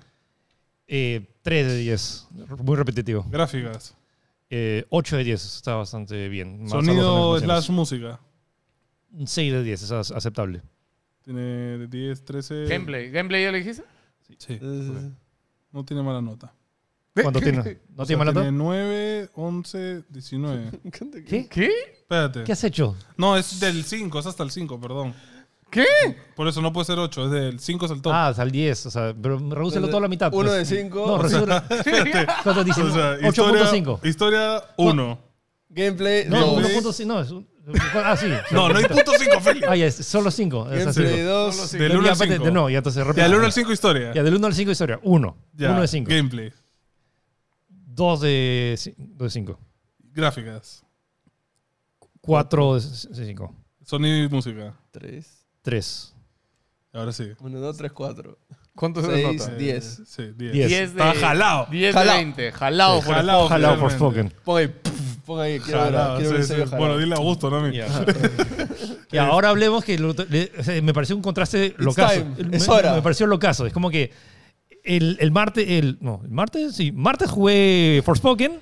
Speaker 3: 3 Eh, de 10. Muy repetitivo.
Speaker 4: Gráficas.
Speaker 3: 8 de 10. Está bastante bien.
Speaker 4: Sonido slash música.
Speaker 3: 6 de 10. Es as- aceptable.
Speaker 4: Tiene de 10, 13.
Speaker 2: Gameplay. ¿Gameplay ya le dijiste?
Speaker 4: Sí.
Speaker 1: Eh,
Speaker 4: No tiene mala nota.
Speaker 3: ¿Cuánto tiene? ¿No
Speaker 4: O
Speaker 3: tiene
Speaker 4: sea,
Speaker 3: mala
Speaker 4: Tiene
Speaker 3: nota?
Speaker 4: 9, 11, [LAUGHS] 19.
Speaker 1: me encanta que-
Speaker 3: ¿Qué?
Speaker 2: ¿Qué?
Speaker 4: Espérate.
Speaker 3: ¿Qué has hecho?
Speaker 4: No, es del 5, es hasta el 5, perdón.
Speaker 2: ¿Qué?
Speaker 4: Por eso no puede ser 8, es del 5 es el top.
Speaker 3: Ah, hasta el 10. O sea, pero redúcelo todo a la mitad.
Speaker 1: Uno
Speaker 3: pues.
Speaker 1: de cinco.
Speaker 3: No,
Speaker 1: O
Speaker 3: redúcelo.
Speaker 2: [LAUGHS]
Speaker 3: ¿Cuánto dice?
Speaker 4: o sea, historia,
Speaker 3: 8.5.
Speaker 4: historia 1.
Speaker 1: Gameplay
Speaker 3: No,
Speaker 4: no.
Speaker 1: 2.
Speaker 4: uno-
Speaker 3: 1.5. No, es un- ah, sí.
Speaker 4: No, no hay punto 5, Félix.
Speaker 3: Ah, ya, es solo 5.
Speaker 1: Gameplay
Speaker 4: Solo
Speaker 1: 2.
Speaker 4: cinco. Del uno al cinco.
Speaker 3: De no, ya entonces repito.
Speaker 4: Ya, del 1 al 5 historia.
Speaker 3: Ya, del 1 al 5 historia. 1.
Speaker 4: Ya,
Speaker 3: 1 de 5.
Speaker 4: Gameplay.
Speaker 3: 2 de 5.
Speaker 4: Gráficas.
Speaker 3: 4 de 5.
Speaker 4: Sonido y música.
Speaker 1: 3.
Speaker 3: 3.
Speaker 4: Ahora sí.
Speaker 1: 1, 2, 3, 4.
Speaker 2: ¿Cuántos se
Speaker 1: Seis.
Speaker 2: nota?
Speaker 1: Diez.
Speaker 4: Eh, Sí, 10.
Speaker 3: Diez.
Speaker 2: Diez
Speaker 4: Está jalado.
Speaker 2: 10 de
Speaker 1: Jalao.
Speaker 2: 20. Jalado por
Speaker 4: Jalao.
Speaker 3: Ojalá por
Speaker 4: finalmente.
Speaker 3: Spoken.
Speaker 1: Pon ahí. puf, Pon ahí. Quiero ver,
Speaker 4: Jalado,
Speaker 1: quiero ver
Speaker 4: sí,
Speaker 1: ese
Speaker 4: sí.
Speaker 1: video jalado.
Speaker 4: Bueno, dile a gusto, ¿no? a mí.
Speaker 3: Y ahora hablemos que lo- le- o sea, me pareció un contraste locazo.
Speaker 1: time.
Speaker 3: Me-
Speaker 1: Es hora.
Speaker 3: Me pareció locazo. Es como que el, el martes, el, no, el martes, sí, martes jugué Forspoken.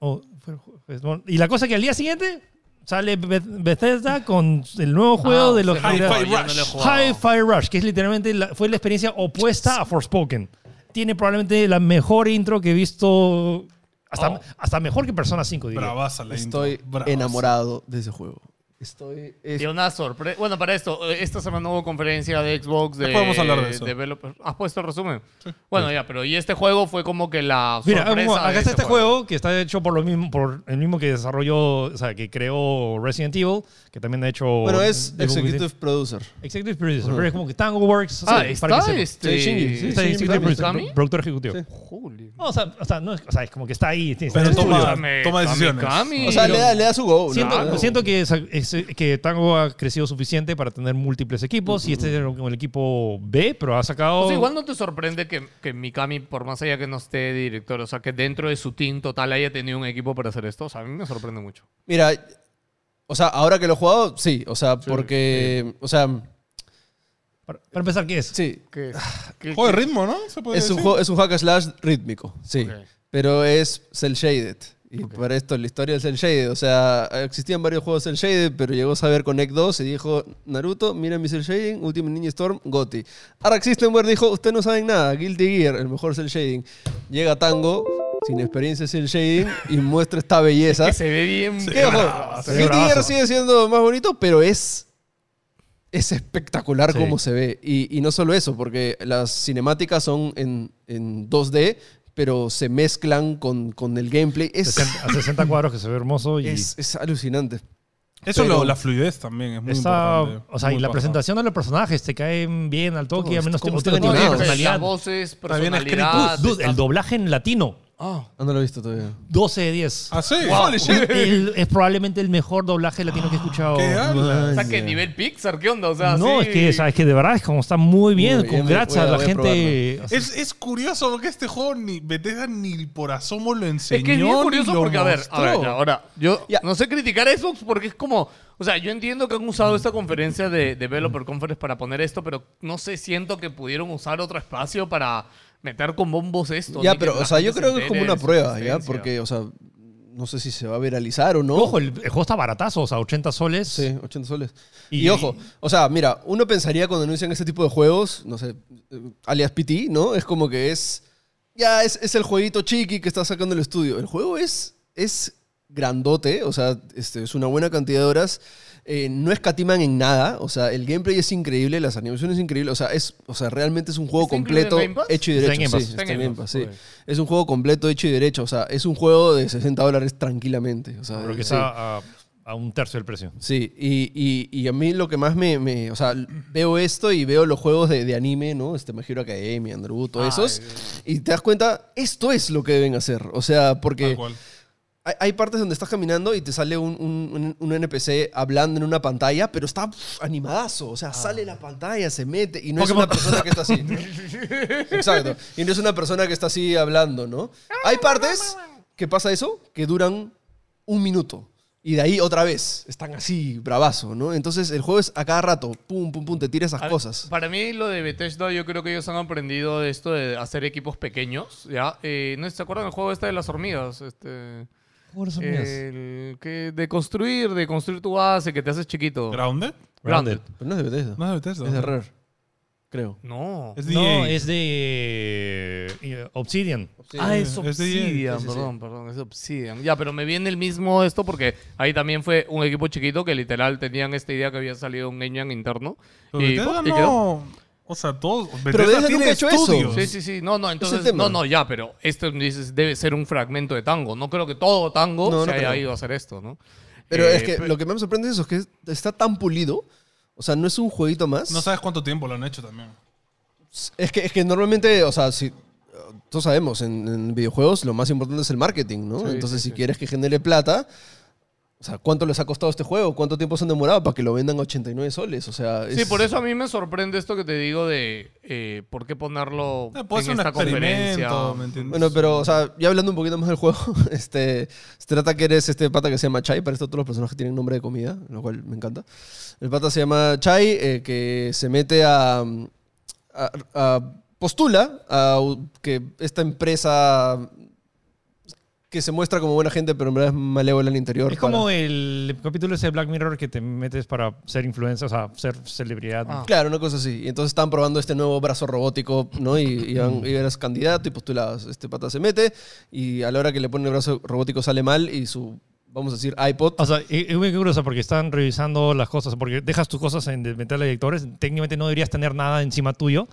Speaker 3: o fue el jueves, no, y la cosa que al día siguiente sale Be- Bethesda con el
Speaker 1: Ah,
Speaker 3: nuevo juego de
Speaker 2: Ah,
Speaker 3: los
Speaker 4: Hi-Fi
Speaker 3: de-
Speaker 4: Rush.
Speaker 3: High Fire Rush, que es literalmente la- fue la experiencia opuesta a Forspoken. Tiene probablemente la mejor intro que he visto, hasta,
Speaker 2: Oh.
Speaker 3: hasta mejor que Persona 5, diría.
Speaker 4: Bravaza la intro,
Speaker 1: Estoy
Speaker 4: bravaza.
Speaker 1: enamorado de ese juego. Estoy. es-
Speaker 2: Y una sorpresa. Bueno, para esto, eh, esta semana hubo conferencia de Xbox. De,
Speaker 4: Ya podemos hablar de eso.
Speaker 2: developer- ¿Has puesto el resumen? Bueno, ya, pero y este juego fue como que la
Speaker 3: Mira,
Speaker 2: sorpresa. de
Speaker 3: como- acá
Speaker 2: ese
Speaker 3: está este juego. que está hecho por lo mismo, por el mismo que desarrolló, o sea, que creó Resident Evil, que también ha hecho.
Speaker 1: Bueno, es
Speaker 3: Evil Within.
Speaker 1: Executive Producer.
Speaker 3: Executive Producer, pero es como que Tango Works. o sea,
Speaker 2: Ah,
Speaker 3: para que
Speaker 2: está
Speaker 3: sepa.
Speaker 2: este.
Speaker 1: Sí, Shinji, sí.
Speaker 3: Está
Speaker 1: Shinji
Speaker 3: Executive
Speaker 1: Mikami.
Speaker 3: Producer,
Speaker 2: ¿Mikami?
Speaker 3: productor ejecutivo.
Speaker 2: Holy.
Speaker 3: No, o, sea, o sea, no es, o sea, es como que está ahí. sí, está en
Speaker 4: Pero
Speaker 3: el
Speaker 4: toma,
Speaker 3: estudio.
Speaker 4: toma decisiones.
Speaker 2: Mikami.
Speaker 1: O sea, le da, le da su go. ¿no?
Speaker 3: Siento,
Speaker 1: Claro.
Speaker 3: siento que, esa- es- que Tango ha crecido suficiente para tener múltiples equipos y este era como el equipo B, pero ha sacado.
Speaker 2: O sea, Pues igual no te sorprende que, que Mikami, por más allá que no esté director, o sea, que dentro de su team total haya tenido un equipo para hacer esto, o sea, a mí me sorprende mucho.
Speaker 1: Mira, o sea, ahora que lo he jugado, sí. O sea, porque. O sea,
Speaker 3: Para, para empezar, ¿qué es?
Speaker 1: sí.
Speaker 2: ¿Qué es? ¿Qué-
Speaker 4: Juego de ritmo, ¿no? Se puede
Speaker 1: Es un,
Speaker 4: decir.
Speaker 1: juego- es un hack and slash rítmico, sí.
Speaker 2: Ok.
Speaker 1: Pero es cel shaded. Y para esto, la historia del cel shaded. O sea, existían varios juegos cel shaded, pero llegó Saber Connect 2 y dijo: Naruto, mira mi cel shading, Ultimate Ninja Storm, Goti. Arc Systemware dijo: Ustedes no saben nada, Guilty Gear, el mejor cel shading. Llega Tango, sin experiencia en cel shading, y muestra esta belleza.
Speaker 2: [LAUGHS] Que se ve bien.
Speaker 1: ¿Qué ojo? Guilty Gear sigue siendo más bonito, pero es. Es espectacular
Speaker 3: Sí.
Speaker 1: cómo se ve. Y, y no solo eso, porque las cinemáticas son en, en 2D, pero se mezclan con, con el gameplay. Es,
Speaker 3: 60 a 60 cuadros que se ve hermoso y.
Speaker 1: es, es alucinante.
Speaker 4: Eso
Speaker 1: Pero-
Speaker 4: lo- la fluidez también es muy
Speaker 3: Está-
Speaker 4: importante.
Speaker 3: o sea, y
Speaker 4: Muy
Speaker 3: la
Speaker 4: paja.
Speaker 3: presentación de los personajes te caen bien al toque,
Speaker 1: Todo,
Speaker 3: a menos
Speaker 1: como
Speaker 3: como
Speaker 1: está
Speaker 3: tiene
Speaker 1: animado.
Speaker 2: Las
Speaker 3: personalidad.
Speaker 2: voces,
Speaker 4: Está bien escrito.
Speaker 2: personalidad.
Speaker 3: Dude, el
Speaker 2: está-
Speaker 3: doblaje en latino,
Speaker 2: Ah.
Speaker 1: Ah, no lo he visto todavía.
Speaker 3: 12 de 10.
Speaker 4: Ah, sí.
Speaker 2: Wow.
Speaker 4: Holy shit.
Speaker 2: [LAUGHS]
Speaker 3: El- es probablemente el mejor doblaje latino que he escuchado.
Speaker 4: ¿Qué Ah, hablas?
Speaker 2: Ah, O sea, que nivel Pixar, ¿qué onda? O sea,
Speaker 3: No,
Speaker 2: sí-
Speaker 3: es que, o sea, es que de verdad es como está muy bien,
Speaker 1: Muy bien,
Speaker 3: con
Speaker 1: voy
Speaker 3: gracias
Speaker 1: a-
Speaker 3: a la
Speaker 1: voy a
Speaker 3: gente. o sea,
Speaker 4: Es, es curioso porque este juego ni Bethesda ni por asomo lo enseñó.
Speaker 2: Es que es bien curioso
Speaker 4: ni lo
Speaker 2: porque, a ver, a
Speaker 4: mostró.
Speaker 2: ver, ya, ahora, yo
Speaker 1: Ya.
Speaker 2: no sé criticar a Xbox porque es como, o sea, yo entiendo que han usado esta conferencia de
Speaker 3: Mm.
Speaker 2: Developer Conference para poner esto, pero no sé, siento que pudieron usar otro espacio para meter con bombos esto. ni
Speaker 1: Ya,
Speaker 2: que
Speaker 1: pero,
Speaker 2: la
Speaker 1: o sea, yo
Speaker 2: gente
Speaker 1: creo
Speaker 2: se
Speaker 1: que es como
Speaker 2: entere
Speaker 1: una
Speaker 2: de su
Speaker 1: prueba, ¿ya?
Speaker 2: existencia.
Speaker 1: Porque, o sea, no sé si se va a viralizar o no.
Speaker 3: Ojo, el, el juego está baratazo, o sea, 80 soles.
Speaker 1: Sí, 80 soles. Y,
Speaker 3: Y-
Speaker 1: ojo, o sea, mira, uno pensaría cuando anuncian este tipo de juegos, no sé, eh, alias PT, ¿no? Es como que es. Ya es, es el jueguito chiqui que está sacando el estudio. El juego es, es grandote, o sea, este, es una buena cantidad de horas. eh, no escatiman en nada, o sea, el gameplay es increíble, las animaciones increíbles, o sea, es, o sea, realmente es un juego
Speaker 2: ¿Está incluido en
Speaker 1: completo
Speaker 2: Game Pass?
Speaker 1: hecho y
Speaker 3: Está en
Speaker 1: derecho.
Speaker 3: Game Pass.
Speaker 1: sí,
Speaker 2: Está en
Speaker 1: está en
Speaker 2: Game
Speaker 1: Game
Speaker 2: Pass,
Speaker 1: Pass, sí.
Speaker 2: joder.
Speaker 1: Es un juego completo hecho y derecho, o sea, es un juego de 60 dólares tranquilamente. O sea,
Speaker 3: Pero que
Speaker 1: sí.
Speaker 3: está a, a un tercio del precio.
Speaker 1: Sí, y, y- y a mí lo que más me, me- O sea, veo esto y veo los juegos de, de anime, ¿no? Este My Hero Academia, Underwood, todos esos. Y te das cuenta, esto es lo que deben hacer. O sea,
Speaker 4: Tal
Speaker 1: porque
Speaker 4: cual.
Speaker 1: hay, hay partes donde estás caminando y te sale un, un- un- un NPC hablando en una pantalla, pero está pf, animadazo. O sea, sale la pantalla, se mete y no es una persona que está así. Exacto. Y no es una persona que está así hablando, ¿no? Hay partes que pasa eso, que duran un minuto. Y de ahí otra vez están así, bravazo, ¿no? Entonces el juego es a cada rato, pum, pum, pum, te tira esas
Speaker 2: A-
Speaker 1: cosas.
Speaker 2: Para mí lo de Bethesda, yo creo que ellos han aprendido de esto de hacer equipos pequeños, ¿ya? Eh, ¿No se acuerdan del juego este de las hormigas? Este,
Speaker 4: Eh,
Speaker 2: el que de construir, de construir tu base, que te haces chiquito.
Speaker 4: ¿Grounded?
Speaker 2: Grounded.
Speaker 1: Pero no es de Bethesda.
Speaker 4: No es de Bethesda.
Speaker 1: Es de Rare, creo.
Speaker 2: No.
Speaker 4: Es
Speaker 3: No,
Speaker 4: DA.
Speaker 3: es de eh, Obsidian.
Speaker 2: ah, es
Speaker 4: es de EA.
Speaker 2: Obsidian,
Speaker 1: Sí, sí, sí.
Speaker 2: perdón, perdón, es Obsidian. Ya, pero me viene el mismo esto porque ahí también fue un equipo chiquito que literal tenían esta idea que había salido un Game Jam interno.
Speaker 4: Pero
Speaker 2: y,
Speaker 4: Bethesda
Speaker 2: y quedó.
Speaker 4: no. O sea, todos. Bethesda,
Speaker 1: Bethesda
Speaker 4: tiene
Speaker 1: nunca ha hecho eso.
Speaker 4: estudios.
Speaker 2: Sí, sí, sí. No, no, entonces.
Speaker 1: tema.
Speaker 2: No, no, ya, pero esto dices, debe ser un fragmento de tango. No creo que todo tango
Speaker 1: No,
Speaker 2: se
Speaker 1: no
Speaker 2: haya
Speaker 1: creo.
Speaker 2: ido a hacer esto, ¿no?
Speaker 1: Pero
Speaker 2: Eh,
Speaker 1: es que
Speaker 2: pe-
Speaker 1: lo que más me sorprende es eso, que está tan pulido. O sea, no es un jueguito más.
Speaker 4: No sabes cuánto tiempo lo han hecho también.
Speaker 1: Es que, es que normalmente, o sea, si, todos sabemos, en, en videojuegos lo más importante es el marketing, ¿no?
Speaker 2: Sí,
Speaker 1: Entonces,
Speaker 2: sí,
Speaker 1: si
Speaker 2: sí.
Speaker 1: quieres que genere plata, o sea, ¿cuánto les ha costado este juego? ¿Cuánto tiempo se han demorado para que lo vendan a 89 soles? O sea,
Speaker 2: Sí,
Speaker 1: es-
Speaker 2: por eso a mí me sorprende esto que te digo de eh, por qué ponerlo
Speaker 4: Eh, puede
Speaker 2: en
Speaker 4: ser un
Speaker 2: esta conferencia.
Speaker 4: experimento, ¿me entiendes?
Speaker 1: Bueno, pero, o sea, ya hablando un poquito más del juego, [LAUGHS] este, se trata que eres este pata que se llama Chai, para esto todos los personajes tienen nombre de comida, lo cual me encanta. El pata se llama Chai, eh, que se mete a, a- a- postula a u- que esta empresa que se muestra como buena gente, pero en verdad es malévola al interior.
Speaker 3: Es como
Speaker 1: para-
Speaker 3: el capítulo ese de Black Mirror que te metes para ser influencer, o sea, ser celebridad.
Speaker 2: Ah.
Speaker 1: Claro, una cosa así. Y entonces estaban probando este nuevo brazo robótico, ¿no? Y, y van- y eras candidato y postulabas. Este pata se mete y a la hora que le ponen el brazo robótico sale mal y su, vamos a decir, iPod
Speaker 3: O sea, es- es muy curioso porque están revisando las cosas, porque dejas tus cosas en metal de lectores, técnicamente no deberías tener nada encima tuyo,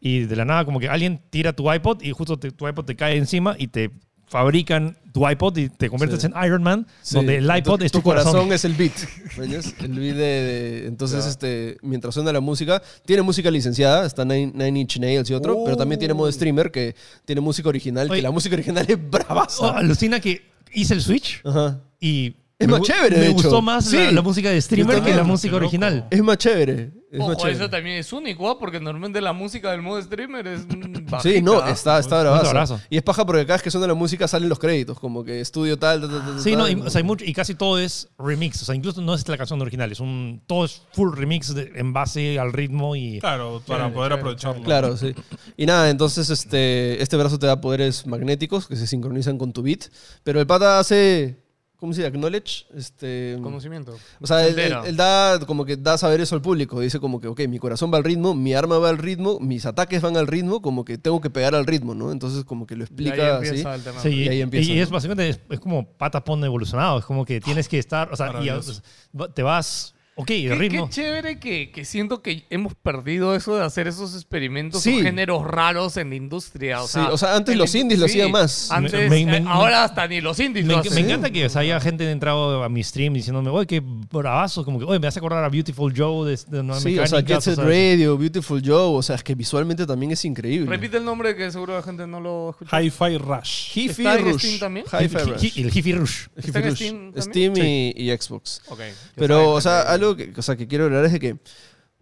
Speaker 3: y de la nada como que alguien tira tu iPod y justo te- tu iPod te cae encima y te fabrican tu iPod y te conviertes
Speaker 1: Sí.
Speaker 3: en Iron Man,
Speaker 1: Sí.
Speaker 3: donde el iPod
Speaker 1: Tu-
Speaker 3: es
Speaker 1: tu,
Speaker 3: tu, corazón.
Speaker 1: es el beat.
Speaker 3: [LAUGHS]
Speaker 1: ¿entiendes? El beat de. de- entonces, este, mientras suena la música, tiene música licenciada, está Nine, Nine Inch Nails y otro, pero también tiene modo streamer que tiene música original, que
Speaker 3: Uh. Oye.
Speaker 1: la música original es
Speaker 3: [LAUGHS] Oh,
Speaker 1: bravaza.
Speaker 3: alucina que hice el switch
Speaker 1: Ajá.
Speaker 3: y...
Speaker 1: Es
Speaker 3: me
Speaker 1: más
Speaker 3: gu-
Speaker 1: chévere, de
Speaker 3: Me
Speaker 1: hecho.
Speaker 3: gustó más la,
Speaker 1: Sí.
Speaker 3: la música de
Speaker 1: Yo
Speaker 3: streamer que
Speaker 1: también,
Speaker 3: la
Speaker 1: qué
Speaker 3: música
Speaker 4: loco.
Speaker 3: original.
Speaker 1: Es más chévere. Es más
Speaker 2: Ojo,
Speaker 1: chévere.
Speaker 2: eso también es único, ¿ah? porque normalmente la música del modo streamer es
Speaker 1: [LAUGHS]
Speaker 2: mm,
Speaker 1: Sí,
Speaker 2: bajita,
Speaker 1: no,
Speaker 2: ¿ah?
Speaker 1: está, está
Speaker 3: Un
Speaker 1: bravaza.
Speaker 3: abrazo.
Speaker 1: Y es paja porque cada vez que suena la música salen los créditos, como que estudio tal, tal, tal, tal,
Speaker 3: Sí, no,
Speaker 1: tal,
Speaker 3: y,
Speaker 1: ¿no?
Speaker 3: o sea, hay mucho, y casi todo es remix. O sea, incluso no es la canción original. Es un, todo es full remix de- en base al ritmo y...
Speaker 4: Claro, para
Speaker 2: Chévere,
Speaker 4: poder
Speaker 2: chévere,
Speaker 4: aprovecharlo.
Speaker 1: Claro, sí. Y nada, entonces este, este brazo te da poderes magnéticos que se sincronizan con tu beat. Pero el pata hace. ¿Cómo se dice? Acknowledge. Este,
Speaker 2: Conocimiento.
Speaker 1: o sea, él,
Speaker 2: Entera.
Speaker 1: él- él da como que da saber eso al público. Dice como que, ok, mi corazón va al ritmo, mi arma va al ritmo, mis ataques van al ritmo, como que tengo que pegar al ritmo, ¿no? Entonces como que lo
Speaker 2: Y ahí
Speaker 1: explica así.
Speaker 2: empieza el tema.
Speaker 3: Sí, y,
Speaker 1: Y ahí empieza,
Speaker 3: y es
Speaker 1: ¿no?
Speaker 3: básicamente es, es como patapón evolucionado. Es como que tienes que estar, o sea, y,
Speaker 4: Maravilloso.
Speaker 3: va- te vas, ok,
Speaker 2: Qué,
Speaker 3: el
Speaker 2: qué
Speaker 3: ritmo.
Speaker 2: chévere que, que siento que hemos perdido eso de hacer esos experimentos
Speaker 1: Sí.
Speaker 2: o géneros raros en la industria. O
Speaker 1: Sí,
Speaker 2: sea,
Speaker 1: o sea, antes
Speaker 2: en
Speaker 1: los
Speaker 2: la-
Speaker 1: indies lo hacían más.
Speaker 2: Antes,
Speaker 3: Me- me-
Speaker 2: eh,
Speaker 3: me-
Speaker 2: ahora hasta ni los indies
Speaker 3: me,
Speaker 2: lo
Speaker 3: enc-
Speaker 2: hacen.
Speaker 3: me encanta que o sea, haya gente entrado a mi stream diciéndome, oye, qué bravazo, como que, oye, me hace acordar a Beautiful Joe de, de Nueva
Speaker 1: Sí, o sea,
Speaker 3: Mecánica",
Speaker 1: Jet Set
Speaker 3: o sea,
Speaker 1: Radio, Beautiful Joe, o sea, es que visualmente también es increíble.
Speaker 2: Repite el nombre que seguro la gente no lo escucha.
Speaker 4: Hi-Fi Rush.
Speaker 1: Hi-Fi
Speaker 2: ¿Está en
Speaker 1: Rush.
Speaker 2: Steam también?
Speaker 1: Hi-Fi
Speaker 3: hi-
Speaker 1: Rush.
Speaker 3: hi- hi- el Hifi Rush.
Speaker 2: ¿Está en
Speaker 1: Hi-Fi Rush.
Speaker 2: Steam también? Oh,
Speaker 1: Steam y- y Xbox.
Speaker 2: Ok, ya saben,
Speaker 1: Pero, o sea,
Speaker 2: gente.
Speaker 1: algo que, o sea, que quiero hablar es de que,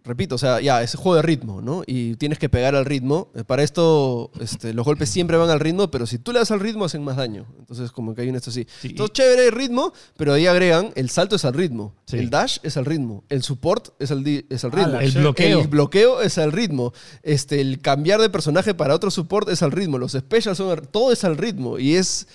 Speaker 1: repito, o sea, ya, es juego de ritmo, ¿no? Y tienes que pegar al ritmo. Eh, Para esto, este, los golpes siempre van al ritmo, pero si tú le das al ritmo, hacen más daño. Entonces, como que hay un esto así.
Speaker 3: Sí,
Speaker 1: Entonces, chévere el ritmo, pero ahí agregan, el salto es al ritmo,
Speaker 3: Sí.
Speaker 1: el dash es al ritmo, el support es al, di-
Speaker 2: Ah,
Speaker 1: es al ritmo.
Speaker 3: El bloqueo.
Speaker 1: El bloqueo es al ritmo. Este, el cambiar de personaje para otro support es al ritmo. Los specials son. al- Todo es al ritmo. Y es.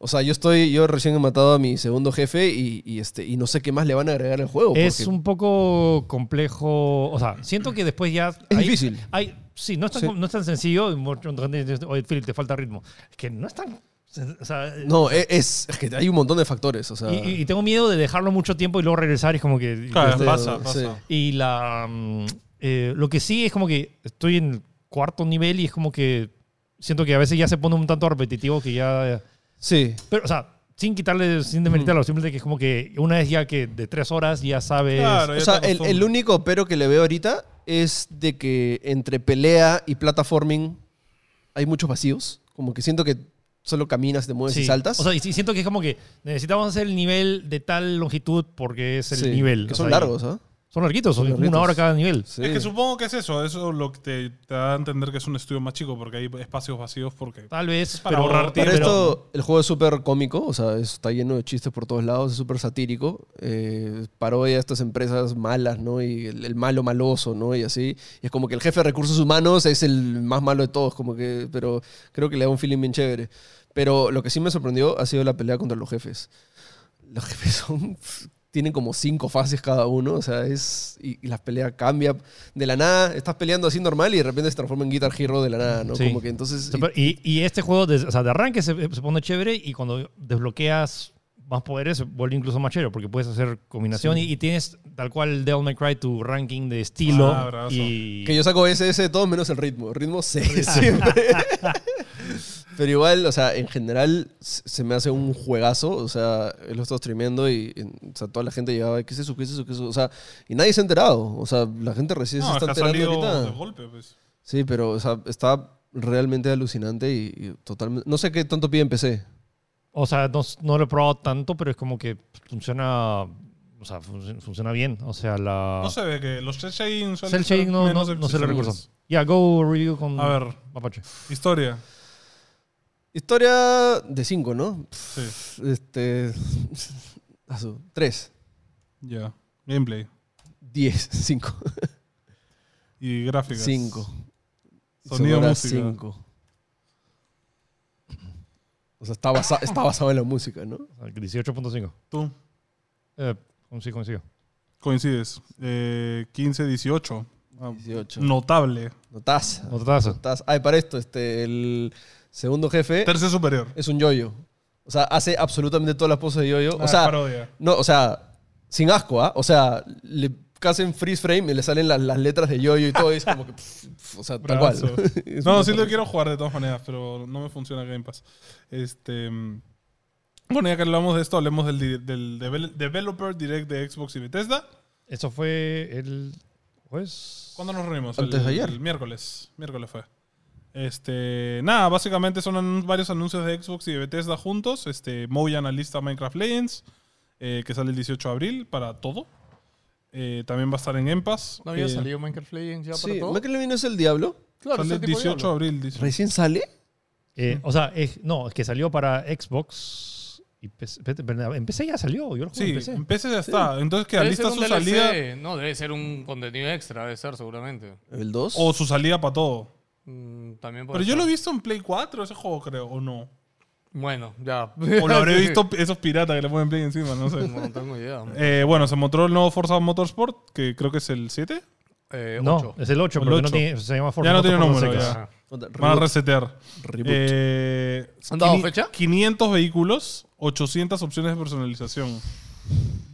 Speaker 1: O sea, yo estoy. Yo recién he matado a mi segundo jefe y, y este, y no sé qué más le van a agregar al juego.
Speaker 3: Es
Speaker 1: porque-
Speaker 3: un poco complejo. O sea, siento que después ya.
Speaker 1: Es
Speaker 3: hay-
Speaker 1: difícil.
Speaker 3: hay- sí, no es tan,
Speaker 1: Sí.
Speaker 3: no es tan sencillo. y mucha gente dice, Oye, Philip, te falta ritmo. Es que no es tan. O sea,
Speaker 1: No, e- es, es que hay un montón de factores. O sea.
Speaker 3: y, y- y tengo miedo de dejarlo mucho tiempo y luego regresar. Y es como que.
Speaker 4: Claro,
Speaker 1: Este,
Speaker 4: pasa,
Speaker 1: sí.
Speaker 4: pasa.
Speaker 3: Y la. mm, eh, lo que sí es como que estoy en el cuarto nivel y es como que. Siento que a veces ya se pone un tanto repetitivo que ya.
Speaker 1: sí.
Speaker 3: Pero, o sea, sin quitarle, sin demeritarlo, simplemente que es como que una vez ya que de tres horas ya sabes.
Speaker 4: Claro,
Speaker 1: O
Speaker 4: ya
Speaker 1: sea,
Speaker 4: te
Speaker 1: el,
Speaker 4: acostumbras.
Speaker 1: el único pero que le veo ahorita es de que entre pelea y plataforming hay muchos vacíos. Como que siento que solo caminas, te mueves
Speaker 3: Sí.
Speaker 1: y saltas.
Speaker 3: O sea, y sí, siento que es como que necesitamos hacer el nivel de tal longitud porque es el
Speaker 1: Sí,
Speaker 3: nivel.
Speaker 1: Que
Speaker 3: o
Speaker 1: son
Speaker 3: sea,
Speaker 1: largos, ¿ah?
Speaker 3: Son larguitos, son
Speaker 1: Son
Speaker 3: como una
Speaker 1: larguitos.
Speaker 3: hora cada nivel.
Speaker 1: Sí.
Speaker 4: Es que supongo que es eso. Eso lo que te, te da a entender que es un estudio más chico porque hay espacios vacíos porque...
Speaker 3: Tal vez,
Speaker 4: Para
Speaker 3: pero,
Speaker 1: Para
Speaker 4: ahorrar tiempo.
Speaker 3: pero-
Speaker 1: esto, el juego es súper cómico, o sea, es- está lleno de chistes por todos lados, es súper satírico. Eh, parodia a estas empresas malas, ¿no? Y el, el malo maloso, ¿no? Y así. Y es como que el jefe de recursos humanos es el más malo de todos, como que. Pero creo que le da un feeling bien chévere. Pero lo que sí me sorprendió ha sido la pelea contra los jefes. Los [LAUGHS] jefes son. Tienen como cinco fases cada uno, o sea, es. Y, y la pelea cambia de la nada. Estás peleando así normal y de repente se transforma en Guitar Hero de la nada, ¿no?
Speaker 3: Sí.
Speaker 1: Como que entonces.
Speaker 3: O sea, pero- Y, y este juego, de, o sea, de arranque se, se pone chévere y cuando desbloqueas más poderes se vuelve incluso más chévere porque puedes hacer combinación y, y tienes tal cual Devil May Cry tu ranking de estilo
Speaker 4: Ah, bravazo.
Speaker 3: y
Speaker 1: Que yo saco SS de todo menos el ritmo. Ritmo C [LAUGHS] siempre. Pero igual, o sea, en general se se me hace un juegazo. O sea, él lo estaba streameando y en- o sea, toda la gente llegaba, ¿qué es eso? ¿Qué es eso? ¿Qué es eso? O sea, y nadie se ha enterado. O sea, la gente recién se
Speaker 4: No, es
Speaker 1: está
Speaker 4: que ha
Speaker 1: enterando
Speaker 4: salido de
Speaker 1: ahorita.
Speaker 4: golpe, pues.
Speaker 1: Sí, pero, o sea, está realmente alucinante y, y totalmente. No sé qué tanto pide en PC.
Speaker 3: o sea no, no lo he probado tanto pero es como que funciona o sea func- funciona bien o sea la
Speaker 4: No se ve que los cel shading son
Speaker 3: cel shading no, no,
Speaker 4: menos
Speaker 3: no se le
Speaker 4: eficientes.
Speaker 3: recurso ya go review con
Speaker 4: A ver,
Speaker 3: Mapache
Speaker 4: historia.
Speaker 1: Historia de 5, ¿no?
Speaker 4: Sí,
Speaker 1: Este. [LAUGHS] 3,
Speaker 4: ya. Gameplay
Speaker 1: 10, 5,
Speaker 4: y gráficas.
Speaker 1: 5.
Speaker 4: Sonido,
Speaker 1: Sonora
Speaker 4: música.
Speaker 1: cinco. O sea, está, basa- está basado en la música, ¿no?
Speaker 3: 18.5
Speaker 4: Tú
Speaker 3: eh, con- sí consigo
Speaker 4: coincides. Eh, 15, 18. Ah,
Speaker 1: 18.
Speaker 4: Notable.
Speaker 1: Notas.
Speaker 3: Notazo.
Speaker 1: Notas. Ay, para esto, este, el segundo jefe
Speaker 4: Tercer superior.
Speaker 1: es un yoyo. O sea, hace absolutamente todas las poses de yoyo.
Speaker 4: Ah,
Speaker 1: O sea,
Speaker 4: parodia.
Speaker 1: no, o sea, sin asco, ¿ah? O sea, le hacen freeze frame y le salen las, las letras de yoyo y todo. Y es como que, [LAUGHS] pf, pf, o sea, tal cual. [LAUGHS]
Speaker 4: Bravazo.
Speaker 1: Es
Speaker 4: No,
Speaker 1: una-
Speaker 4: sí lo quiero jugar de todas maneras, pero no me funciona Game Pass. Este. mm, Bueno, ya que hablamos de esto, hablemos del, di- del devel- Developer Direct de Xbox y Bethesda.
Speaker 3: eso fue el juez
Speaker 4: ¿Cuándo nos reunimos?
Speaker 1: Antes
Speaker 4: el,
Speaker 1: de ayer.
Speaker 4: el miércoles. Miércoles fue. Este, nada, básicamente son anun- varios anuncios de Xbox y de Bethesda juntos. Este, Moya analista Minecraft Legends, eh, que sale el 18 de abril para todo. Eh, también va a estar en Game Pass.
Speaker 2: ¿No había
Speaker 4: Eh,
Speaker 2: salido Minecraft Legends ya para
Speaker 1: Sí,
Speaker 2: todo?
Speaker 1: Michael Levine es el diablo.
Speaker 2: Claro,
Speaker 4: sale
Speaker 2: ese
Speaker 4: el
Speaker 2: tipo de
Speaker 4: 18 de
Speaker 2: diablo.
Speaker 4: abril. dice.
Speaker 1: ¿Recién sale?
Speaker 3: Eh, o sea, es- no, es que salió para Xbox y PC, pero- pero en PC ya salió, yo lo jugué
Speaker 4: Sí,
Speaker 3: en PC.
Speaker 4: en PC ya está. Entonces que
Speaker 2: Debe ser
Speaker 4: alista
Speaker 2: un
Speaker 4: su
Speaker 2: DLC,
Speaker 4: salida
Speaker 2: No, debe ser un contenido extra, debe ser seguramente.
Speaker 1: El 2.
Speaker 4: o su salida para todo.
Speaker 2: Mm, también puede
Speaker 4: Pero yo
Speaker 2: ser.
Speaker 4: lo he visto en Play 4 ese juego, creo,
Speaker 2: [LAUGHS]
Speaker 4: o no.
Speaker 2: Bueno, ya.
Speaker 4: O lo
Speaker 2: [LAUGHS]
Speaker 4: habré visto esos piratas que le ponen Play encima, no sé.
Speaker 2: No tengo idea.
Speaker 4: Eh, bueno, se mostró el nuevo Forza Motorsport, que creo que es el 7.
Speaker 2: Eh,
Speaker 3: no,
Speaker 2: ocho.
Speaker 3: es el 8,
Speaker 4: El
Speaker 3: porque no
Speaker 4: ocho.
Speaker 3: tiene, se llama Forza
Speaker 4: Ya no tiene
Speaker 3: Motorsport
Speaker 4: número,
Speaker 3: secas.
Speaker 4: ya.
Speaker 2: Ah.
Speaker 4: Van a resetear.
Speaker 1: Reboot.
Speaker 4: Eh,
Speaker 2: ¿Han dado
Speaker 4: quini-
Speaker 2: fecha?
Speaker 4: 500 vehículos, 800 opciones de personalización.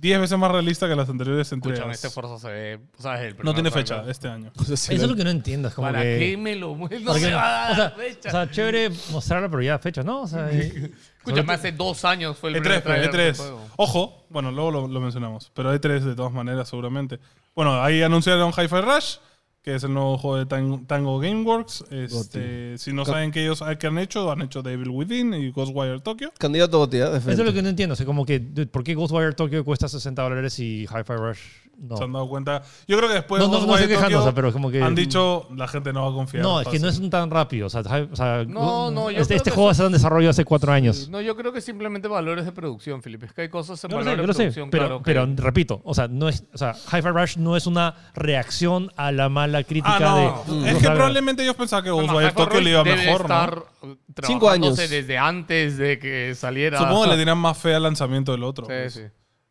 Speaker 4: 10 veces más realista que las anteriores
Speaker 2: Escúchame,
Speaker 4: entregas.
Speaker 2: este esfuerzo se ve. O sea, es el primer
Speaker 4: no tiene
Speaker 2: trailer.
Speaker 4: fecha este año.
Speaker 1: O sea, sí
Speaker 3: Eso
Speaker 1: lo-
Speaker 3: es lo que no entiendas, como
Speaker 2: ¿Para
Speaker 3: que...
Speaker 2: qué me lo mueves? No
Speaker 3: ¿Para
Speaker 2: se
Speaker 3: qué?
Speaker 2: va a dar
Speaker 3: O
Speaker 2: fecha.
Speaker 3: sea, chévere mostrarla, pero ya fecha, ¿no? O sea, eh,
Speaker 2: Escúchame, hace dos años fue el primer
Speaker 4: E3,
Speaker 2: trailer de este
Speaker 4: E3.
Speaker 2: juego.
Speaker 4: E Ojo, bueno, luego lo, lo mencionamos. Pero E3 de todas maneras, seguramente. Bueno, ahí anunciaron Hi-Fi Rush, que es el nuevo juego de Tan- Tango Gameworks. Este, si no
Speaker 1: Cap-
Speaker 4: saben qué ellos qué han hecho, han hecho Devil Within y Ghostwire Tokyo.
Speaker 1: Candidato Gotti, ¿eh? De
Speaker 3: eso es lo
Speaker 1: frente.
Speaker 3: que no entiendo, o sea, como que, dude, ¿por qué Ghostwire Tokyo cuesta 60 dólares y Hi-Fi Rush no?
Speaker 4: Se han dado cuenta. Yo creo que después
Speaker 3: No, no, no
Speaker 4: Ghostwire
Speaker 3: estoy quejando,
Speaker 4: Tokyo
Speaker 3: o sea, pero es como que-
Speaker 4: han dicho la gente no va a confiar.
Speaker 3: No, es que no
Speaker 4: fácil".
Speaker 3: es un tan rápido. O sea, hi- o sea,
Speaker 2: No, no, yo
Speaker 3: este,
Speaker 2: creo
Speaker 3: este
Speaker 2: que
Speaker 3: juego
Speaker 2: eso-
Speaker 3: está en desarrollo hace cuatro años.
Speaker 2: No, yo creo que simplemente valores de producción, Felipe. Es que hay cosas en
Speaker 3: Yo lo sé,
Speaker 2: valores
Speaker 3: yo lo
Speaker 2: de
Speaker 3: sé,
Speaker 2: producción,
Speaker 3: pero,
Speaker 2: claro. que-
Speaker 3: pero repito, o sea, no es, o sea, Hi-Fi Rush no es una reacción a la mala crítica
Speaker 4: Ah, no.
Speaker 3: de.
Speaker 4: es
Speaker 3: o
Speaker 4: que
Speaker 3: sea,
Speaker 4: probablemente ellos pensaban que
Speaker 2: Bueno,
Speaker 4: Ghostwire
Speaker 2: Hyper
Speaker 4: Tokyo le iba
Speaker 2: Pues, Rush debe
Speaker 4: mejor,
Speaker 2: estar
Speaker 4: ¿no?
Speaker 2: eh,
Speaker 1: Cinco años.
Speaker 2: trabajándose desde antes de que saliera.
Speaker 4: Supongo que le tiran más fe al lanzamiento del otro.
Speaker 2: Sí,
Speaker 4: pues.
Speaker 2: sí.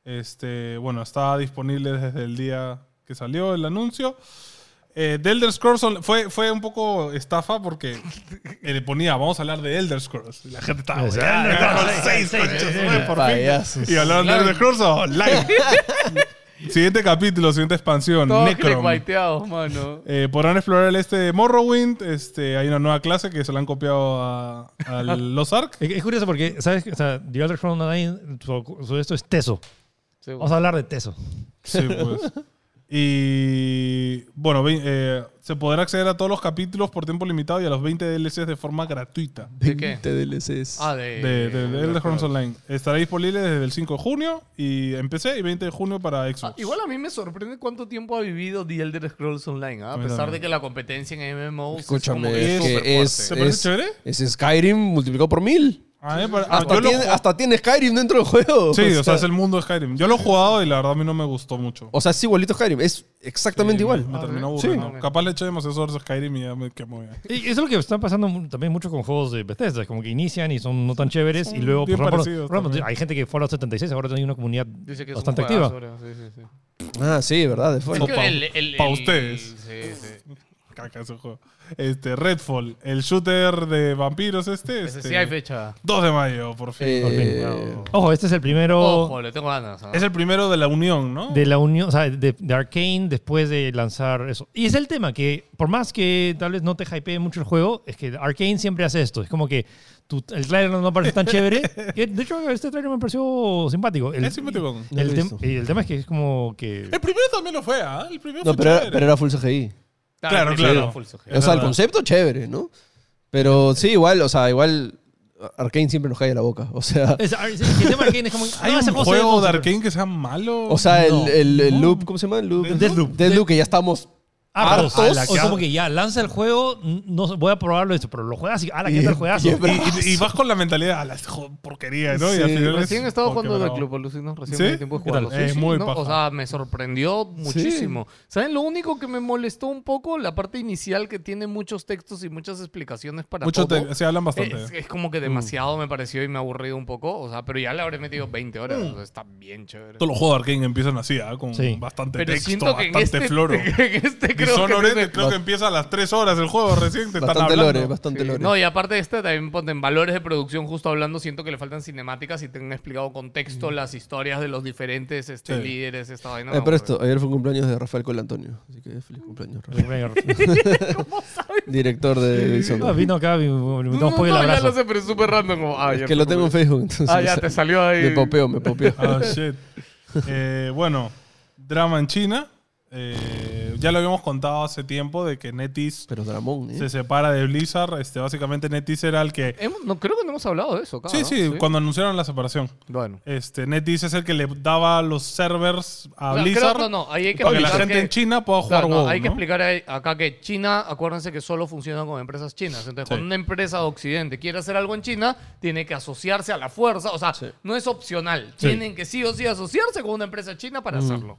Speaker 4: Este, bueno, está disponible desde el día que salió el anuncio. Eh, The Elder Scrolls Online- fue, fue un poco estafa porque eh, le ponía, vamos a hablar de Elder Scrolls. Y la gente estaba,
Speaker 3: Es
Speaker 4: "Ya,
Speaker 3: Elder Scrolls,
Speaker 4: Scrolls
Speaker 3: seis,
Speaker 4: seis,
Speaker 3: seis,
Speaker 4: conchas,
Speaker 3: seis,
Speaker 4: güey, por fin".
Speaker 1: Payasos.
Speaker 4: Y hablaron de
Speaker 2: Online.
Speaker 4: Elder Scrolls Online. siguiente capítulo, siguiente expansión,
Speaker 2: Todos
Speaker 4: Necrom.
Speaker 2: clickbaiteados, mano.
Speaker 4: Eh, podrán explorar el este de Morrowind. Este, hay una nueva clase que se la han copiado a, al Los Ark.
Speaker 3: Es, es curioso porque, ¿sabes? O sea, The Elder Scrolls Online, su- su- esto es teso.
Speaker 2: Sí,
Speaker 3: Vamos a hablar de teso.
Speaker 4: Sí, pues. Y bueno, ve- eh, se podrá acceder a todos los capítulos por tiempo limitado y a los 20 DLCs de forma gratuita
Speaker 2: ¿De qué?
Speaker 1: 20 DLCs.
Speaker 2: Ah, de.
Speaker 4: de, de- de Elder Scrolls Online. Estará disponible desde el 5 de junio y en PC y 20 de junio para Xbox.
Speaker 2: Ah, igual a mí me sorprende cuánto tiempo ha vivido The Elder Scrolls Online, ¿ah? a
Speaker 4: mí
Speaker 2: pesar de
Speaker 4: también.
Speaker 2: que la competencia en MMOs
Speaker 1: Escúchame,
Speaker 2: es,
Speaker 1: es que
Speaker 2: como que superfuerte.
Speaker 1: es,
Speaker 4: ¿Te parece
Speaker 1: es-
Speaker 4: chévere?
Speaker 1: es Skyrim multiplicado por mil.
Speaker 4: A mí me pare- ah,
Speaker 1: Hasta,
Speaker 4: yo lo
Speaker 1: tiene,
Speaker 4: ju-
Speaker 1: hasta tiene Skyrim dentro del juego.
Speaker 4: Sí,
Speaker 2: Pues,
Speaker 4: o sea,
Speaker 2: eh,
Speaker 4: es el mundo de Skyrim. Yo lo he jugado y la verdad a mí no me gustó mucho.
Speaker 1: o sea, es igualito a Skyrim. Es exactamente
Speaker 4: Sí, me-
Speaker 1: igual.
Speaker 4: Me,
Speaker 2: Ah,
Speaker 4: terminó
Speaker 2: sí.
Speaker 4: aburriendo.
Speaker 2: Sí.
Speaker 4: Capaz le eché demasiadas horas a Skyrim y ya me quemó. ya. [LAUGHS]
Speaker 3: Y eso es lo que está pasando mu- también mucho con juegos de Bethesda, como que inician y son no tan chéveres y
Speaker 4: Son
Speaker 3: luego
Speaker 4: bien
Speaker 3: por ejemplo,
Speaker 4: parecidos
Speaker 3: por ejemplo,
Speaker 4: también.
Speaker 3: hay gente que Fallout 76 ahora tiene una comunidad
Speaker 2: Dice que es un
Speaker 3: bastante
Speaker 2: juegazo,
Speaker 3: activa.
Speaker 2: bro. Sí, sí, sí.
Speaker 1: Ah, sí, verdad, de
Speaker 2: Es
Speaker 1: fuera.
Speaker 2: que
Speaker 4: pa-
Speaker 2: el- el-
Speaker 4: pa'
Speaker 2: el-
Speaker 4: ustedes.
Speaker 2: Sí, sí.
Speaker 4: Caca ese juego. Este, Redfall, el shooter de vampiros este.
Speaker 2: Ese
Speaker 4: este
Speaker 2: sí hay fecha.
Speaker 4: 2 de mayo, por fin.
Speaker 1: Eh,
Speaker 3: Por fin. Ojo, este es el primero
Speaker 2: Ojo, le tengo ganas. ¿ah?
Speaker 4: es el primero de la unión, ¿no?
Speaker 3: de la unión, o sea, de, de Arkane después de lanzar eso. Y es el tema que, por más que tal vez no te hypee mucho el juego, es que Arkane siempre hace esto. Es como que tu- el trailer no parece tan chévere. [LAUGHS] Y, de hecho, este trailer me pareció simpático. El,
Speaker 4: es simpaticón.
Speaker 1: No lo
Speaker 3: el
Speaker 1: he
Speaker 3: tem-
Speaker 1: visto.
Speaker 3: y el tema es que es como [LAUGHS] que...
Speaker 4: El primero también lo fue, ¿ah? El primero
Speaker 1: No,
Speaker 4: fue
Speaker 1: pero era,
Speaker 4: chévere.
Speaker 1: pero era full CGI.
Speaker 2: Ah,
Speaker 4: claro,
Speaker 2: el primero
Speaker 4: claro.
Speaker 2: full sujeto.
Speaker 1: O sea, el
Speaker 4: verdad.
Speaker 1: concepto chévere, ¿no? Pero sí, igual, o sea, igual Arkane siempre nos calla la boca. O sea,
Speaker 3: Es- el tema de Arkane es como...
Speaker 4: ¿Hay
Speaker 3: no, ese
Speaker 4: un
Speaker 3: se ve
Speaker 4: juego de
Speaker 3: como-
Speaker 4: Arkane que sea malo?
Speaker 1: o sea,
Speaker 3: No.
Speaker 1: el, el- el loop, ¿cómo se llama? El loop.
Speaker 4: Deathloop.
Speaker 1: Deathloop, que ya estamos
Speaker 3: Ah, pero
Speaker 1: hartos.
Speaker 3: a la- o como que ya lanza el juego, n- no sé, voy a probarlo esto, pero lo juegas [LAUGHS] y a la que
Speaker 1: Y-
Speaker 3: está el juegazo.
Speaker 1: y es
Speaker 4: Y, y- y vas con la mentalidad a la jo- porquería, ¿no? Y al
Speaker 1: Sí.
Speaker 4: final es-
Speaker 2: Recién he estado
Speaker 4: oh, qué
Speaker 2: jugando del
Speaker 4: bravo.
Speaker 2: Club Alucinos, recién
Speaker 4: ¿Sí?
Speaker 2: me dio tiempo de
Speaker 4: ¿Qué tal?
Speaker 2: jugarlo.
Speaker 4: Eh, muy
Speaker 2: no,
Speaker 4: paja.
Speaker 2: o sea, me sorprendió muchísimo. ¿Saben lo único que me molestó un poco? La parte inicial que tiene muchos textos y muchas explicaciones
Speaker 1: ¿eh?
Speaker 2: para
Speaker 4: Mucho
Speaker 2: todo.
Speaker 4: te- se hablan bastante. Mm.
Speaker 2: Es, es como que demasiado me pareció y me ha aburrido un poco, o sea, pero ya le habré metido 20 horas,
Speaker 4: Mm.
Speaker 2: o sea, está bien chévere.
Speaker 4: Todos los juegos de Arkane empiezan así, ¿ah? Con
Speaker 3: Sí.
Speaker 4: bastante
Speaker 2: Pero
Speaker 4: texto,
Speaker 2: siento que en
Speaker 4: bastante
Speaker 2: este, [LAUGHS]
Speaker 4: floro.
Speaker 2: en este creo que
Speaker 4: Dishonored
Speaker 2: tiene-
Speaker 4: creo que empieza a las 3 horas el juego recién. Te están
Speaker 1: bastante
Speaker 4: hablando.
Speaker 1: lore, bastante
Speaker 2: Sí,
Speaker 1: lore. Eh,
Speaker 2: No, y aparte de este también ponen valores de producción, justo hablando, siento que le faltan cinemáticas y te han explicado con texto las historias de los diferentes este,
Speaker 4: Mm. Sí.
Speaker 2: líderes, esta vaina.
Speaker 1: Eh,
Speaker 2: me
Speaker 1: pero
Speaker 2: aburre.
Speaker 1: esto, ayer fue un cumpleaños de Rafael Colantonio. Así que feliz cumpleaños, Rafael.
Speaker 2: ¿Cómo sabes?
Speaker 1: Director de
Speaker 3: Ah,
Speaker 1: Dishonored.
Speaker 3: [LAUGHS] Vino acá y me
Speaker 2: No,
Speaker 3: metió un poco el
Speaker 2: no, ya
Speaker 3: abrazo.
Speaker 2: lo sé, pero es súper random. Como, ah, ya
Speaker 1: Es que lo
Speaker 2: fue
Speaker 1: tengo en
Speaker 2: como-
Speaker 1: Facebook, entonces.
Speaker 2: Ah, ya te salió ahí.
Speaker 1: Me popeo, me popeo. [LAUGHS]
Speaker 4: Ah, shit. Eh, bueno, drama en China. Eh, ya lo habíamos contado hace tiempo de que NetEase
Speaker 1: Pero Dramón, ¿eh?
Speaker 4: se separa de Blizzard. Este, básicamente NetEase era el que...
Speaker 2: Hemos- no, creo que no hemos hablado de eso, acá,
Speaker 4: Sí,
Speaker 2: ¿no?
Speaker 4: sí, cuando anunciaron la separación.
Speaker 2: Bueno.
Speaker 4: Este, NetEase es el que le daba los servers
Speaker 2: O
Speaker 4: a
Speaker 2: sea, creo-
Speaker 4: Blizzard
Speaker 2: no, no, ahí hay que
Speaker 4: para que la
Speaker 2: explicar
Speaker 4: gente
Speaker 2: que-
Speaker 4: en China pueda jugar
Speaker 2: Claro, no,
Speaker 4: WoW,
Speaker 2: hay que
Speaker 4: ¿no?
Speaker 2: explicar ahí- acá que China, acuérdense que solo funciona con empresas chinas. Entonces, cuando una empresa de Occidente quiere hacer algo en China, tiene que asociarse a la fuerza. O sea, no es opcional. Tienen que sí o sí asociarse con una empresa china para
Speaker 4: Mm.
Speaker 2: hacerlo.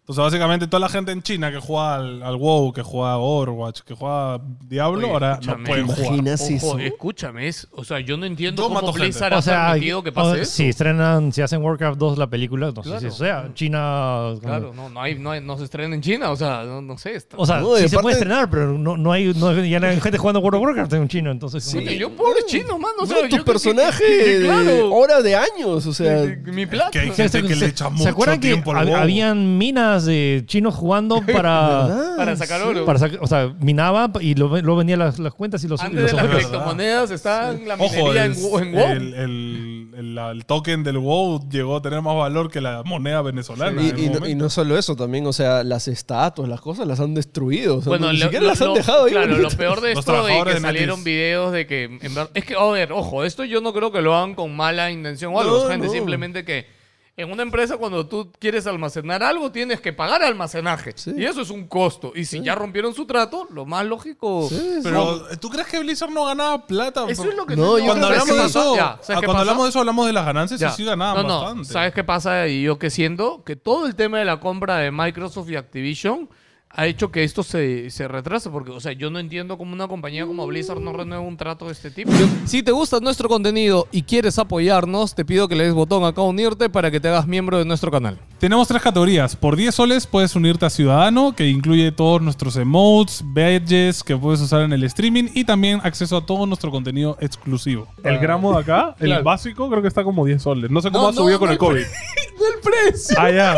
Speaker 4: Entonces, básicamente, toda la gente en China que juega al, al WoW, que juega a Overwatch, que juega a Diablo,
Speaker 2: Oye,
Speaker 4: ahora no
Speaker 2: escúchame.
Speaker 4: pueden
Speaker 1: ¿Te
Speaker 4: jugar.
Speaker 1: imaginas eso?
Speaker 2: Ojo, escúchame, es- o sea, yo no entiendo
Speaker 4: Yo
Speaker 2: cómo
Speaker 4: mato gente.
Speaker 2: Blizzard ha permitido que pase
Speaker 3: o-
Speaker 2: eso.
Speaker 3: si estrenan, si hacen Warcraft 2 la película, no
Speaker 2: Claro.
Speaker 3: sé si sea China.
Speaker 2: Claro, no, no, hay, no, hay- no se estrena en China, o sea, no, no sé. está-
Speaker 3: O sea,
Speaker 1: No,
Speaker 3: sí
Speaker 1: de
Speaker 3: se puede
Speaker 1: parte-
Speaker 3: estrenar, pero no, no hay, no, hay- ya no hay gente jugando World of Warcraft en chino, entonces. como
Speaker 2: Puta,
Speaker 3: que-
Speaker 2: yo pobre chino, mano. o sea,
Speaker 1: Bueno,
Speaker 2: yo
Speaker 1: tu
Speaker 2: que-
Speaker 1: personaje
Speaker 2: que- que-
Speaker 1: de
Speaker 2: claro,
Speaker 1: hora de años, o sea,
Speaker 2: que- que- mi plata.
Speaker 4: Que hay gente que le echa
Speaker 3: ¿Se
Speaker 4: mucho
Speaker 3: acuerdan que
Speaker 4: tiempo al
Speaker 3: hab-
Speaker 4: WoW.
Speaker 3: habían minas de chinos
Speaker 4: [LAUGHS]
Speaker 3: jugando para.
Speaker 1: ¿verdad?
Speaker 2: para sacar oro.
Speaker 3: para sac- o sea, minaba y luego luego venían las, las cuentas y los. y
Speaker 2: Antes
Speaker 3: los
Speaker 2: de las
Speaker 3: objetos.
Speaker 2: criptomonedas está la minería
Speaker 4: Ojo,
Speaker 2: en,
Speaker 4: es-
Speaker 2: Wo- en WoW.
Speaker 4: El, el- el- la- el token del WoW llegó a tener más valor que la moneda venezolana. en
Speaker 1: Y,
Speaker 4: un
Speaker 1: y no, y
Speaker 4: momento.
Speaker 1: no solo eso, también, o sea, las estatuas, las cosas las han destruido. o sea,
Speaker 2: Bueno,
Speaker 1: ni
Speaker 2: lo-
Speaker 1: siquiera
Speaker 2: lo-
Speaker 1: las han
Speaker 2: lo-
Speaker 1: dejado ahí.
Speaker 2: Claro, lo
Speaker 1: bonitas.
Speaker 2: peor de esto
Speaker 4: Los
Speaker 2: es
Speaker 4: trabajadores
Speaker 2: que
Speaker 4: de Netis.
Speaker 2: salieron videos de que, en verdad, es que, a ver, ojo, esto yo no creo que lo hagan con mala intención o algo,
Speaker 1: No,
Speaker 2: gente,
Speaker 1: no.
Speaker 2: simplemente que en una empresa cuando tú quieres almacenar algo tienes que pagar almacenaje
Speaker 1: Sí.
Speaker 2: y eso es un costo y si ya rompieron su trato, lo más lógico.
Speaker 1: Sí, sí.
Speaker 4: Pero, ¿tú crees que Blizzard no ganaba plata?
Speaker 2: Eso es lo que
Speaker 1: No,
Speaker 2: no,
Speaker 1: yo
Speaker 4: Cuando
Speaker 1: creo que
Speaker 4: hablamos
Speaker 1: sí.
Speaker 4: de eso,
Speaker 2: Ya, ¿sabes
Speaker 4: ah,
Speaker 2: qué
Speaker 4: cuando
Speaker 2: pasa?
Speaker 4: hablamos de eso, hablamos de las ganancias
Speaker 2: Ya.
Speaker 4: y sí ganaban bastante.
Speaker 2: ¿Sabes qué pasa? Y yo que siento que todo el tema de la compra de Microsoft y Activision ha hecho que esto se, se retrase. Porque, o sea, yo no entiendo cómo una compañía como Blizzard no renueva un trato de este tipo. si te gusta nuestro contenido y quieres apoyarnos, te pido que le des botón acá a unirte para que te hagas miembro de nuestro canal.
Speaker 4: Tenemos tres categorías. Por 10 soles puedes unirte a Ciudadano, que incluye todos nuestros emotes, badges que puedes usar en el streaming y también acceso a todo nuestro contenido exclusivo. El gramo de acá,
Speaker 2: Claro.
Speaker 4: el básico, creo que está como 10 soles. No sé cómo
Speaker 2: No,
Speaker 4: ha subido
Speaker 2: no,
Speaker 4: con
Speaker 2: no
Speaker 4: el COVID.
Speaker 2: ¡Del precio!
Speaker 4: [LAUGHS] Ah, ya.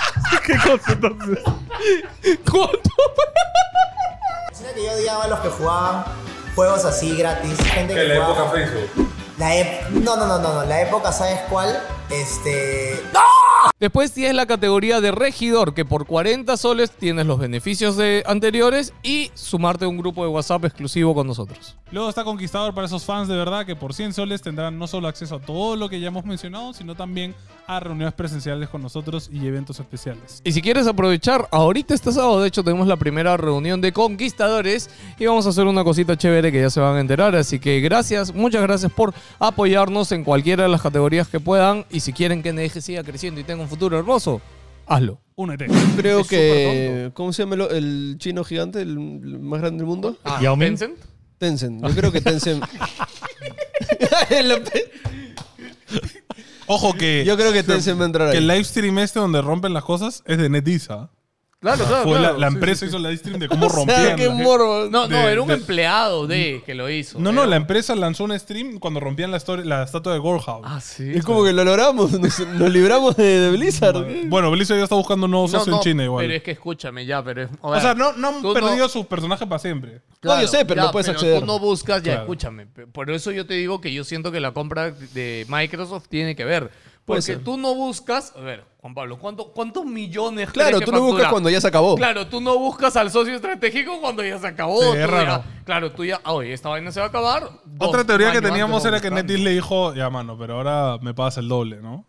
Speaker 4: [LAUGHS] ¿Qué cosa entonces?
Speaker 5: Sino que yo odiaba a los que jugaban juegos así gratis. Gente que jugaba-
Speaker 6: Facebook.
Speaker 5: La ep- No, no, no, no, no. La época, ¿sabes cuál? Este. ¡No!
Speaker 2: Después tienes la categoría de regidor, que por 40 soles tienes los beneficios de anteriores y sumarte a un grupo de WhatsApp exclusivo con nosotros.
Speaker 4: Luego está Conquistador para esos fans de verdad que por 100 soles tendrán no solo acceso a todo lo que ya hemos mencionado, sino también a reuniones presenciales con nosotros y eventos especiales.
Speaker 2: Y si quieres aprovechar, ahorita este sábado, de hecho, tenemos la primera reunión de conquistadores y vamos a hacer una cosita chévere que ya se van a enterar. Así que gracias, muchas gracias por apoyarnos en cualquiera de las categorías que puedan. Y si quieren que NDG siga creciendo y tenga un futuro hermoso, hazlo.
Speaker 4: Únete.
Speaker 1: Creo
Speaker 2: Es súper
Speaker 1: que. ¿Cómo se llama el, el chino gigante, el, el más grande del mundo?
Speaker 3: ¿Yao Ming?
Speaker 2: Tencent?
Speaker 1: Tencent. Yo creo que
Speaker 4: [LAUGHS]
Speaker 1: Tencent. [LAUGHS]
Speaker 4: Ojo que,
Speaker 1: Yo creo que Tencent va a entrar
Speaker 4: que el
Speaker 1: ahí.
Speaker 4: live stream este donde rompen las cosas es de NetEase.
Speaker 2: Claro, claro,
Speaker 4: Fue la,
Speaker 2: claro.
Speaker 4: la
Speaker 2: Sí,
Speaker 4: empresa
Speaker 2: sí, sí.
Speaker 4: hizo el live
Speaker 2: [LAUGHS]
Speaker 4: stream de cómo
Speaker 1: O sea,
Speaker 4: rompían.
Speaker 1: qué
Speaker 4: la gente.
Speaker 1: morbo.
Speaker 2: No, no,
Speaker 4: de-
Speaker 2: era un
Speaker 4: de-
Speaker 2: empleado de que lo hizo.
Speaker 4: No, no,
Speaker 2: Era-
Speaker 4: la empresa lanzó un stream cuando rompían la, histori- la estatua de Gorehound.
Speaker 2: Ah, sí.
Speaker 1: Es como que lo logramos. Nos, nos libramos de, de Blizzard.
Speaker 4: Bueno, Blizzard ya está buscando un nuevo
Speaker 2: No,
Speaker 4: socio
Speaker 2: no,
Speaker 4: en China igual.
Speaker 2: Pero es que escúchame ya, pero es.
Speaker 4: o sea, no, no han
Speaker 2: tú no-
Speaker 4: perdido su personaje para siempre.
Speaker 1: No, yo sé, pero
Speaker 2: ya,
Speaker 1: no puedes
Speaker 2: pero
Speaker 1: acceder.
Speaker 2: Tú no buscas, ya,
Speaker 4: Claro.
Speaker 2: escúchame. pe- Por eso yo te digo que yo siento que la compra de Microsoft tiene que ver. Porque
Speaker 1: ser.
Speaker 2: tú no buscas. A ver, Juan Pablo, ¿cuánto- ¿cuántos millones
Speaker 1: Claro,
Speaker 2: crees que
Speaker 1: tú no buscas
Speaker 2: factura?
Speaker 1: cuando ya se acabó.
Speaker 2: Claro, tú no buscas al socio estratégico cuando ya se acabó.
Speaker 4: Sí,
Speaker 2: tú
Speaker 4: es raro.
Speaker 2: ya- claro, tú ya. ah, Oye, esta vaina se va a acabar. Dos
Speaker 4: Otra teoría que
Speaker 2: años
Speaker 4: teníamos
Speaker 2: antes
Speaker 4: era
Speaker 2: o
Speaker 4: que
Speaker 2: buscando.
Speaker 4: NetEase le dijo, ya mano, pero ahora me pagas el doble, ¿no?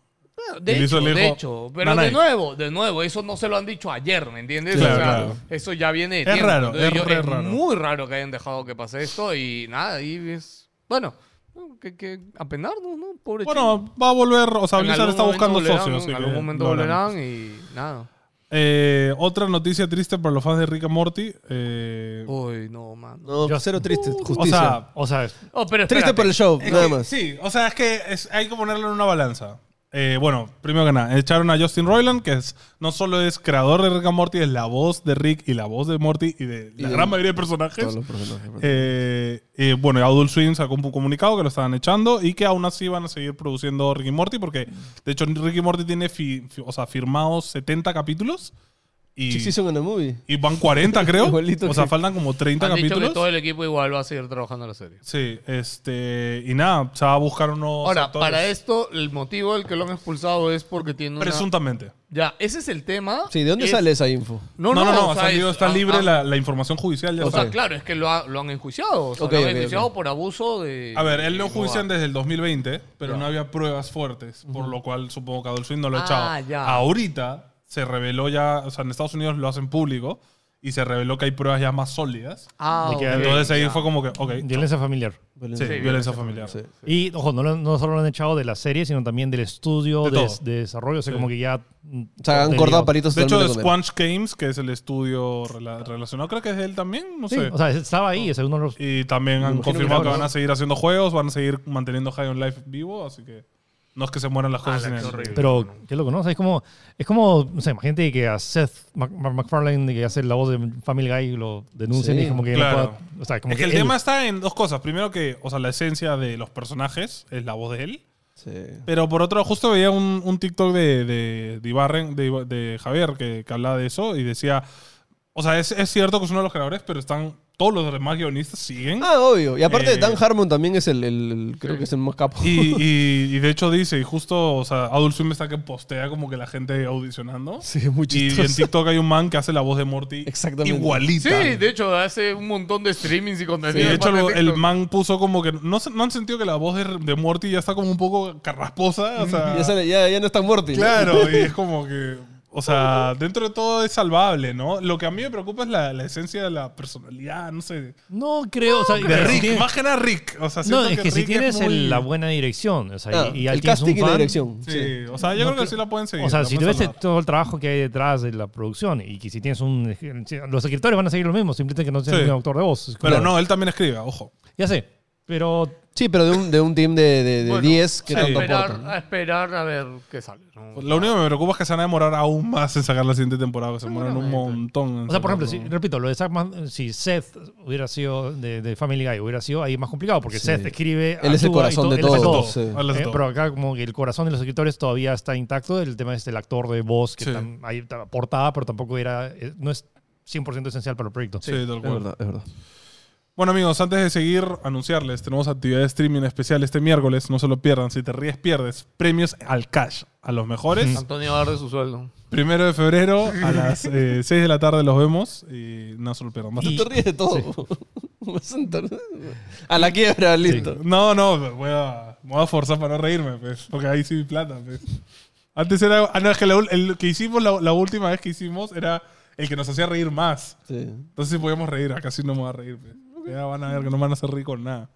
Speaker 2: De
Speaker 4: Y le hizo
Speaker 2: hecho,
Speaker 4: el
Speaker 2: de
Speaker 4: hijo,
Speaker 2: hecho. Pero
Speaker 4: "Nanay".
Speaker 2: de nuevo, de nuevo, eso no se lo han dicho ayer, ¿me entiendes?
Speaker 4: Claro,
Speaker 2: O sea,
Speaker 4: claro.
Speaker 2: Eso ya viene de
Speaker 4: Es
Speaker 2: tiempo.
Speaker 4: raro,
Speaker 2: Entonces,
Speaker 4: es re
Speaker 2: es
Speaker 4: raro.
Speaker 2: muy raro que hayan dejado que pase esto y nada, y es... Bueno, no, que, que apenarnos, ¿no? Pobre chico.
Speaker 4: Bueno, va a volver, o sea,
Speaker 2: En
Speaker 4: Blizzard
Speaker 2: algún
Speaker 4: está
Speaker 2: momento
Speaker 4: buscando
Speaker 2: volverán,
Speaker 4: socios.
Speaker 2: ¿no?
Speaker 4: así
Speaker 2: En
Speaker 4: que
Speaker 2: algún momento
Speaker 4: lo hablamos.
Speaker 2: volverán y nada.
Speaker 4: Eh, otra noticia triste para los fans de Rick and Morty. eh,
Speaker 2: Uy, no, mano.
Speaker 1: No,
Speaker 3: Yo-
Speaker 1: cero triste. Justicia.
Speaker 4: Uh, o sea,
Speaker 3: O sea,
Speaker 2: Oh, pero
Speaker 1: triste
Speaker 2: espérate.
Speaker 1: por el show,
Speaker 4: es
Speaker 1: nada
Speaker 4: que-
Speaker 1: más.
Speaker 4: Sí, o sea, es que es- hay que ponerlo en una balanza. Eh, bueno, primero que nada, echaron a Justin Roiland, que es, no solo es creador de Rick and Morty, es la voz de Rick y la voz de Morty y de la
Speaker 1: de-
Speaker 4: gran mayoría de personajes.
Speaker 1: Todos los personajes.
Speaker 4: Eh, eh, bueno, y Adult Swim sacó un comunicado que lo estaban echando y que aún así van a seguir produciendo Ricky Morty porque, de hecho, Ricky Morty tiene fi- fi- o sea, firmados 70 capítulos y,
Speaker 1: Six Seasons and a Movie.
Speaker 4: y van
Speaker 1: [LAUGHS]
Speaker 4: 40, creo.
Speaker 1: Igualito
Speaker 4: o sea,
Speaker 1: que-
Speaker 4: faltan como 30
Speaker 2: Han dicho que todo
Speaker 4: capítulos.
Speaker 2: el equipo igual va a seguir trabajando en la serie.
Speaker 4: Sí, este. Y nada, se va a buscar unos.
Speaker 2: Ahora,
Speaker 4: actores.
Speaker 2: para esto, el motivo del que lo han expulsado es porque tiene una...
Speaker 4: Presuntamente.
Speaker 2: Ya, ese es el tema.
Speaker 1: Sí, ¿de dónde
Speaker 2: Es-
Speaker 1: sale esa info?
Speaker 4: No, no, no,
Speaker 2: o
Speaker 4: ha
Speaker 2: sea,
Speaker 4: salido,
Speaker 2: es-
Speaker 4: está
Speaker 2: han-
Speaker 4: libre
Speaker 2: han-
Speaker 4: la, la información judicial. ya
Speaker 2: O
Speaker 4: está.
Speaker 2: sea, claro, es que lo, ha- lo han enjuiciado. O sea,
Speaker 1: Ok,
Speaker 2: lo han
Speaker 1: ok,
Speaker 2: enjuiciado
Speaker 1: ok.
Speaker 2: por abuso de.
Speaker 4: A ver, él lo
Speaker 2: de
Speaker 4: enjuician
Speaker 2: Moab.
Speaker 4: desde el 2020, pero
Speaker 2: Ya.
Speaker 4: no había pruebas fuertes, por lo cual supongo que Adult Swim no lo ha
Speaker 2: Ah,
Speaker 4: echado.
Speaker 2: ya.
Speaker 4: Ahorita se reveló ya, o sea, en Estados Unidos lo hacen público y se reveló que hay pruebas ya más sólidas.
Speaker 2: Ah,
Speaker 3: De que
Speaker 2: ok,
Speaker 4: Entonces ahí
Speaker 2: ya.
Speaker 4: fue como que, ok,
Speaker 3: violencia familiar.
Speaker 4: sí,
Speaker 1: Valencia.
Speaker 4: violencia familiar.
Speaker 1: Sí.
Speaker 3: Y, ojo, no, lo- no solo lo han echado de la serie, sino también del estudio,
Speaker 4: De
Speaker 3: de,
Speaker 4: todo.
Speaker 3: de desarrollo. O sea, como que ya. mm,
Speaker 1: O sea, han
Speaker 3: contenido.
Speaker 1: cortado palitos
Speaker 4: De hecho,
Speaker 1: totalmente con él.
Speaker 4: Squanch Games, que es el estudio rela- relacionado, creo que es de él también, no
Speaker 3: Sí,
Speaker 4: sé. Ah.
Speaker 3: o sea, estaba ahí, es uno de los.
Speaker 4: y también han
Speaker 1: imagino que
Speaker 4: confirmado que
Speaker 1: ahora-
Speaker 4: van a seguir haciendo juegos, van a seguir manteniendo High on Life vivo, así que no es que se mueran las cosas.
Speaker 2: Ala,
Speaker 4: sin
Speaker 2: qué
Speaker 4: él.
Speaker 2: horrible.
Speaker 3: Pero, qué loco, ¿no? O sea, es como, es como no sé, imagínate que a Seth Mac- Mac- MacFarlane, que hace la voz de Family Guy, lo denuncien
Speaker 1: Sí,
Speaker 3: y es como que
Speaker 4: claro.
Speaker 3: no pueda- o sea, como
Speaker 4: Es que el
Speaker 3: él-
Speaker 4: tema está en dos cosas. Primero que, o sea, la esencia de los personajes es la voz de él.
Speaker 1: Sí.
Speaker 4: Pero por otro, justo veía un, un TikTok de, de, de Ibarren- de, Iba- de Javier, que, que hablaba de eso y decía, o sea, es, es cierto que es uno de los creadores, pero están todos los demás guionistas siguen.
Speaker 1: Ah, obvio. Y aparte,
Speaker 4: Eh,
Speaker 1: Dan Harmon también es el, el- el- creo que es el más capo.
Speaker 4: Y, y- y de hecho dice, y justo, o sea, Adult Swim está que postea como que la gente audicionando.
Speaker 1: Sí, es muy
Speaker 4: y, y en
Speaker 1: chistoso.
Speaker 4: TikTok hay un man que hace la voz de Morty
Speaker 1: Exactamente.
Speaker 4: igualita.
Speaker 2: Sí, de hecho, hace un montón de streamings y
Speaker 4: Sí,
Speaker 2: contenido.
Speaker 4: de hecho,
Speaker 2: aparte
Speaker 4: lo-
Speaker 2: de
Speaker 4: el
Speaker 2: TikTok.
Speaker 4: man puso como que. No, se- no han sentido que la voz de, de Morty ya está como un poco carrasposa. O
Speaker 1: [LAUGHS]
Speaker 4: sea,
Speaker 1: Mm, Ya, sale- ya- ya no está Morty.
Speaker 4: claro, y es como que. O sea, dentro de todo es salvable, ¿no? Lo que a mí me preocupa es la, la esencia de la personalidad, no sé.
Speaker 3: No creo, o sea,
Speaker 4: De
Speaker 3: si
Speaker 4: Rick,
Speaker 3: tienes-
Speaker 4: más que nada Rick. O sea,
Speaker 3: no,
Speaker 4: siento
Speaker 3: es que, si
Speaker 4: Rick
Speaker 3: tienes
Speaker 4: muy-
Speaker 3: el- la buena dirección, o sea,
Speaker 1: Ah,
Speaker 3: y, y ahí
Speaker 1: el
Speaker 3: tienes un
Speaker 1: casting y la
Speaker 3: fan,
Speaker 1: dirección.
Speaker 4: Sí, o sea, yo creo
Speaker 3: No
Speaker 4: que
Speaker 3: creo-
Speaker 4: sí la pueden seguir.
Speaker 3: O sea,
Speaker 4: la
Speaker 3: si tú
Speaker 4: pueden
Speaker 3: ves
Speaker 4: salvar.
Speaker 3: todo el trabajo que hay detrás de la producción y que si tienes un... Los escritores van a seguir lo mismo, simplemente que no sean
Speaker 4: Sí.
Speaker 3: un autor de voz. Es
Speaker 4: Pero
Speaker 3: como-
Speaker 4: no, él también escribe, ojo.
Speaker 3: Ya sé, pero...
Speaker 1: Sí, pero de un, de un team de de- de
Speaker 2: Bueno,
Speaker 1: 10 que
Speaker 4: sí.
Speaker 1: tanto
Speaker 2: esperar,
Speaker 1: aportan.
Speaker 2: a esperar a ver qué sale. ¿no?
Speaker 4: Lo único que me preocupa es que se van a demorar aún más en sacar la siguiente temporada, que se demoran un montón. en
Speaker 3: O sea, por ejemplo,
Speaker 4: sacarlo.
Speaker 3: si, repito, lo de Zack Man- si Seth hubiera sido de, de Family Guy, hubiera sido ahí más complicado, porque
Speaker 1: Sí.
Speaker 3: Seth escribe...
Speaker 1: Él es el
Speaker 3: actúa y
Speaker 1: corazón de
Speaker 3: él hace
Speaker 1: todo.
Speaker 4: Todo,
Speaker 1: Sí.
Speaker 4: Ah, él hace
Speaker 3: Eh,
Speaker 4: todo.
Speaker 3: pero acá como que el corazón de los escritores todavía está intacto. El tema es el actor de voz que
Speaker 4: Sí.
Speaker 3: tam- ahí está aportada, pero tampoco era, eh, no es 100% esencial para el proyecto.
Speaker 4: Sí, tal
Speaker 1: Es
Speaker 4: cual.
Speaker 1: verdad, es verdad.
Speaker 4: Bueno amigos, antes de seguir, anunciarles, tenemos actividad de streaming especial este miércoles, no se lo pierdan, si te ríes pierdes, premios al cash, a los mejores.
Speaker 2: Antonio va a dar de su sueldo.
Speaker 4: Primero de febrero a las eh, 6 de la tarde los vemos y no se lo pierdan. Va a
Speaker 1: Tú
Speaker 4: estar
Speaker 1: te ríes de todo. [LAUGHS] Vas a entrar- A la quiebra, listo.
Speaker 4: No, no, me voy a, me voy a forzar para no reírme, pues, porque ahí sí mi plata, pues. Antes era, ah, no, es que la ul- el que hicimos, la, la última vez que hicimos era el que nos hacía reír más.
Speaker 1: Sí.
Speaker 4: Entonces sí podíamos reír, acá sí no me voy a reír, pues. Ya van a ver que no me van a hacer reír con nada.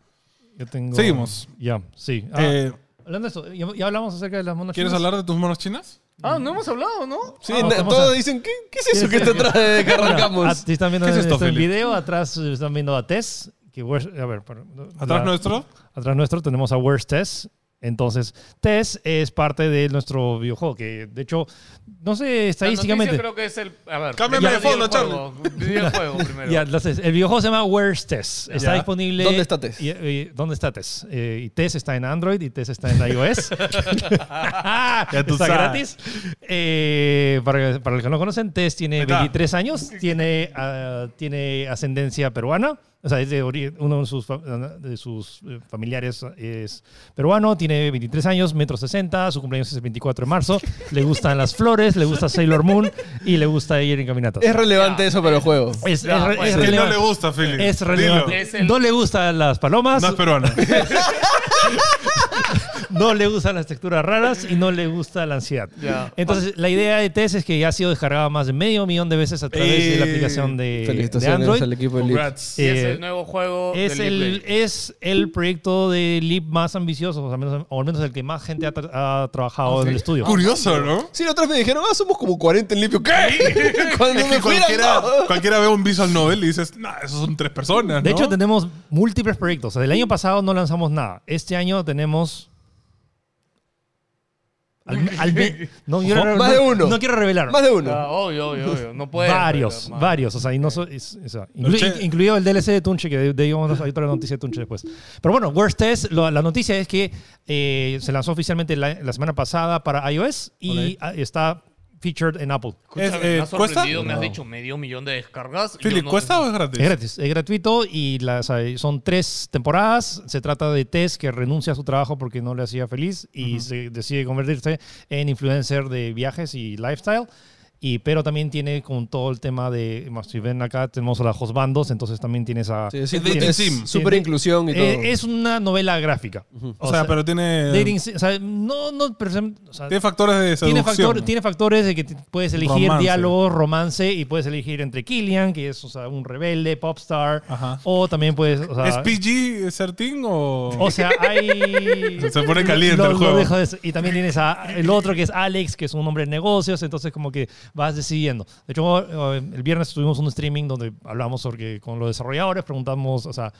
Speaker 3: Yo tengo...
Speaker 4: Seguimos.
Speaker 3: Ya, sí. Ah,
Speaker 4: Eh,
Speaker 3: hablando de eso, ya, ya hablamos acerca de las monas
Speaker 4: ¿Quieres
Speaker 3: chinas.
Speaker 4: hablar de tus monos chinas?
Speaker 2: Ah, no hemos hablado, ¿no?
Speaker 1: Sí,
Speaker 3: Ah,
Speaker 1: na-
Speaker 3: vamos
Speaker 1: todos
Speaker 3: a-
Speaker 1: dicen, ¿qué, qué es eso que te trae que
Speaker 3: [LAUGHS] Bueno, ah,
Speaker 1: arrancamos?
Speaker 3: si están viendo
Speaker 4: ¿Qué es
Speaker 3: esto,
Speaker 4: esto,
Speaker 3: en
Speaker 4: Felipe?
Speaker 3: video, atrás eh, están viendo a Tess. Que, Wes- a ver, pero-
Speaker 4: ¿Atrás
Speaker 3: la-
Speaker 4: nuestro?
Speaker 3: Atrás nuestro tenemos a Worst Test. Entonces, Test es parte de nuestro videojuego, que de hecho, no sé
Speaker 2: La
Speaker 3: estadísticamente.
Speaker 2: noticia creo que es el. A ver.
Speaker 4: Cámbiame
Speaker 2: ya,
Speaker 4: de fondo,
Speaker 2: videojuego,
Speaker 4: [LAUGHS]
Speaker 2: Videojuego
Speaker 3: [LAUGHS]
Speaker 2: primero.
Speaker 3: Ya, entonces, el videojuego se llama Where's Tess. Está
Speaker 4: Ya.
Speaker 3: disponible.
Speaker 1: ¿Dónde está Tess?
Speaker 3: Y, y- ¿Dónde está Tess? Eh, y Tess está en Android y Tess está en iOS. [LAUGHS] ya
Speaker 4: tú
Speaker 3: está
Speaker 4: sabes.
Speaker 3: gratis. Eh, para, para los que no conocen, Tess tiene
Speaker 4: está.
Speaker 3: 23 años, tiene, ah, tiene ascendencia peruana. O sea, es de ori- uno de sus, fa- de sus eh, familiares es peruano, tiene 23 años, metro 60, su cumpleaños es el 24 de marzo, le gustan las flores, le gusta Sailor Moon y le gusta ir en caminatas.
Speaker 1: Es relevante eso para el juego.
Speaker 3: Es,
Speaker 2: Ya,
Speaker 3: es re-
Speaker 2: pues,
Speaker 3: es
Speaker 2: que
Speaker 4: Que no
Speaker 3: relevante.
Speaker 4: le gusta, Philip.
Speaker 3: Es
Speaker 4: Dilo.
Speaker 3: relevante.
Speaker 2: Es el-
Speaker 3: No le gustan las palomas,
Speaker 4: No es [LAUGHS] peruano.
Speaker 3: no le gustan las texturas raras y no le gusta la ansiedad.
Speaker 2: Ya.
Speaker 3: Entonces, la idea de Tess es que ya ha sido descargada más de medio millón de veces a través de la
Speaker 4: Eh,
Speaker 3: aplicación de, de
Speaker 1: Felicitaciones
Speaker 3: Android.
Speaker 1: al equipo de League.
Speaker 4: Congrats.
Speaker 2: Y es
Speaker 3: Eh,
Speaker 2: el nuevo juego.
Speaker 3: Es
Speaker 2: del
Speaker 3: el,
Speaker 2: Play.
Speaker 3: es el proyecto de Leap más ambicioso, o, sea, menos- o al menos el que más gente ha, tra- ha trabajado en el estudio.
Speaker 4: Curioso, ¿no?
Speaker 1: Sí, los otros me dijeron, ah, somos como 40 en limpio. ¿Qué? [LAUGHS] Cuando
Speaker 4: Es que
Speaker 1: me miran,
Speaker 4: cualquiera,
Speaker 1: no.
Speaker 4: cualquiera ve un visual novel y dices, nah, esos son tres personas,
Speaker 3: De
Speaker 4: ¿no?
Speaker 3: hecho, tenemos múltiples proyectos. O sea, del
Speaker 2: Mm.
Speaker 3: año pasado no lanzamos nada. Este año tenemos. al- al me- no, yo no-
Speaker 1: Más de
Speaker 3: no-
Speaker 1: uno.
Speaker 3: No quiero revelar.
Speaker 1: Más de uno.
Speaker 2: Ah, obvio, obvio, obvio. No puede.
Speaker 3: varios,
Speaker 2: pero, man.
Speaker 3: varios. O sea, y no so- es- o sea, inclu-
Speaker 4: Tunche.
Speaker 3: incluido el DLC de Tunche, que de, de- digamos, hay otra noticia de Tunche después. Pero bueno, Worst Test, lo- la noticia es que eh, se lanzó oficialmente la, la semana pasada para iOS y ah, está featured en Apple.
Speaker 2: Escúchame,
Speaker 4: Es, eh,
Speaker 2: me has sorprendido,
Speaker 4: ¿cuesta?
Speaker 2: me has
Speaker 4: No.
Speaker 2: dicho medio millón de descargas.
Speaker 4: Philip,
Speaker 2: Yo no-
Speaker 4: ¿cuesta o es
Speaker 3: Es
Speaker 4: gratis?
Speaker 3: gratis, es gratuito y las, hay- son tres temporadas. Se trata de Tess que renuncia a su trabajo porque no le hacía feliz y se decide convertirse en influencer de viajes y lifestyle. Y, pero también tiene con todo el tema de, más si ven acá, tenemos a las host bandos, entonces también tiene esa...
Speaker 1: Sí, sí,
Speaker 4: Es dating
Speaker 1: es
Speaker 4: sim.
Speaker 1: Super inclusión y todo.
Speaker 3: Eh, es una novela gráfica.
Speaker 4: O sea, pero eh, tiene,
Speaker 3: dating, o sea, no, no, pero, o sea,
Speaker 4: tiene factores de
Speaker 3: tiene,
Speaker 4: seducción.
Speaker 3: factor- tiene factores de que t- puedes elegir
Speaker 4: Romance.
Speaker 3: diálogos, romance y puedes elegir entre Killian, que es o sea, un rebelde, popstar,
Speaker 4: Ajá.
Speaker 3: o también puedes. O sea,
Speaker 4: ¿Es PG-13 o...? [LAUGHS]
Speaker 3: o sea, hay.
Speaker 4: Se pone caliente
Speaker 3: Lo-
Speaker 4: el
Speaker 3: lo
Speaker 4: juego.
Speaker 3: dejo de- y también tienes a el otro que es Alex, que es un hombre de negocios, entonces como que vas decidiendo. De hecho, eh, el viernes tuvimos un streaming donde hablamos sobre, con los desarrolladores, preguntamos, o sea,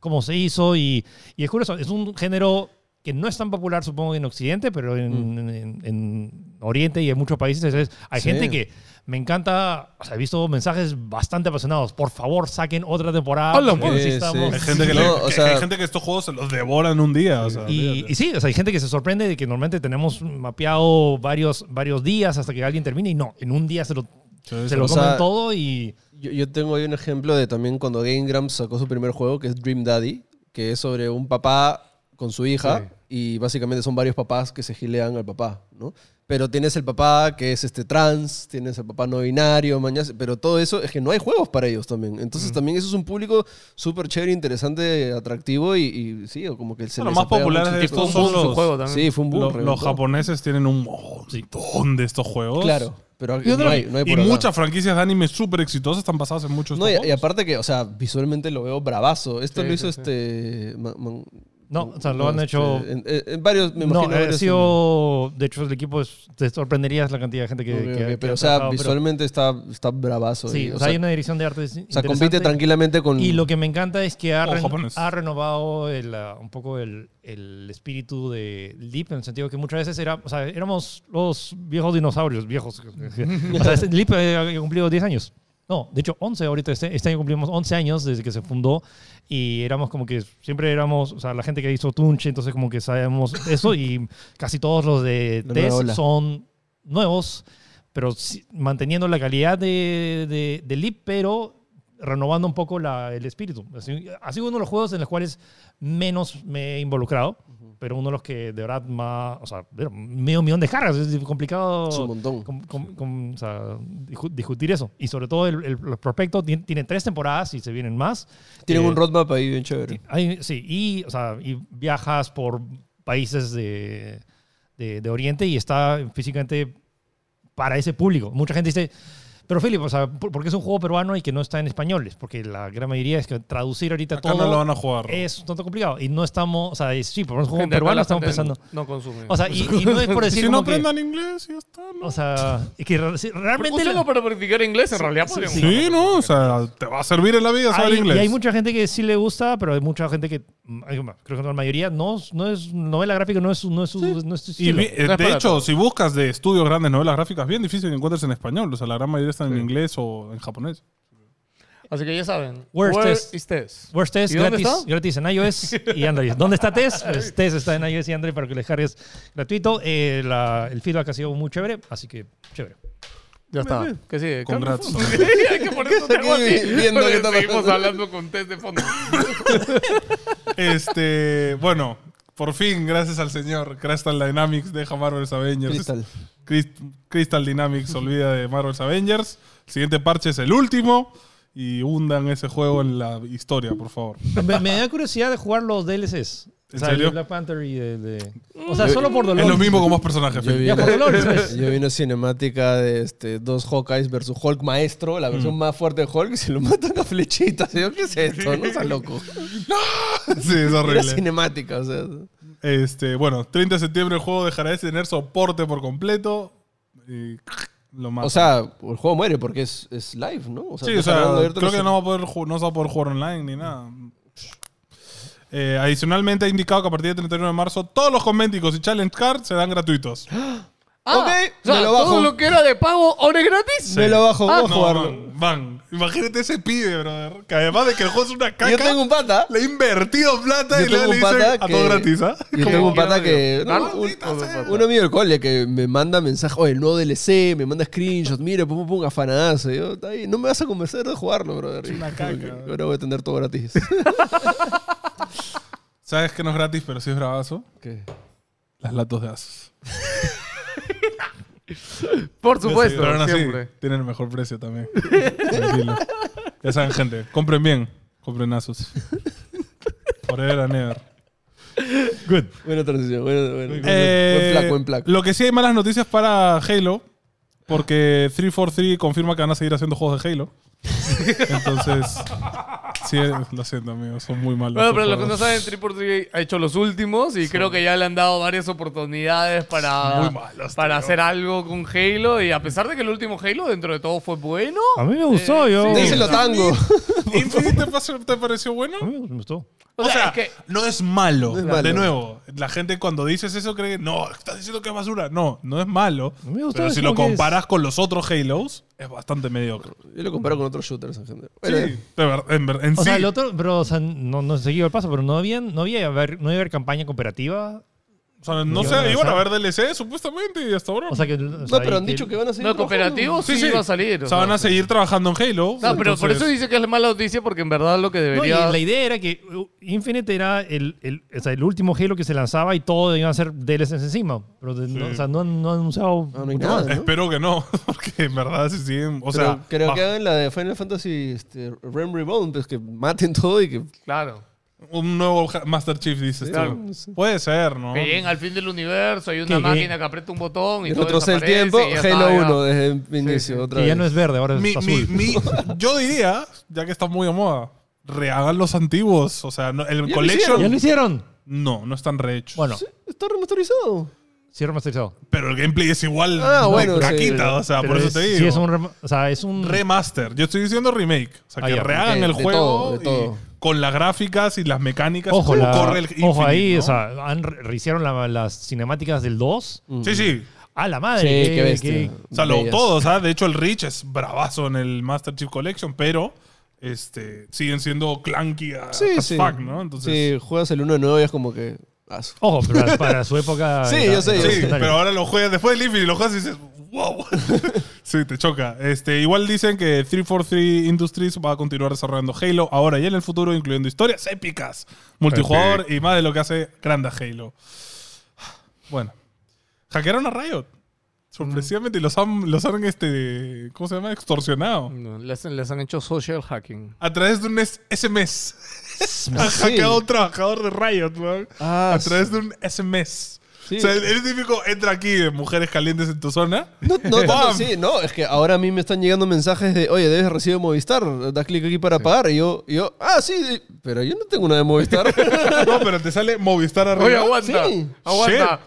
Speaker 3: cómo se hizo y, y es curioso, es un género que no es tan popular supongo en Occidente, pero en, en- en Oriente y en muchos países es- hay
Speaker 1: Mm. Sí.
Speaker 3: gente que me encanta, o sea, he visto mensajes bastante apasionados, por favor saquen otra temporada.
Speaker 4: Hola,
Speaker 3: porque
Speaker 1: sí,
Speaker 3: sí
Speaker 1: sí.
Speaker 3: estamos-
Speaker 4: Hay gente que, le-
Speaker 1: No, o
Speaker 4: que-
Speaker 1: sea-
Speaker 4: hay gente que estos juegos se los devoran un día. O sea,
Speaker 3: Y,
Speaker 4: olvídate.
Speaker 3: y sí, o sea, hay gente que se sorprende de que normalmente tenemos mapeado varios, varios días hasta que alguien termine y no, en un día se lo, se
Speaker 4: sí.
Speaker 3: lo
Speaker 1: O
Speaker 3: comen
Speaker 1: sea,
Speaker 3: todo y...
Speaker 1: Yo, yo tengo ahí un ejemplo de también cuando Game Grumps sacó su primer juego, que es Dream Daddy, que es sobre un papá con su hija y básicamente son varios papás que se gilean al papá, ¿no? Pero tienes el papá que es este trans, tienes el papá no binario, mañas, pero todo eso es que no hay juegos para ellos también. Entonces también eso es un público súper chévere, interesante, atractivo y, y sí, o como que se
Speaker 4: Bueno,
Speaker 1: les
Speaker 4: más
Speaker 1: apega
Speaker 4: populares
Speaker 1: mucho
Speaker 4: de
Speaker 1: el tipo.
Speaker 2: Fue
Speaker 4: estos
Speaker 2: un boom
Speaker 4: son
Speaker 2: su
Speaker 4: los-
Speaker 2: juego también.
Speaker 1: Sí, fue un boom.
Speaker 4: Lo- los
Speaker 1: reventó.
Speaker 4: japoneses tienen un montón de estos juegos.
Speaker 1: Claro, pero
Speaker 4: Y,
Speaker 1: no hay, no hay por acá.
Speaker 4: muchas franquicias de anime súper exitosas están basadas en muchos
Speaker 1: No, y,
Speaker 4: estos
Speaker 1: y
Speaker 4: juegos.
Speaker 1: aparte que, o sea, visualmente lo veo bravazo. Esto lo hizo este... ma- man-
Speaker 3: No, o sea, lo han
Speaker 1: este,
Speaker 3: hecho...
Speaker 1: En, en- en varios, me
Speaker 3: No,
Speaker 1: imagino.
Speaker 3: ha
Speaker 1: varios-
Speaker 3: sido... De hecho, el equipo es- te sorprenderías la cantidad de gente que...
Speaker 1: Ok, ok,
Speaker 3: que- que
Speaker 1: pero,
Speaker 3: ha
Speaker 1: o sea,
Speaker 3: trabajado, pero-
Speaker 1: visualmente está, está bravazo.
Speaker 3: Sí,
Speaker 1: y,
Speaker 3: o sea, hay una dirección de arte
Speaker 1: o sea, compite tranquilamente con...
Speaker 3: Y lo que me encanta es que ha,
Speaker 4: O
Speaker 3: ren-
Speaker 4: japonés.
Speaker 3: ha renovado el, ah, un poco el, el espíritu de Leap, en el sentido que muchas veces era, o sea, éramos los viejos dinosaurios, viejos. [LAUGHS] o sea, este Leap eh, ha cumplido 10 años. No, de hecho 11 ahorita, este, este año cumplimos 11 años desde que se fundó y éramos como que siempre éramos, o sea, la gente que hizo Tunche, entonces como que sabemos eso y casi todos los de
Speaker 1: La nueva
Speaker 3: Test
Speaker 1: ola.
Speaker 3: son nuevos, pero sí- manteniendo la calidad de, de, de Leap, pero renovando un poco la- el espíritu. Así- Ha sido uno de los juegos en los cuales menos me he involucrado, pero uno de los que de verdad más, o sea, pero medio millón de cargas, es complicado
Speaker 1: Es un montón.
Speaker 3: com- com- com- o sea, discu- discutir eso. Y sobre todo el, el- el prospecto tien- tiene, tres temporadas y se vienen más.
Speaker 1: Tienen
Speaker 3: Eh,
Speaker 1: un roadmap ahí bien chévere.
Speaker 3: hay- sí, y, o sea, y viajas por países de, de- de Oriente y está físicamente para ese público. Mucha gente dice, pero Felipe, o sea, ¿por por qué es un juego peruano y que no está en español? Es porque la gran mayoría es que traducir ahorita
Speaker 4: Acá
Speaker 3: todo
Speaker 4: no lo van a jugar.
Speaker 3: es un tanto complicado. Y no estamos, o sea, es- sí, por un juego
Speaker 2: Gente, acá
Speaker 3: peruano
Speaker 2: la
Speaker 3: estamos
Speaker 2: gente
Speaker 3: pensando...
Speaker 2: No consume.
Speaker 3: O sea, y, y no es por
Speaker 4: [LAUGHS]
Speaker 3: decir
Speaker 4: si no
Speaker 3: como que-
Speaker 4: aprendan inglés, ya está. ¿no?
Speaker 3: o sea, es que re- sí, realmente... la-
Speaker 2: Úsalo para practicar inglés, en realidad. podrían
Speaker 4: sí,
Speaker 2: usarlo.
Speaker 4: no, o sea, te va a servir en la vida saber
Speaker 3: Hay-
Speaker 4: inglés.
Speaker 3: Y hay mucha gente que sí le gusta, pero hay mucha gente que, mm, hay- creo que la mayoría, no, no es novela gráfica, no es su, no es su, no es su
Speaker 4: Y
Speaker 3: estilo.
Speaker 4: vi- eh,
Speaker 2: No es
Speaker 4: de
Speaker 2: para
Speaker 4: hecho,
Speaker 2: todos.
Speaker 4: si buscas de estudios grandes novelas gráficas, bien difícil que encuentres en español. O sea, la gran mayoría están en inglés o en japonés.
Speaker 2: Así que ya saben.
Speaker 3: Where's test?
Speaker 2: is test?
Speaker 3: Worst Test
Speaker 2: ¿Y dónde
Speaker 3: gratis,
Speaker 2: está?
Speaker 3: gratis en iOS y Android. ¿Dónde está [LAUGHS] Test? Pues Test está en iOS y Android para que le descargues gratuito. Eh, la- el feedback ha sido muy chévere, así que chévere.
Speaker 2: Ya está. ¿Qué sigue? [LAUGHS]
Speaker 4: Congrats.
Speaker 2: Sí, hay que poner un tema
Speaker 1: Aquí
Speaker 2: así,
Speaker 1: viendo
Speaker 2: porque
Speaker 1: qué está
Speaker 2: Seguimos
Speaker 1: pasando.
Speaker 2: hablando con test de fondo.
Speaker 4: este, bueno, por fin, gracias al señor, Crystal Dynamics deja Marvel's Avengers.
Speaker 1: Crystal.
Speaker 4: Crist- Crystal Dynamics se olvida de Marvel's Avengers. El siguiente parche es el último. Y hundan ese juego en la historia, por favor.
Speaker 3: Me, me da curiosidad de jugar los DLCs.
Speaker 4: ¿En
Speaker 3: o sea,
Speaker 4: serio?
Speaker 3: el de Black Panther y el de... O sea, solo por dolor.
Speaker 4: Es lo mismo con más personajes.
Speaker 1: Yo
Speaker 4: Felipe.
Speaker 1: vi,
Speaker 3: Ya, por
Speaker 1: una,
Speaker 3: dolores, pues.
Speaker 1: [LAUGHS] yo vi una cinemática de este, dos Hawkeyes versus Hulk maestro, la
Speaker 3: Mm.
Speaker 1: versión más fuerte de Hulk, y se lo matan a flechitas. [LAUGHS] Yo, ¿Qué es esto? No seas loco.
Speaker 4: [LAUGHS] Sí, es
Speaker 1: Una
Speaker 4: horrible.
Speaker 1: cinemática, o sea.
Speaker 4: Este, bueno, 30 de septiembre el juego dejará de tener soporte por completo. Y lo más.
Speaker 1: O sea, el juego muere porque es, es live, ¿no? O
Speaker 4: sí, o
Speaker 1: deja
Speaker 4: sea,
Speaker 1: grabado abierto
Speaker 4: creo
Speaker 1: los-
Speaker 4: que no va a poder, ju- no se va a poder jugar online ni nada. Eh, adicionalmente ha indicado que a partir del 31 de marzo todos los cosméticos y challenge cards serán gratuitos.
Speaker 1: ¡Ah! Ok,
Speaker 2: Ah, o sea,
Speaker 1: me lo bajo.
Speaker 2: todo lo que era de pago, ahora es gratis.
Speaker 1: Me lo bajo,
Speaker 2: Ah,
Speaker 1: voy a
Speaker 4: No,
Speaker 1: jugarlo.
Speaker 4: man, man. Imagínate ese pibe, brother. Que además de que el juego es una caca,
Speaker 1: Yo tengo un pata.
Speaker 4: le ha invertido plata y
Speaker 1: Yo
Speaker 4: luego
Speaker 1: tengo
Speaker 4: le
Speaker 1: un
Speaker 4: dice
Speaker 1: pata
Speaker 4: a todo
Speaker 1: que-
Speaker 4: gratis, ¿ah?
Speaker 1: Yo
Speaker 2: Como
Speaker 1: tengo un
Speaker 2: quiera
Speaker 1: pata que.
Speaker 2: digo.
Speaker 1: no, un-
Speaker 4: Maldita sea.
Speaker 1: Uno amigo del cole que me manda mensajes, oye, el nuevo DLC, me manda screenshots, mira, pum, pum, pum, afanadazo. Y Yo, "Está ahí, no me vas a convencer de jugarlo, brother. Y como
Speaker 4: caca,
Speaker 1: que
Speaker 4: bro.
Speaker 1: Ahora voy a tener todo
Speaker 4: [LAUGHS]
Speaker 1: gratis.
Speaker 4: ¿Sabes que no es gratis, pero sí es bravazo?
Speaker 1: ¿Qué?
Speaker 4: Las latas de Asus.
Speaker 2: Por
Speaker 4: Sí, pero aún
Speaker 2: supuesto,
Speaker 4: así,
Speaker 2: siempre.
Speaker 4: tienen el mejor precio también. Tranquilo. Ya saben, gente, compren bien.
Speaker 1: [LAUGHS]
Speaker 4: Compren Asus. Forever and ever.
Speaker 3: Good.
Speaker 1: Buena transición, buena, buena. Buen
Speaker 3: pues,
Speaker 4: Eh,
Speaker 1: flaco, buen flaco.
Speaker 4: Lo que sí hay malas noticias para Halo, porque 343 confirma que van a seguir haciendo juegos de
Speaker 3: [LAUGHS]
Speaker 4: Halo. Entonces, sí, eh, lo siento, amigos, son muy malos.
Speaker 2: Bueno, pero
Speaker 4: estos
Speaker 2: los que no
Speaker 4: juegos.
Speaker 2: saben,
Speaker 4: [LAUGHS]
Speaker 2: Triple ha hecho los últimos y creo que ya le han dado varias oportunidades para,
Speaker 4: Muy malos,
Speaker 2: para
Speaker 4: tío.
Speaker 2: hacer algo con Halo. Y a pesar de que el último Halo, dentro de todo, fue bueno.
Speaker 3: A mí me gustó, yo...
Speaker 2: sí.
Speaker 1: Díselo tango.
Speaker 4: ¿Infinite te pas- te pareció bueno?
Speaker 3: A mí me gustó.
Speaker 2: O, sea, es que
Speaker 4: no es malo.
Speaker 1: es malo.
Speaker 4: De nuevo, la gente cuando dices eso cree, no, estás diciendo que es basura. No, no es malo.
Speaker 3: A mí me gustó,
Speaker 4: Pero
Speaker 3: es
Speaker 4: si lo
Speaker 3: como que es-
Speaker 4: comparas con los otros Halos, es bastante mediocre.
Speaker 1: [LAUGHS] Yo lo comparo con otros shooters en general.
Speaker 4: Sí,
Speaker 1: Bueno,
Speaker 4: de ver- en, ver- en
Speaker 3: O
Speaker 4: sí.
Speaker 3: sea, el otro, pero, o sea, no, no he seguido el paso, pero no había, no había, haber- no iba a haber campaña cooperativa.
Speaker 4: O sea, no
Speaker 3: Iban a
Speaker 4: sé, iban a
Speaker 3: lanzar.
Speaker 4: ver DLC supuestamente y hasta ahora.
Speaker 3: O sea, que, o
Speaker 1: No,
Speaker 3: sea,
Speaker 1: pero
Speaker 3: y
Speaker 1: han dicho que van a seguir.
Speaker 2: no,
Speaker 1: trabajando.
Speaker 2: cooperativo sí, iba a salir.
Speaker 4: O
Speaker 2: o
Speaker 4: sea, van
Speaker 2: sea.
Speaker 4: a seguir trabajando en Halo.
Speaker 2: No, pero por
Speaker 4: entonces-
Speaker 2: eso dice que es la mala noticia porque en verdad lo que
Speaker 3: No, y
Speaker 2: debería...
Speaker 3: la idea era que uh, Infinite era el, el, o sea, el último Halo que se lanzaba y todo iba a ser DLCs encima. Pero de- no, o sea, no, han- no han anunciado.
Speaker 1: Ah, no hay
Speaker 3: mucho
Speaker 1: nada,
Speaker 3: más.
Speaker 1: ¿no?
Speaker 4: Espero que no, [LAUGHS] porque en verdad se siguen.
Speaker 1: Pero
Speaker 4: O sea,
Speaker 1: creo
Speaker 4: va-
Speaker 1: que hagan la de Final Fantasy este, Realm Reborn, pues que maten todo y que.
Speaker 2: Claro.
Speaker 4: un nuevo Ja- Master Chief, dices
Speaker 2: claro.
Speaker 4: tú. Puede ser, ¿no?
Speaker 2: Que lleguen al fin del universo, hay una
Speaker 3: Que-
Speaker 2: máquina que aprieta un botón y,
Speaker 1: Y
Speaker 2: todo
Speaker 1: retrocede el
Speaker 2: desaparece
Speaker 1: tiempo,
Speaker 2: y ya está,
Speaker 1: Halo
Speaker 2: ya.
Speaker 1: 1 desde el inicio, otra
Speaker 3: Que ya
Speaker 1: vez.
Speaker 3: no es verde, ahora
Speaker 4: Mi-
Speaker 3: es
Speaker 4: mi-
Speaker 3: azul. [LAUGHS]
Speaker 4: mi- yo diría, ya que está muy a moda, rehagan los antiguos. O sea, no- el
Speaker 1: lo
Speaker 4: collection.
Speaker 3: ¿Ya lo hicieron?
Speaker 4: No, no están rehechos.
Speaker 3: Bueno,
Speaker 1: Está remasterizado.
Speaker 3: sí, remasterizado.
Speaker 4: Pero el gameplay es igual.
Speaker 1: Ah,
Speaker 4: de
Speaker 1: bueno, sí,
Speaker 4: craquita,
Speaker 1: pero-
Speaker 4: o sea,
Speaker 3: Pero
Speaker 4: por eso
Speaker 3: es-
Speaker 4: te digo.
Speaker 3: Sí, es un. rem- O sea, es un.
Speaker 4: remaster. Yo estoy diciendo remake. O sea,
Speaker 3: Ah,
Speaker 4: que
Speaker 3: ya,
Speaker 4: rehagan
Speaker 1: ok,
Speaker 4: el
Speaker 1: de
Speaker 4: juego
Speaker 1: todo, de
Speaker 4: y
Speaker 1: todo.
Speaker 4: con las gráficas y las mecánicas.
Speaker 3: Ojo,
Speaker 4: como
Speaker 3: la-
Speaker 4: corre el
Speaker 3: ojo
Speaker 4: Infinite,
Speaker 3: ahí,
Speaker 4: ¿no?
Speaker 3: o sea, han, re- rehicieron la- las cinemáticas del 2.
Speaker 4: Sí, sí.
Speaker 3: ¡A la
Speaker 1: Mm. Sí,
Speaker 3: madre!
Speaker 1: qué bestia.
Speaker 4: O sea, lo,
Speaker 1: Bellas.
Speaker 4: todo, o sea, de hecho el Rich es bravazo en el Master Chief Collection, pero este, siguen siendo clunky a-
Speaker 1: Sí,
Speaker 4: as
Speaker 1: sí.
Speaker 4: fuck, ¿no? Entonces,
Speaker 1: Sí, juegas el 1 de nuevo y es como que. ah, su-
Speaker 3: Ojo, pero para- para su época.
Speaker 1: Sí,
Speaker 3: era-
Speaker 1: yo sé,
Speaker 3: era
Speaker 1: yo sé.
Speaker 4: Sí,
Speaker 3: legendario.
Speaker 4: pero ahora lo juegas después del Infinite y lo juegas y dices, wow. [LAUGHS] Sí, te choca. Este, igual dicen que 343 Industries va a continuar desarrollando Halo ahora y en el futuro, incluyendo historias épicas, multijugador y más de lo que hace grande Halo. Bueno. Hackearon a Riot. Sorpresivamente, y los han, los han este, ¿cómo se llama? Extorsionado.
Speaker 2: No, les, les han hecho social hacking.
Speaker 4: A través de un es- SMS. Han
Speaker 1: Sí.
Speaker 4: hackeado a un trabajador de Riot, weón.
Speaker 1: Ah,
Speaker 4: a través de un SMS.
Speaker 1: Sí.
Speaker 4: O sea, el, el típico entra aquí de mujeres calientes en tu
Speaker 1: [LAUGHS]
Speaker 4: zona.
Speaker 1: No,
Speaker 4: [LAUGHS]
Speaker 1: no tanto
Speaker 4: Bam.
Speaker 1: así, no, es que ahora a mí me están llegando mensajes de, oye, debes recibir Movistar, da clic aquí para pagar. Y yo, y yo, ah, sí, sí, pero yo no tengo una de
Speaker 4: [LAUGHS]
Speaker 1: Movistar.
Speaker 4: No, pero te sale Movistar arriba.
Speaker 2: Oye, aguanta.
Speaker 1: Sí.
Speaker 2: Aguanta.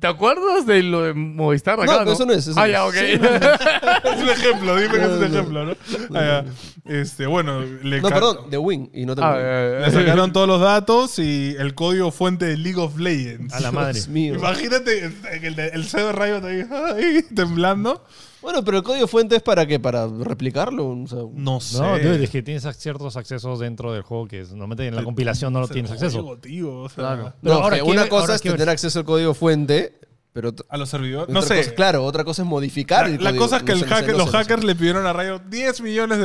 Speaker 2: ¿Te acuerdas de lo de Movistar acá?
Speaker 1: pero eso no es, eso
Speaker 2: ah,
Speaker 1: no
Speaker 2: ya, ok. [LAUGHS]
Speaker 1: es.
Speaker 4: [LAUGHS] es un ejemplo, dime que es un ejemplo, ¿no? Ah, ya. Este, bueno, le,
Speaker 1: no,
Speaker 4: ca-
Speaker 1: perdón, de Wing, y no tengo
Speaker 2: Ah,
Speaker 1: Wing.
Speaker 2: eh,
Speaker 4: le sacaron todos los datos y el código fuente de League of Legends.
Speaker 1: [LAUGHS]
Speaker 3: A la madre.
Speaker 1: Dios mío.
Speaker 4: Imagínate el, el, el CEO de Riot ahí, ay, temblando.
Speaker 1: Bueno, pero el código fuente es para qué, para replicarlo. O sea,
Speaker 4: No sé.
Speaker 3: No, dude, es que tienes ac- ciertos accesos dentro del juego que es- normalmente en la compilación no lo tienes acceso.
Speaker 4: Código, tío, o sea,
Speaker 2: Claro.
Speaker 1: no,
Speaker 3: Pero
Speaker 1: que
Speaker 3: ahora, ¿qué
Speaker 1: una
Speaker 3: ver-
Speaker 1: cosa
Speaker 3: ahora
Speaker 1: es
Speaker 3: qué ver-
Speaker 1: tener acceso al código fuente, pero t-
Speaker 4: A los servidores.
Speaker 1: otra
Speaker 4: No sé.
Speaker 1: cosa- claro, otra cosa es modificar el
Speaker 4: La, la
Speaker 1: código.
Speaker 4: cosa es que
Speaker 1: No
Speaker 4: el
Speaker 1: sé, no sé,
Speaker 4: hacker-
Speaker 1: no
Speaker 4: los
Speaker 1: sé, no sé.
Speaker 4: hackers le pidieron a Riot 10 millones de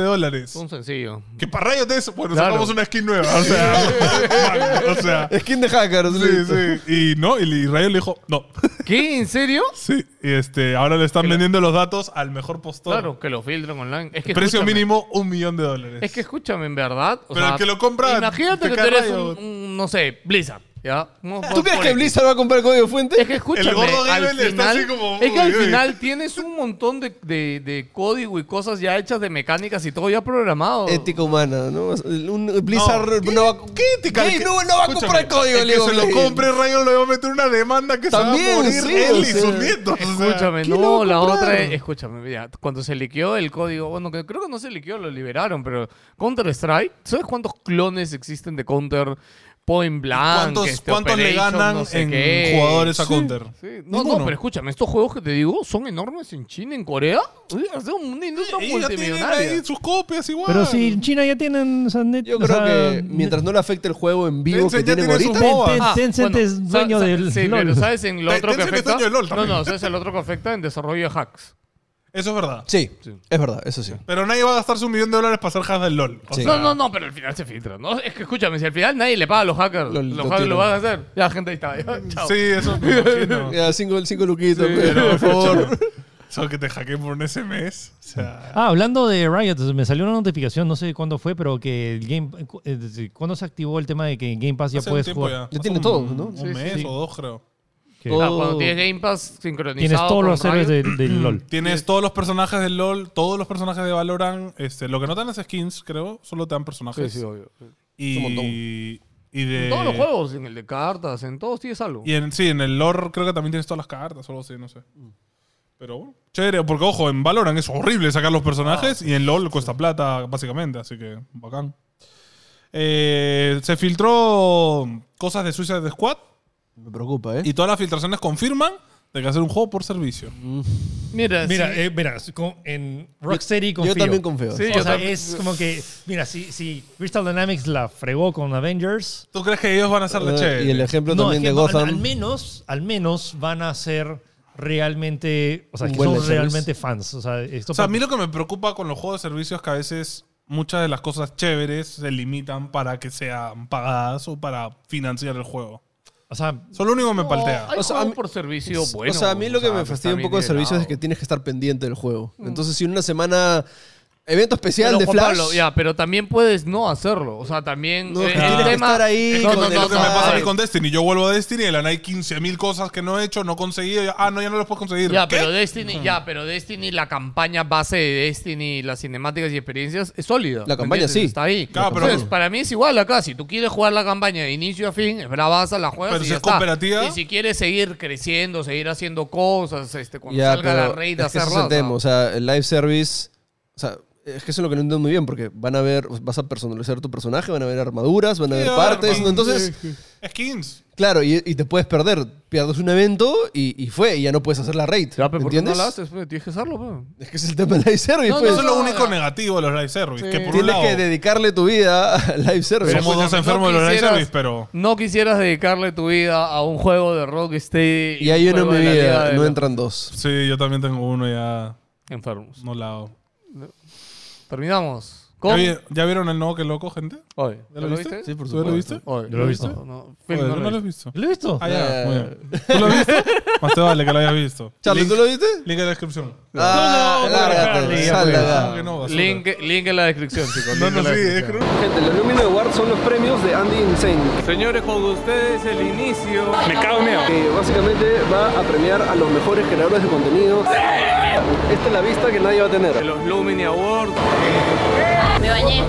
Speaker 2: [LAUGHS]
Speaker 4: dólares.
Speaker 2: un sencillo.
Speaker 4: Que para Riot es, bueno,
Speaker 2: Claro.
Speaker 4: sacamos una skin nueva.
Speaker 1: [LAUGHS]
Speaker 4: O sea, o sea,
Speaker 1: Skin de hacker,
Speaker 4: sí, sí. Y no, y, y Riot le dijo, no. [LAUGHS]
Speaker 2: ¿Qué? ¿En serio?
Speaker 4: Sí, y este, ahora le están vendiendo los datos al mejor postor.
Speaker 2: Claro, que lo filtran online. Es que,
Speaker 4: Precio
Speaker 2: escúchame,
Speaker 4: mínimo, un millón de dólares.
Speaker 2: Es que escúchame, en verdad. o
Speaker 4: Pero el que lo compra,
Speaker 2: Imagínate que
Speaker 4: te
Speaker 2: tú
Speaker 4: cae
Speaker 2: eres
Speaker 4: rayo.
Speaker 2: un, un, no sé, Blizzard. ¿ya?
Speaker 1: ¿Tú
Speaker 2: No, por-
Speaker 1: crees
Speaker 2: por
Speaker 1: que
Speaker 2: X.
Speaker 1: Blizzard va a comprar el código fuente?
Speaker 2: Es que escúchame,
Speaker 4: El gordo
Speaker 2: al
Speaker 4: Gabriel está
Speaker 2: final-
Speaker 4: así como,
Speaker 2: es que al
Speaker 4: uy, uy.
Speaker 2: final tienes un montón de, de- de código y cosas ya hechas de mecánicas y todo ya programado.
Speaker 1: Ética humana, ¿no? Un Blizzard
Speaker 4: ¿qué-
Speaker 1: no va a...
Speaker 4: ¿Qué ética?
Speaker 1: Gay
Speaker 4: ¿Qué-
Speaker 1: no, no va a
Speaker 4: Escúchame,
Speaker 1: comprar el código
Speaker 4: el
Speaker 1: League
Speaker 4: que
Speaker 1: of
Speaker 4: se lo
Speaker 1: Legends.
Speaker 4: compre, Rayo le va a meter una demanda que se va
Speaker 1: También,
Speaker 4: a morir
Speaker 1: sí,
Speaker 4: él
Speaker 1: o
Speaker 4: y
Speaker 1: sea,
Speaker 4: sus nietos. o sea.
Speaker 2: Escúchame,
Speaker 1: ¿quién lo va
Speaker 2: no,
Speaker 1: a
Speaker 2: la
Speaker 1: comprar?
Speaker 2: otra es, escúchame, mira, cuando se liqueó el código, bueno, que creo que no se liqueó, lo liberaron, pero Counter-Strike, ¿sabes cuántos clones existen de Counter? Point Blank,
Speaker 4: ¿Cuántos,
Speaker 2: este,
Speaker 4: cuántos le
Speaker 2: Operation,
Speaker 4: ganan
Speaker 2: no sé
Speaker 4: en
Speaker 2: qué?
Speaker 4: jugadores a Counter?
Speaker 2: Sí, No, no,
Speaker 4: Ninguno.
Speaker 2: pero escúchame, estos juegos que te digo son enormes en China, en Corea. Uy, Es una industria
Speaker 4: Y ya tienen
Speaker 2: multimillonaria.
Speaker 4: ahí sus copias igual.
Speaker 3: Pero si en China ya tienen... o sea, net-
Speaker 1: Yo
Speaker 3: o
Speaker 1: creo
Speaker 3: sea,
Speaker 1: que mientras no le afecte el juego en vivo
Speaker 4: Tencent
Speaker 1: que
Speaker 4: ya
Speaker 1: tienen
Speaker 4: tiene su
Speaker 1: ahorita...
Speaker 4: juego. MOBA.
Speaker 3: Ten- Ten-
Speaker 2: Ah,
Speaker 3: Tencent
Speaker 2: bueno,
Speaker 3: es
Speaker 2: sa-
Speaker 3: dueño
Speaker 2: sa-
Speaker 3: del
Speaker 2: Sí,
Speaker 3: LOL.
Speaker 2: pero ¿sabes en lo
Speaker 4: Ten-
Speaker 2: otro que
Speaker 4: Tencent es
Speaker 2: afecta?
Speaker 4: dueño del LOL
Speaker 2: No,
Speaker 4: también.
Speaker 2: no, ¿sabes el otro que afecta? En desarrollo de hacks.
Speaker 4: Eso es verdad.
Speaker 1: Sí,
Speaker 2: Sí.
Speaker 1: es verdad, eso sí.
Speaker 4: Pero nadie va a gastarse un millón de dólares para hacer hacks del LOL. O
Speaker 1: Sí.
Speaker 4: sea,
Speaker 2: No, no, no, pero al final se filtra. ¿no? Es que escúchame, si al final nadie le paga a los hackers,
Speaker 1: Lo- lo
Speaker 2: los hackers lo
Speaker 1: tiran.
Speaker 2: van a hacer. Ya, gente, ahí está. ya, chao.
Speaker 4: Sí, eso
Speaker 1: [LAUGHS]
Speaker 4: me imagino.
Speaker 1: Ya, cinco, cinco luquitos, pero, por favor.
Speaker 4: Solo que te hackeen por un SMS. O sea,
Speaker 3: Ah, hablando de Riot, me salió una notificación, no sé cuándo fue, pero que el Game... eh, desde ¿Cuándo se activó el tema de que en Game Pass ya
Speaker 4: hace un
Speaker 3: puedes
Speaker 4: tiempo
Speaker 3: jugar?
Speaker 1: Ya
Speaker 4: Hace
Speaker 1: tiene
Speaker 4: un-
Speaker 1: todo, ¿no?
Speaker 4: Un
Speaker 1: Sí,
Speaker 4: mes o dos, creo.
Speaker 3: Que
Speaker 1: Todo.
Speaker 2: Ah, cuando tienes Game Pass sincronizado.
Speaker 3: Tienes todos
Speaker 2: con
Speaker 3: los héroes
Speaker 2: Riot,
Speaker 3: de- del LOL.
Speaker 4: Tienes todos los personajes de LOL, todos los personajes de Valorant. Este, lo que no te dan es skins, creo. Solo te dan personajes.
Speaker 1: un montón.
Speaker 4: y, y de.
Speaker 2: En todos los juegos, en el de cartas, en todos tienes algo.
Speaker 4: Y en, sí, en el lore creo que también tienes todas las cartas o algo así, no sé.
Speaker 1: Mm.
Speaker 4: Pero bueno, chévere, porque ojo, en Valorant es horrible sacar los
Speaker 1: Ah,
Speaker 4: personajes y en LOL cuesta plata, básicamente, así que bacán. Eh, se filtró cosas de Suicide Squad
Speaker 1: Me preocupa, ¿eh?
Speaker 4: y todas las filtraciones confirman de que hacer un juego por servicio.
Speaker 1: Mm.
Speaker 2: Mira,
Speaker 3: Mira,
Speaker 2: [CLEARS THROAT] sí.
Speaker 3: eh, mira, s- con- en Rocksteady confío.
Speaker 1: Yo también confío.
Speaker 2: Sí.
Speaker 3: o
Speaker 2: yo
Speaker 3: sea,
Speaker 2: también.
Speaker 3: es como que, mira, si, si Crystal Dynamics la fregó con Avengers,
Speaker 4: ¿Tú crees que ellos van a hacer de chévere?
Speaker 1: Eh, y el ejemplo
Speaker 3: no, es
Speaker 1: también
Speaker 3: que
Speaker 1: de
Speaker 3: van-
Speaker 1: Gotham.
Speaker 3: al menos, al menos van a ser realmente, o sea,
Speaker 1: Un
Speaker 3: que
Speaker 1: buen
Speaker 3: son
Speaker 1: lip service.
Speaker 3: realmente fans. O sea, esto
Speaker 4: O sea, a
Speaker 3: pa-
Speaker 4: mí lo que me preocupa con los juegos de servicios es que a veces muchas de las cosas chéveres se limitan para que sean pagadas o para financiar el juego.
Speaker 3: o sea,
Speaker 4: Eso es lo único que me
Speaker 2: No,
Speaker 4: paltea.
Speaker 2: Hay
Speaker 1: O sea,
Speaker 2: juegos
Speaker 1: a mí-
Speaker 2: por servicio bueno.
Speaker 1: o sea, a mí lo que me fastidia un poco de servicios es que tienes que estar pendiente del juego. Entonces, si en una semana... Evento especial
Speaker 2: Mm. Pero,
Speaker 1: de
Speaker 2: Juan
Speaker 1: Flash...
Speaker 2: Pablo, ya, pero también puedes no hacerlo. O sea, también.
Speaker 1: No, es
Speaker 2: eh,
Speaker 1: que tienes que estar ahí
Speaker 2: No,
Speaker 1: con
Speaker 2: no,
Speaker 1: el-
Speaker 2: no,
Speaker 4: lo que me
Speaker 2: no,
Speaker 4: pasa a mí
Speaker 2: no.
Speaker 4: con Destiny. Yo vuelvo a Destiny y de la nada hay 15.000 cosas que no he hecho, no conseguí. Ah, no, ya no los puedo conseguir.
Speaker 2: Ya,
Speaker 4: ¿Qué?
Speaker 2: pero Destiny, ya, pero Destiny, la campaña base de Destiny, las cinemáticas y experiencias es sólida.
Speaker 1: La
Speaker 2: ¿me
Speaker 1: campaña
Speaker 2: entiendes?
Speaker 1: sí.
Speaker 2: Está ahí.
Speaker 4: Claro, pero-
Speaker 2: Entonces, para mí es igual acá. Si tú quieres jugar la campaña de inicio a fin, es bravaza, la juegas
Speaker 4: Pero
Speaker 2: y
Speaker 4: si
Speaker 2: ya
Speaker 4: es
Speaker 2: está.
Speaker 4: cooperativa-
Speaker 2: Y si quieres seguir creciendo, seguir haciendo cosas, este, cuando
Speaker 1: Ya,
Speaker 2: salga
Speaker 1: pero
Speaker 2: la raid,
Speaker 1: es que ese es
Speaker 2: hacerla,
Speaker 1: el tema, o sea, el live service, o sea, es que eso es lo que no entiendo muy bien, porque van a ver, vas a personalizar tu personaje, van a ver armaduras, van a
Speaker 4: Sí,
Speaker 1: ver
Speaker 4: a ver,
Speaker 1: partes, ¿no?
Speaker 4: armaduras.
Speaker 1: entonces,
Speaker 4: Skins.
Speaker 1: claro, y, y te puedes perder, pierdes un evento y, y fue, y ya no puedes hacer la raid,
Speaker 2: Ya, pero ¿por qué
Speaker 1: ¿entiendes?
Speaker 2: no la haces? pe? Tienes que hacerlo, pues. pe.
Speaker 1: Es que es el tema del live service,
Speaker 2: No,
Speaker 1: pues.
Speaker 4: Eso es lo
Speaker 2: no,
Speaker 4: único
Speaker 2: no.
Speaker 4: negativo de los live service.
Speaker 2: Sí.
Speaker 4: Que por un
Speaker 1: Tienes
Speaker 4: lado,
Speaker 1: que dedicarle tu vida al live service.
Speaker 4: somos dos
Speaker 2: Escúchame,
Speaker 4: enfermos de los live
Speaker 2: quisieras-
Speaker 4: service, pero.
Speaker 2: No quisieras dedicarle tu vida a un juego de Rocksteady.
Speaker 1: y hay uno en
Speaker 2: juego
Speaker 1: mi
Speaker 2: de la Liga
Speaker 1: vida,
Speaker 2: de
Speaker 1: no
Speaker 2: la-
Speaker 1: entran dos.
Speaker 4: Sí, yo también tengo uno ya.
Speaker 2: Enfermos.
Speaker 4: No la hago.
Speaker 2: Terminamos.
Speaker 4: ¿Ya,
Speaker 2: ¿Con?
Speaker 4: vi- ya vieron el nuevo que loco, gente?
Speaker 2: Oye,
Speaker 4: ¿Ya
Speaker 2: ¿lo viste?
Speaker 1: Sí, por
Speaker 4: ¿Tú ya lo
Speaker 1: supuesto.
Speaker 4: viste?
Speaker 2: Oye,
Speaker 3: Yo lo he visto.
Speaker 2: No, no, Phil,
Speaker 4: Joder,
Speaker 2: no lo
Speaker 4: no lo
Speaker 2: he
Speaker 4: has visto.
Speaker 3: ¿Lo he visto?
Speaker 4: Ah, ya,
Speaker 1: Eh.
Speaker 4: muy bien. ¿Tú lo viste? Más te vale que lo hayas visto.
Speaker 1: Charlie,
Speaker 4: link,
Speaker 1: ¿tú lo viste?
Speaker 4: link en la descripción.
Speaker 1: Ah,
Speaker 3: no,
Speaker 1: lárgate,
Speaker 3: Charlie, ya
Speaker 1: sal de
Speaker 3: pues.
Speaker 1: acá.
Speaker 4: ¿Cómo que no,
Speaker 2: visto.
Speaker 4: basura?
Speaker 2: Link, link en la descripción, chicos.
Speaker 4: No,
Speaker 2: link
Speaker 4: no,
Speaker 2: en la
Speaker 4: sí, es
Speaker 2: descripción.
Speaker 4: cru-
Speaker 6: Gente, el alumino de Ward son los premios de Andy Insane,
Speaker 7: Señores, con ustedes el inicio. Me cago en miedo.
Speaker 6: que básicamente va a premiar a los mejores creadores de contenido. Esta es la vista que nadie va a tener.
Speaker 7: Los Lumini Awards.
Speaker 8: Me bañé.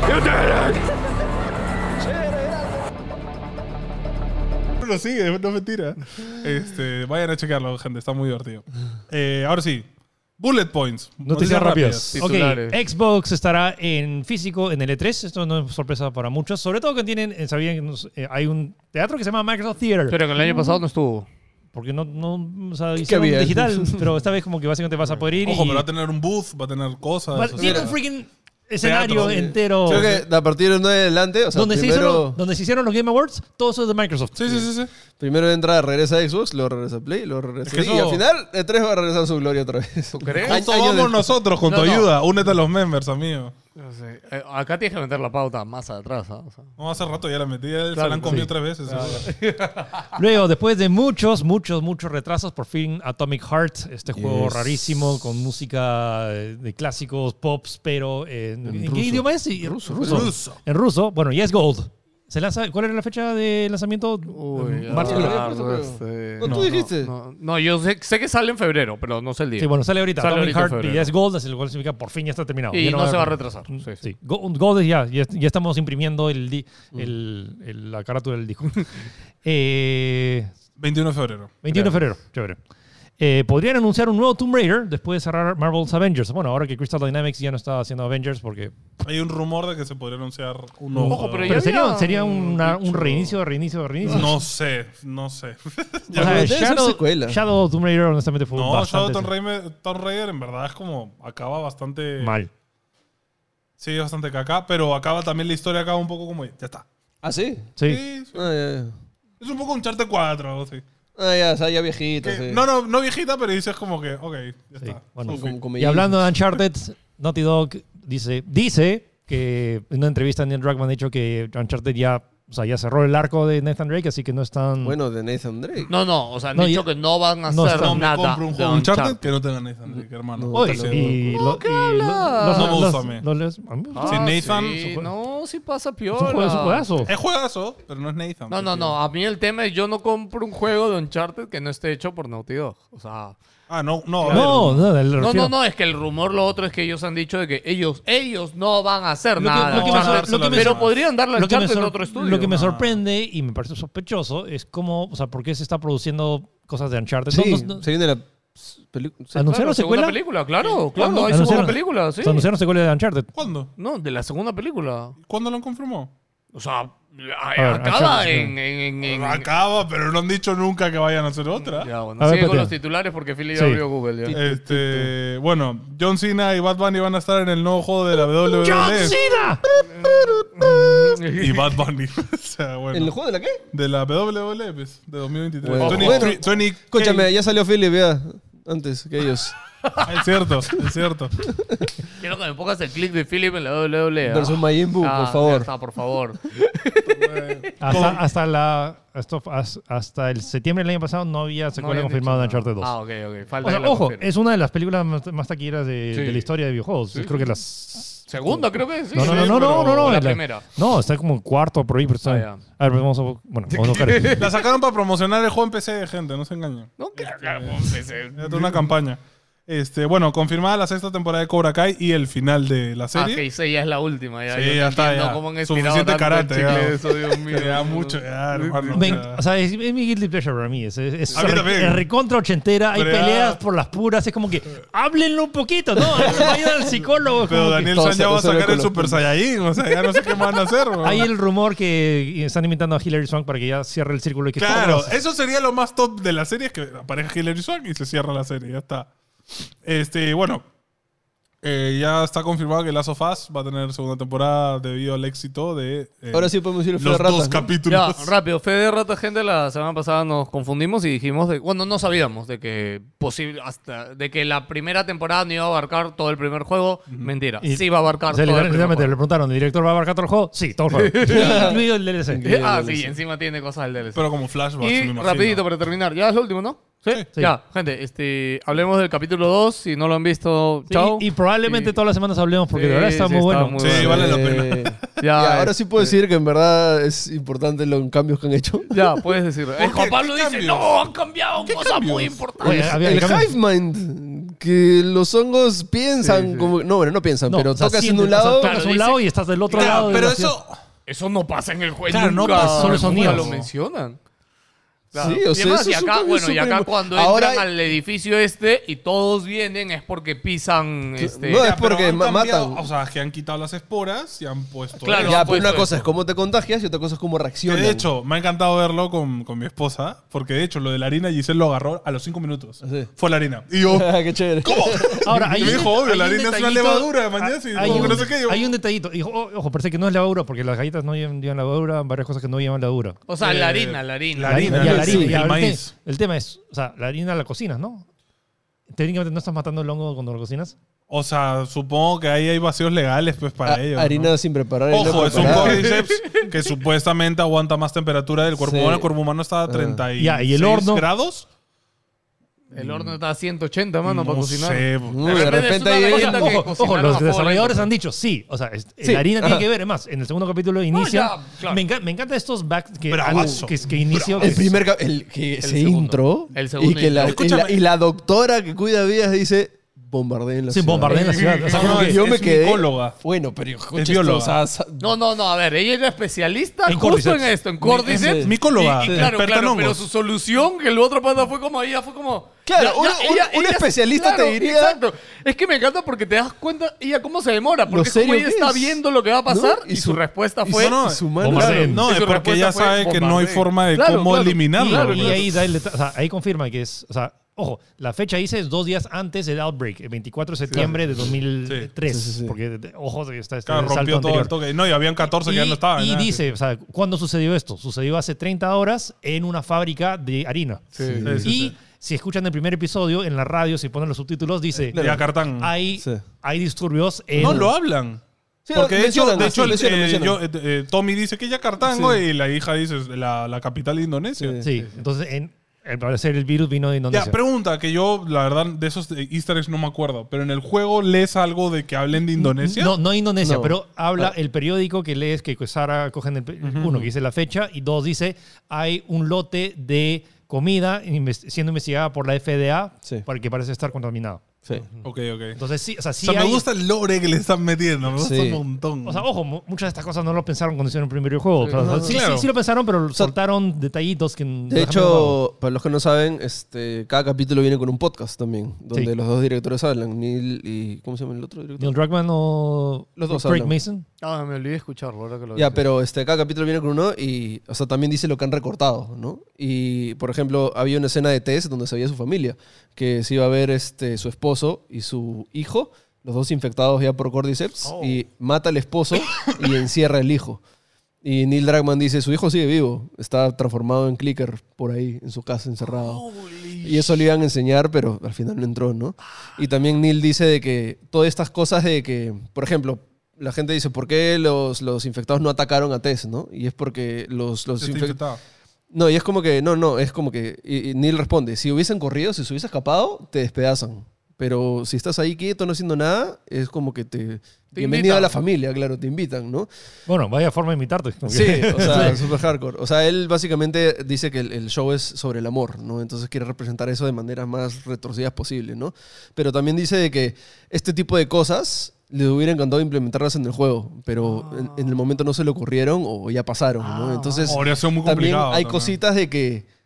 Speaker 4: Lo sigue, no es mentira. Este, vayan a checarlo, gente, está muy divertido. Eh, ahora sí, bullet points.
Speaker 3: Noticias rápidas. Ok,
Speaker 2: Titulares.
Speaker 3: Xbox estará en físico en el E3. Esto no es sorpresa para muchos. Sobre todo que tienen, eh, sabían que nos- eh, hay un teatro que se llama Microsoft Theater.
Speaker 2: Pero que el año pasado no estuvo.
Speaker 3: porque no, no o sea,
Speaker 1: ¿Qué
Speaker 3: hicieron
Speaker 1: había? [LAUGHS]
Speaker 3: digital, pero esta vez como que básicamente vas a poder ir.
Speaker 4: Ojo,
Speaker 3: y-
Speaker 4: pero va a tener un booth, va a tener cosas.
Speaker 3: Vale,
Speaker 4: o sea,
Speaker 3: tiene un freaking escenario
Speaker 4: Teatro.
Speaker 3: entero.
Speaker 1: Creo que a partir del 9 de adelante, o sea,
Speaker 3: donde, se
Speaker 1: primero,
Speaker 3: hicieron, donde se hicieron los Game Awards, todo eso es de Microsoft.
Speaker 4: sí, sí, sí, sí.
Speaker 1: primero entra, regresa a Xbox, luego regresa a Play, luego regresa
Speaker 4: Es que
Speaker 1: a Y
Speaker 4: eso-
Speaker 1: al final, E3 va a regresar a su gloria otra vez. ¿Tú [LAUGHS]
Speaker 2: crees?
Speaker 4: Justo vamos nosotros con
Speaker 2: No,
Speaker 4: tu
Speaker 2: no.
Speaker 4: ayuda. Únete a los members, amigo.
Speaker 2: No sé. Eh, acá tienes que meter la pauta más atrás. ¿ah? O sea,
Speaker 4: No, hace rato ya la metí. Él se
Speaker 2: Claro,
Speaker 4: la han comido
Speaker 2: sí.
Speaker 4: tres veces. seguro.
Speaker 3: Luego, después de muchos, muchos, muchos retrasos, por fin Atomic Heart, este juego rarísimo con música eh, de clásicos, pops, pero eh, ¿en, en qué idioma es? Y- ruso.
Speaker 4: Ruso.
Speaker 3: En ruso. Bueno, Yes Gold. Se lanza, ¿Cuál era la fecha de lanzamiento?
Speaker 2: Uy,
Speaker 3: Marzo.
Speaker 2: ah,
Speaker 1: largo,
Speaker 2: este,
Speaker 1: No, tú dijiste.
Speaker 2: No, no, yo sé, sé que sale en febrero, pero no sé el día.
Speaker 3: Sí, bueno, sale ahorita.
Speaker 2: Sale
Speaker 3: Atomic
Speaker 2: ahorita en
Speaker 3: Heart y
Speaker 2: febrero.
Speaker 3: Yes Gold, es el cual significa por fin ya está terminado.
Speaker 2: Y
Speaker 3: Ya
Speaker 2: no se va a
Speaker 3: haber-
Speaker 2: retrasar. Sí, sí.
Speaker 3: Sí, Go- Gold ya, ya, ya estamos imprimiendo el, di- el- el- la carátula del disco. [LAUGHS] eh,
Speaker 4: 21 de febrero.
Speaker 3: 21 de febrero, chévere. Eh, podrían anunciar un nuevo Tomb Raider después de cerrar Marvel's Avengers. Bueno, ahora que Crystal Dynamics ya no está haciendo Avengers porque...
Speaker 4: Hay un rumor de que se podría anunciar un nuevo.
Speaker 2: Ojo, pero
Speaker 4: juego.
Speaker 2: ya
Speaker 3: Pero sería,
Speaker 2: habían
Speaker 3: sería una- un
Speaker 2: dicho-
Speaker 3: reinicio, reinicio, reinicio.
Speaker 4: No sé, no sé.
Speaker 3: O sea,
Speaker 1: Debe ser
Speaker 3: Shadow,
Speaker 1: secuela.
Speaker 3: Shadow of Tomb Raider honestamente fue
Speaker 4: No, Shadow
Speaker 3: bastante...
Speaker 4: Tomb Raider, Tomb Raider en verdad es como acaba bastante
Speaker 3: Mal.
Speaker 4: Sí, es bastante caca, pero acaba también la historia acaba un poco como ya está.
Speaker 1: ¿Ah, sí?
Speaker 3: Sí.
Speaker 4: Sí, sí.
Speaker 1: Ah, ya, ya.
Speaker 4: Es un poco un charte 4 o algo así.
Speaker 1: Ah, ya, o sea, ya viejito,
Speaker 4: Que-
Speaker 1: sí.
Speaker 4: No, no, no viejita, pero dices como que, ok, ya
Speaker 3: Sí,
Speaker 4: está.
Speaker 3: bueno.
Speaker 4: Ok.
Speaker 1: Como- como
Speaker 3: Y hablando de Uncharted, Naughty Dog dice, dice que en una entrevista Neil Druckmann ha dicho que Uncharted ya, o sea, ya cerró el arco de Nathan Drake, así que no están...
Speaker 1: Bueno, de Nathan Drake.
Speaker 2: No, no, o sea, han
Speaker 3: No,
Speaker 2: dicho
Speaker 3: ya-
Speaker 2: que no van a
Speaker 3: no
Speaker 2: hacer
Speaker 3: está.
Speaker 4: no me
Speaker 2: nada.
Speaker 4: compro un
Speaker 2: de
Speaker 4: juego de Uncharted
Speaker 2: Uncharted.
Speaker 4: que no tenga Nathan Drake, hermano.
Speaker 1: No,
Speaker 4: Está
Speaker 1: está
Speaker 4: seguro.
Speaker 3: y lo, y lo- los-
Speaker 4: No me
Speaker 3: los-
Speaker 4: gusta a mí.
Speaker 3: los- los- a mí me gusta.
Speaker 4: Sí,
Speaker 2: Ah,
Speaker 4: Nathan,
Speaker 2: sí,
Speaker 4: es un
Speaker 2: No, sí pasa
Speaker 3: Es un juego-
Speaker 2: piola.
Speaker 3: es un juegazo.
Speaker 4: Es juegazo, pero no es Nathan.
Speaker 2: No, no, no. A mí el tema es yo no compro un juego de Uncharted que no esté hecho por Naughty Dog. O sea,
Speaker 4: Ah, no, no. a
Speaker 3: No,
Speaker 4: ver.
Speaker 3: no, del-
Speaker 2: no,
Speaker 3: refiero-
Speaker 2: no, no. Es que el rumor, lo otro es que ellos han dicho de que ellos, ellos no van a hacer
Speaker 3: Lo que-
Speaker 2: nada.
Speaker 3: lo que me
Speaker 2: Uncharted.
Speaker 4: sor- lo que me
Speaker 2: pero
Speaker 4: sor-
Speaker 2: podrían darle a
Speaker 3: Lo que, me
Speaker 2: Uncharted en
Speaker 3: sor-
Speaker 2: otro estudio.
Speaker 3: lo que me
Speaker 2: ¿no?
Speaker 3: sorprende y me parece sospechoso es cómo, o sea, por qué se está produciendo cosas de Uncharted.
Speaker 1: Sí,
Speaker 3: No, no, no- Ah,
Speaker 1: se viene la película.
Speaker 3: Anun- ¿Anunciaron
Speaker 2: Claro, segunda
Speaker 3: secuela?
Speaker 2: película, claro,
Speaker 3: ¿Cuándo?
Speaker 2: claro. Hay segunda
Speaker 3: Anunciaron-
Speaker 2: película, sí.
Speaker 3: Se anunciaron secuelas de Uncharted.
Speaker 4: ¿Cuándo?
Speaker 2: No, de la segunda película.
Speaker 4: ¿Cuándo lo confirmó?
Speaker 2: O sea, a-
Speaker 3: ver,
Speaker 2: acaba
Speaker 3: Uncharted,
Speaker 2: en, en, en, en-
Speaker 4: Acaba, pero no han dicho nunca que vayan a hacer otra.
Speaker 2: Ya, bueno,
Speaker 3: A ver,
Speaker 2: sigue con
Speaker 3: patea.
Speaker 2: los titulares porque Philly ya
Speaker 3: Sí.
Speaker 2: abrió Google. ya.
Speaker 4: Este, bueno, John Cena y Bad Bunny van a estar en el nuevo juego de la WWE.
Speaker 3: ¡John Cena!
Speaker 1: Eh,
Speaker 2: [LAUGHS]
Speaker 4: Y Bad Bunny. [LAUGHS] o
Speaker 1: ¿En
Speaker 4: sea,
Speaker 1: el
Speaker 4: bueno.
Speaker 1: juego de la qué?
Speaker 4: De la WWE, pues, de 2023.
Speaker 1: Bueno.
Speaker 4: 23, 20
Speaker 1: Escúchame, ya salió Philip, ya. Antes que ellos.
Speaker 4: Ah, Es cierto, es cierto.
Speaker 2: Quiero que me pongas el clip de Philip en la WWE.
Speaker 1: Versus Majin Buu,
Speaker 2: Ah,
Speaker 1: por
Speaker 2: ya
Speaker 1: favor.
Speaker 2: está, por
Speaker 3: [LAUGHS]
Speaker 2: favor.
Speaker 3: Hasta, hasta, la, hasta, hasta el septiembre del año pasado no había
Speaker 2: No
Speaker 3: secuela
Speaker 2: habían
Speaker 3: confirmada de
Speaker 2: dicho
Speaker 3: Uncharted 2.
Speaker 2: nada. Ah, ok, ok. Falta
Speaker 3: O sea,
Speaker 2: que la
Speaker 3: ojo,
Speaker 2: confirmen.
Speaker 3: es una de las películas más, más taquilleras de,
Speaker 2: Sí.
Speaker 3: de la historia de videojuegos. Creo que las.
Speaker 2: Segunda, creo que sí.
Speaker 3: No, no,
Speaker 2: Sí,
Speaker 3: no, no, no,
Speaker 2: pero
Speaker 3: no, no.
Speaker 2: La
Speaker 3: es la-
Speaker 2: primera.
Speaker 3: No, está como cuarto por ahí. Pero está-
Speaker 2: Ah, ya.
Speaker 3: A ver, pues vamos a, bueno, vamos a
Speaker 2: [LAUGHS]
Speaker 3: buscar. esto.
Speaker 4: La sacaron para promocionar el juego en PC, gente, no se engañen.
Speaker 2: No, que ese-
Speaker 4: Era toda una campaña. Este, bueno, confirmada la sexta temporada de Cobra Kai y el final de la
Speaker 2: Ah,
Speaker 4: serie.
Speaker 2: que hice ya es la última. Ya,
Speaker 4: Sí,
Speaker 2: Yo no
Speaker 4: ya está,
Speaker 2: entiendo
Speaker 4: ya.
Speaker 2: cómo han estirado
Speaker 4: Suficiente
Speaker 2: tanto el
Speaker 4: karate,
Speaker 2: chicle
Speaker 4: ya.
Speaker 2: de eso,
Speaker 4: [LAUGHS]
Speaker 2: Dios mío.
Speaker 4: Ya, mucho, ya, hermano.
Speaker 3: Me-
Speaker 4: ya.
Speaker 3: o sea, es, es mi guilty pleasure para Ah. mí. Es, es, es
Speaker 4: A mí
Speaker 3: re-
Speaker 4: también.
Speaker 3: es recontra ochentera. Hay
Speaker 4: Pero ya-
Speaker 3: peleas por las puras. Es como que háblenlo un poquito, ¿no? Vayan al psicólogo. es
Speaker 4: Pero
Speaker 3: como que-
Speaker 4: Daniel
Speaker 1: todo
Speaker 4: San ya
Speaker 1: se
Speaker 4: va a
Speaker 1: resuelve
Speaker 4: sacar
Speaker 1: con
Speaker 4: el
Speaker 1: los
Speaker 4: Super
Speaker 1: puntos.
Speaker 4: Saiyajin, o sea, ya no sé qué más van a hacer. weón.
Speaker 3: Hay el rumor que están imitando a Hillary Swank para que ya cierre el círculo y que
Speaker 4: Claro,
Speaker 3: todos-
Speaker 4: eso sería lo más top de la serie, es que aparezca Hillary Swank y se cierra la serie, ya está. Este, bueno, eh, ya está confirmado que Last of Us va a tener segunda temporada debido al éxito de eh,
Speaker 1: Ahora sí podemos decir el
Speaker 4: los
Speaker 1: Fede Ratas,
Speaker 4: dos
Speaker 1: ¿no?
Speaker 4: capítulos.
Speaker 2: Ya, rápido, Fede de Rata, gente, la semana pasada nos confundimos y dijimos, de, bueno, no sabíamos de que posible hasta de que la primera temporada no iba a abarcar todo el primer juego. Mentira,
Speaker 3: Y-
Speaker 2: sí va a abarcar
Speaker 3: O sea,
Speaker 2: todo el primer
Speaker 3: literalmente le
Speaker 2: juego.
Speaker 3: preguntaron, ¿el director va a abarcar todo el juego? Sí, todo el juego. [LAUGHS] Incluido el DLC.
Speaker 2: Eh, [LAUGHS] ah, sí, encima tiene cosas del DLC.
Speaker 4: Pero como flashbacks, me
Speaker 2: y
Speaker 4: imagino.
Speaker 2: rapidito para terminar, ya es lo último, ¿no? Sí,
Speaker 3: Sí.
Speaker 2: ya, gente, este, hablemos del capítulo 2, si no lo han visto,
Speaker 3: Sí,
Speaker 2: chao.
Speaker 3: Y, probablemente
Speaker 2: Sí.
Speaker 3: todas las semanas hablemos porque
Speaker 2: Sí,
Speaker 3: de verdad está
Speaker 2: sí,
Speaker 3: muy
Speaker 2: está
Speaker 3: bueno.
Speaker 2: muy
Speaker 4: Sí,
Speaker 2: bueno.
Speaker 4: vale la
Speaker 1: Eh, [LAUGHS]
Speaker 2: Ya,
Speaker 1: ya, ahora
Speaker 2: es-
Speaker 1: sí puedo decir que en verdad es importante los cambios que han hecho.
Speaker 2: Ya, puedes decir. Eh,
Speaker 4: qué?
Speaker 2: Juan Pablo
Speaker 4: ¿Qué
Speaker 2: dice,
Speaker 4: cambios?
Speaker 2: no, han cambiado
Speaker 4: ¿Qué
Speaker 2: cosas muy
Speaker 4: cambios?
Speaker 2: importantes.
Speaker 3: Oye,
Speaker 1: el
Speaker 3: había- había-
Speaker 1: Hive Mind, que los hongos piensan
Speaker 2: Sí, sí.
Speaker 1: como... No, bueno, no piensan,
Speaker 3: No,
Speaker 1: pero
Speaker 3: o sea,
Speaker 1: tocas en
Speaker 3: sientes,
Speaker 1: un
Speaker 3: o sea,
Speaker 1: lado...
Speaker 3: tocas
Speaker 2: Claro,
Speaker 3: un
Speaker 2: dice-
Speaker 3: lado y estás del otro
Speaker 4: Claro,
Speaker 3: lado. de
Speaker 4: pero
Speaker 3: la ciudad.
Speaker 4: eso,
Speaker 2: Eso no pasa en el juego.
Speaker 4: Claro, no
Speaker 2: nunca,
Speaker 4: pasa.
Speaker 3: Solo son
Speaker 2: nunca
Speaker 3: días.
Speaker 2: lo mencionan.
Speaker 1: Sí, o sea,
Speaker 2: y además,
Speaker 1: eso
Speaker 2: y
Speaker 1: es un
Speaker 2: acá,
Speaker 1: cambio
Speaker 2: bueno, y
Speaker 1: súper
Speaker 2: acá
Speaker 1: impo-
Speaker 2: cuando
Speaker 1: Ahora-
Speaker 2: entran al edificio este y todos vienen es porque pisan este.
Speaker 1: no,
Speaker 4: Ya,
Speaker 1: es porque
Speaker 4: pero han
Speaker 1: ma-
Speaker 4: cambiado,
Speaker 1: matan.
Speaker 4: O sea, que han quitado las esporas y han puesto.
Speaker 2: Claro,
Speaker 1: ya,
Speaker 2: han
Speaker 1: pero una
Speaker 2: puesto
Speaker 1: cosa
Speaker 2: eso.
Speaker 1: es cómo te contagias y otra cosa es cómo
Speaker 4: Que
Speaker 1: reaccionas.
Speaker 4: de hecho, me ha encantado verlo con, con mi esposa, porque de hecho lo de la harina Giselle lo agarró a los cinco minutos.
Speaker 1: Sí.
Speaker 4: Fue la harina. Y
Speaker 1: [LAUGHS]
Speaker 4: yo, [LAUGHS] ¡oh!
Speaker 1: Qué chévere.
Speaker 4: ¿cómo?
Speaker 3: Ahora, hay
Speaker 4: Y me
Speaker 3: un
Speaker 4: dijo,
Speaker 3: det-
Speaker 4: obvio,
Speaker 3: hay
Speaker 4: la
Speaker 3: un
Speaker 4: harina es una
Speaker 3: detallito-
Speaker 4: levadura, mañana sí,
Speaker 3: hay
Speaker 4: como que
Speaker 3: un-
Speaker 4: no sé qué. Yo,
Speaker 3: Hay un detallito. Dijo, oh, ojo, parece que no es levadura porque las galletas no llevan, llevan levadura, varias cosas que no llevan levadura.
Speaker 2: o sea,
Speaker 4: eh,
Speaker 2: la harina, la harina.
Speaker 4: la harina,
Speaker 3: y a la
Speaker 4: sí,
Speaker 3: harina, y
Speaker 4: el
Speaker 3: ahora el,
Speaker 4: maíz.
Speaker 3: te- el tema es, o sea, la harina la cocinas, ¿no? Técnicamente no estás matando el hongo cuando lo cocinas.
Speaker 4: O sea, supongo que ahí hay vacíos legales pues para
Speaker 1: Ah,
Speaker 4: ellos.
Speaker 1: harina
Speaker 4: ¿no?
Speaker 1: sin preparar. harina
Speaker 4: Ojo, es un
Speaker 1: preparada. [LAUGHS]
Speaker 4: cordyceps que supuestamente aguanta más temperatura del cuerpo
Speaker 1: Sí. Ah.
Speaker 4: humano. El cuerpo humano está a 36
Speaker 3: Ya, y el horno.
Speaker 4: grados.
Speaker 2: el horno está a 180, mano, para
Speaker 4: No
Speaker 2: cocinar.
Speaker 4: sé, pues. bro.
Speaker 1: Uy, de repente
Speaker 2: es una
Speaker 1: ahí...
Speaker 2: galleta que
Speaker 3: Ojo,
Speaker 2: cocinar
Speaker 3: ojo,
Speaker 2: a
Speaker 3: los
Speaker 2: fuego
Speaker 3: desarrolladores
Speaker 2: lento.
Speaker 3: han dicho sí. O sea, es-
Speaker 1: Sí,
Speaker 3: la harina
Speaker 1: ajá.
Speaker 3: tiene que ver. Es más, en el segundo capítulo inicia.
Speaker 2: claro.
Speaker 3: me, enca- me encanta estos backs que,
Speaker 4: Bravazo.
Speaker 3: que, que inicio.
Speaker 1: El
Speaker 3: que-
Speaker 1: primer cap- el que se
Speaker 2: segundo.
Speaker 1: intro
Speaker 2: El segundo
Speaker 1: y que la,
Speaker 2: intro.
Speaker 1: y, la, y la doctora que cuida vidas dice bombardeen la
Speaker 3: Sí,
Speaker 1: ciudad".
Speaker 3: bombardeen la ciudad. O sea,
Speaker 4: No,
Speaker 3: como que-
Speaker 4: es-
Speaker 1: yo me
Speaker 4: es
Speaker 1: quedé
Speaker 4: micóloga.
Speaker 1: Bueno, pero escucha esto,
Speaker 4: bióloga.
Speaker 1: o sea, sa-
Speaker 2: No, no, no, a ver, ella era especialista
Speaker 3: En
Speaker 2: justo
Speaker 3: cordyceps.
Speaker 2: en esto, en cordyceps.
Speaker 1: Sí.
Speaker 4: Micóloga,
Speaker 2: Y- y claro,
Speaker 4: experta en
Speaker 2: claro,
Speaker 4: hongos.
Speaker 2: pero su solución, que el otro pata fue como ella, fue como.
Speaker 1: Claro, un- un- un especialista te diría-
Speaker 2: Exacto. Es que me encanta porque te das cuenta, ella cómo se demora,
Speaker 1: Lo
Speaker 2: porque es como
Speaker 1: serio
Speaker 2: ella
Speaker 1: que
Speaker 2: está
Speaker 1: es.
Speaker 2: viendo lo que va a pasar
Speaker 1: ¿No?
Speaker 2: y, su, respuesta
Speaker 1: y
Speaker 2: fue.
Speaker 1: su- y su mano.
Speaker 3: Bombardeen.
Speaker 1: Claro.
Speaker 4: No,
Speaker 2: Y
Speaker 4: es
Speaker 2: su
Speaker 4: porque
Speaker 2: respuesta
Speaker 4: ella
Speaker 2: fue
Speaker 4: sabe que no hay
Speaker 2: bombardeo.
Speaker 4: forma de
Speaker 2: Claro,
Speaker 4: cómo
Speaker 2: claro.
Speaker 4: eliminarlo.
Speaker 3: Y,
Speaker 2: Claro,
Speaker 3: y
Speaker 2: claro.
Speaker 3: ahí, da el deta- o sea, ahí confirma que es. O sea, ojo, la fecha dice es dos días antes del outbreak, el 24 de septiembre de 2003.
Speaker 1: Sí, sí, sí.
Speaker 3: Porque, de- ojo, está este
Speaker 4: Claro,
Speaker 3: salto
Speaker 4: rompió todo el
Speaker 3: anterior.
Speaker 4: toque. No, y habían 14 que ya no estaban.
Speaker 3: y
Speaker 4: ¿eh?
Speaker 3: dice, o sea, ¿cuándo sucedió esto? Sucedió hace 30 horas en una fábrica de harina.
Speaker 4: Sí, sí,
Speaker 3: y
Speaker 4: sí, sí.
Speaker 3: si escuchan el primer episodio, en la radio, si ponen los subtítulos, dice,
Speaker 4: Y a Cartán.
Speaker 3: hay,
Speaker 1: Sí.
Speaker 3: hay disturbios en...
Speaker 4: No lo hablan.
Speaker 1: Sí,
Speaker 4: Porque de hecho,
Speaker 1: mencionan,
Speaker 4: de hecho,
Speaker 1: sí,
Speaker 4: el-
Speaker 1: mencionan,
Speaker 4: eh,
Speaker 1: mencionan.
Speaker 4: yo- eh, eh, Tommy dice que Yakartango
Speaker 1: Sí.
Speaker 4: y la hija dice la, la capital de Indonesia.
Speaker 3: Sí, entonces, en, al parecer el virus vino de Indonesia.
Speaker 4: Ya, pregunta, que yo, la verdad, de esos eh, easter eggs no me acuerdo, pero en el juego lees algo de que hablen de Indonesia.
Speaker 3: No, no Indonesia,
Speaker 1: No. Ah.
Speaker 3: pero habla el periódico que lees que Sara cogen el pe- uno que dice la fecha y dos dice hay un lote de comida inves- siendo investigada por la FDA
Speaker 1: Sí.
Speaker 3: para que parece estar contaminado.
Speaker 1: Sí.
Speaker 4: Ok, ok.
Speaker 3: Entonces sí, o sea,
Speaker 4: o
Speaker 3: sí
Speaker 4: sea, me
Speaker 3: hay-
Speaker 4: gusta el lore que le están metiendo, me gusta
Speaker 1: Sí.
Speaker 4: un montón.
Speaker 3: o sea, ojo, mu- muchas de estas cosas no lo pensaron cuando hicieron el primer juego.
Speaker 2: Sí.
Speaker 3: Pero, o sea,
Speaker 4: No,
Speaker 3: sí,
Speaker 4: claro.
Speaker 3: sí, sí lo pensaron, pero
Speaker 1: sea,
Speaker 3: soltaron detallitos que
Speaker 1: De hecho, para los que no saben, este, cada capítulo viene con un podcast también, donde
Speaker 3: Sí.
Speaker 1: los dos directores hablan, Neil y ¿cómo se llama el otro director?
Speaker 3: Neil Druckmann o
Speaker 1: Los dos
Speaker 3: Craig
Speaker 1: hablan.
Speaker 3: Mason.
Speaker 2: Ah, me olvidé de escucharlo ahora que lo
Speaker 1: Ya,
Speaker 2: dices.
Speaker 1: pero este, cada capítulo viene con uno y, o sea, también dice lo que han recortado, ¿no? Y, por ejemplo, había una escena de Tess donde se veía su familia, que se iba a ver este, su esposo y su hijo, los dos infectados ya por Cordyceps,
Speaker 3: Oh.
Speaker 1: y mata al esposo y encierra al hijo. Y Neil Dragman dice, su hijo sigue vivo, está transformado en clicker por ahí, en su casa, encerrado. Y eso le iban a enseñar, pero al final no entró, ¿no? Y también Neil dice de que todas estas cosas de que, por ejemplo, la gente dice, ¿por qué los, los infectados no atacaron a Tess, no? Y es porque los, los
Speaker 4: Está
Speaker 1: infec-
Speaker 4: infectado.
Speaker 1: No, y es como que, no, no, es como que, y- y Neil responde, si hubiesen corrido, si se hubiese escapado, te despedazan. Pero si estás ahí quieto, no haciendo nada, es como que te... bienvenido
Speaker 2: invitan.
Speaker 1: a la familia, claro, te invitan, ¿no?
Speaker 3: Bueno, vaya forma de invitarte.
Speaker 1: Sí,
Speaker 3: [LAUGHS]
Speaker 1: o sea, super hardcore. O sea, él básicamente dice que el, el show es sobre el amor, ¿no? Entonces quiere representar eso de maneras más retorcidas posible, ¿no? Pero también dice de que este tipo de cosas le hubiera encantado implementarlas en el juego, pero en, en el momento no se le ocurrieron o ya pasaron, ¿no? Entonces
Speaker 4: Habría sido Ah, oh, muy
Speaker 1: pues, también
Speaker 4: complicado.
Speaker 1: hay
Speaker 4: también.
Speaker 1: cositas de que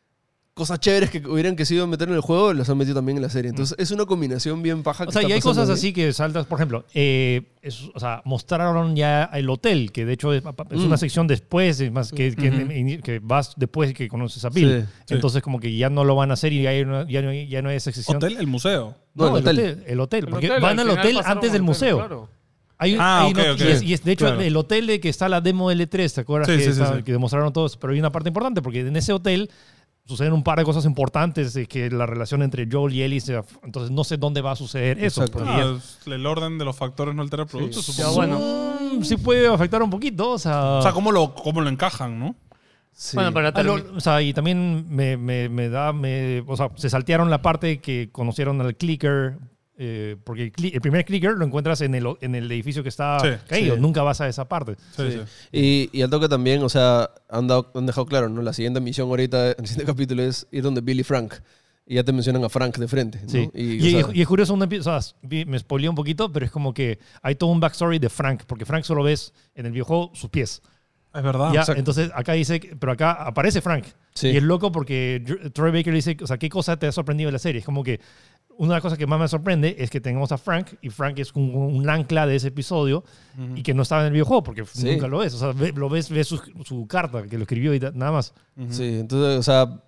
Speaker 1: cosas chéveres que hubieran que sido meter en el juego, las han metido también en la serie. Entonces,
Speaker 4: Mm.
Speaker 1: es una combinación bien paja.
Speaker 3: O sea, y hay cosas así que saltas, por ejemplo, eh, es- o sea, mostraron ya el hotel, que de hecho es, es
Speaker 4: Mm.
Speaker 3: una sección después, es más que, que- que vas después que conoces a Bill.
Speaker 1: Sí,
Speaker 3: Entonces como que ya no lo van a hacer y ya, hay una- ya no, hay- ya no hay esa sección.
Speaker 4: Hotel, el museo.
Speaker 3: No,
Speaker 1: No, el
Speaker 3: el hotel.
Speaker 1: hotel.
Speaker 3: El hotel, porque
Speaker 2: hotel,
Speaker 3: van al
Speaker 2: final
Speaker 3: hotel
Speaker 2: pasaron
Speaker 3: antes
Speaker 2: al hotel,
Speaker 3: del museo.
Speaker 2: claro.
Speaker 3: Hay,
Speaker 4: Ah,
Speaker 3: hay
Speaker 4: ok,
Speaker 3: uno-
Speaker 4: ok.
Speaker 3: Y, es, y es- de hecho,
Speaker 4: Claro.
Speaker 3: el hotel de que está la demo de L3, ¿te acuerdas?
Speaker 4: Sí,
Speaker 3: que,
Speaker 4: sí, sí,
Speaker 3: está-
Speaker 4: sí.
Speaker 3: que demostraron todos. Pero hay una parte importante, porque en ese hotel suceden un par de cosas importantes, eh, que la relación entre Joel y Ellie, se af- entonces no sé dónde va a suceder eso.
Speaker 1: Exacto.
Speaker 3: porque
Speaker 4: Ah, el orden de los factores no altera el producto,
Speaker 2: Ya,
Speaker 4: supongo.
Speaker 2: bueno.
Speaker 3: ya- mm, sí puede afectar un poquito, o sea...
Speaker 4: O sea, ¿cómo lo, cómo lo encajan, no?
Speaker 2: Bueno, para
Speaker 3: Ah, lo-
Speaker 2: terminar.
Speaker 3: o sea, y también me, me- me da, me- o sea, se saltearon la parte que conocieron al clicker, eh, porque el, cli- el primer clicker lo encuentras en el, o- en el edificio que está
Speaker 4: Sí,
Speaker 3: caído,
Speaker 1: sí.
Speaker 3: nunca vas a esa parte.
Speaker 4: Sí, sí.
Speaker 1: Y, y al toque también, o sea, han, dado- han dejado claro, ¿no? La siguiente misión ahorita, el siguiente [LAUGHS] capítulo es ir donde Billy Frank. Y ya te mencionan a Frank de frente. ¿no?
Speaker 3: Sí. Y,
Speaker 1: o sea,
Speaker 3: y- y es curioso, uno empieza- o sea, vi- me spoileé un poquito, pero es como que hay todo un backstory de Frank, porque Frank solo ves en el videojuego sus pies.
Speaker 4: Es verdad.
Speaker 3: Ya,
Speaker 1: Ah, exacto.
Speaker 3: entonces acá dice, que- pero acá aparece Frank.
Speaker 1: Sí.
Speaker 3: Y es loco porque Dr- Troy Baker dice, o sea, ¿qué cosa te ha sorprendido de la serie? Es como que una de las cosas que más me sorprende es que tengamos a Frank y Frank es un, un ancla de ese episodio y que no estaba en el videojuego porque
Speaker 1: Sí.
Speaker 3: nunca lo ves. O sea, ve- lo ves, ves su, su carta que lo escribió y da- nada más.
Speaker 1: Sí, entonces, o sea,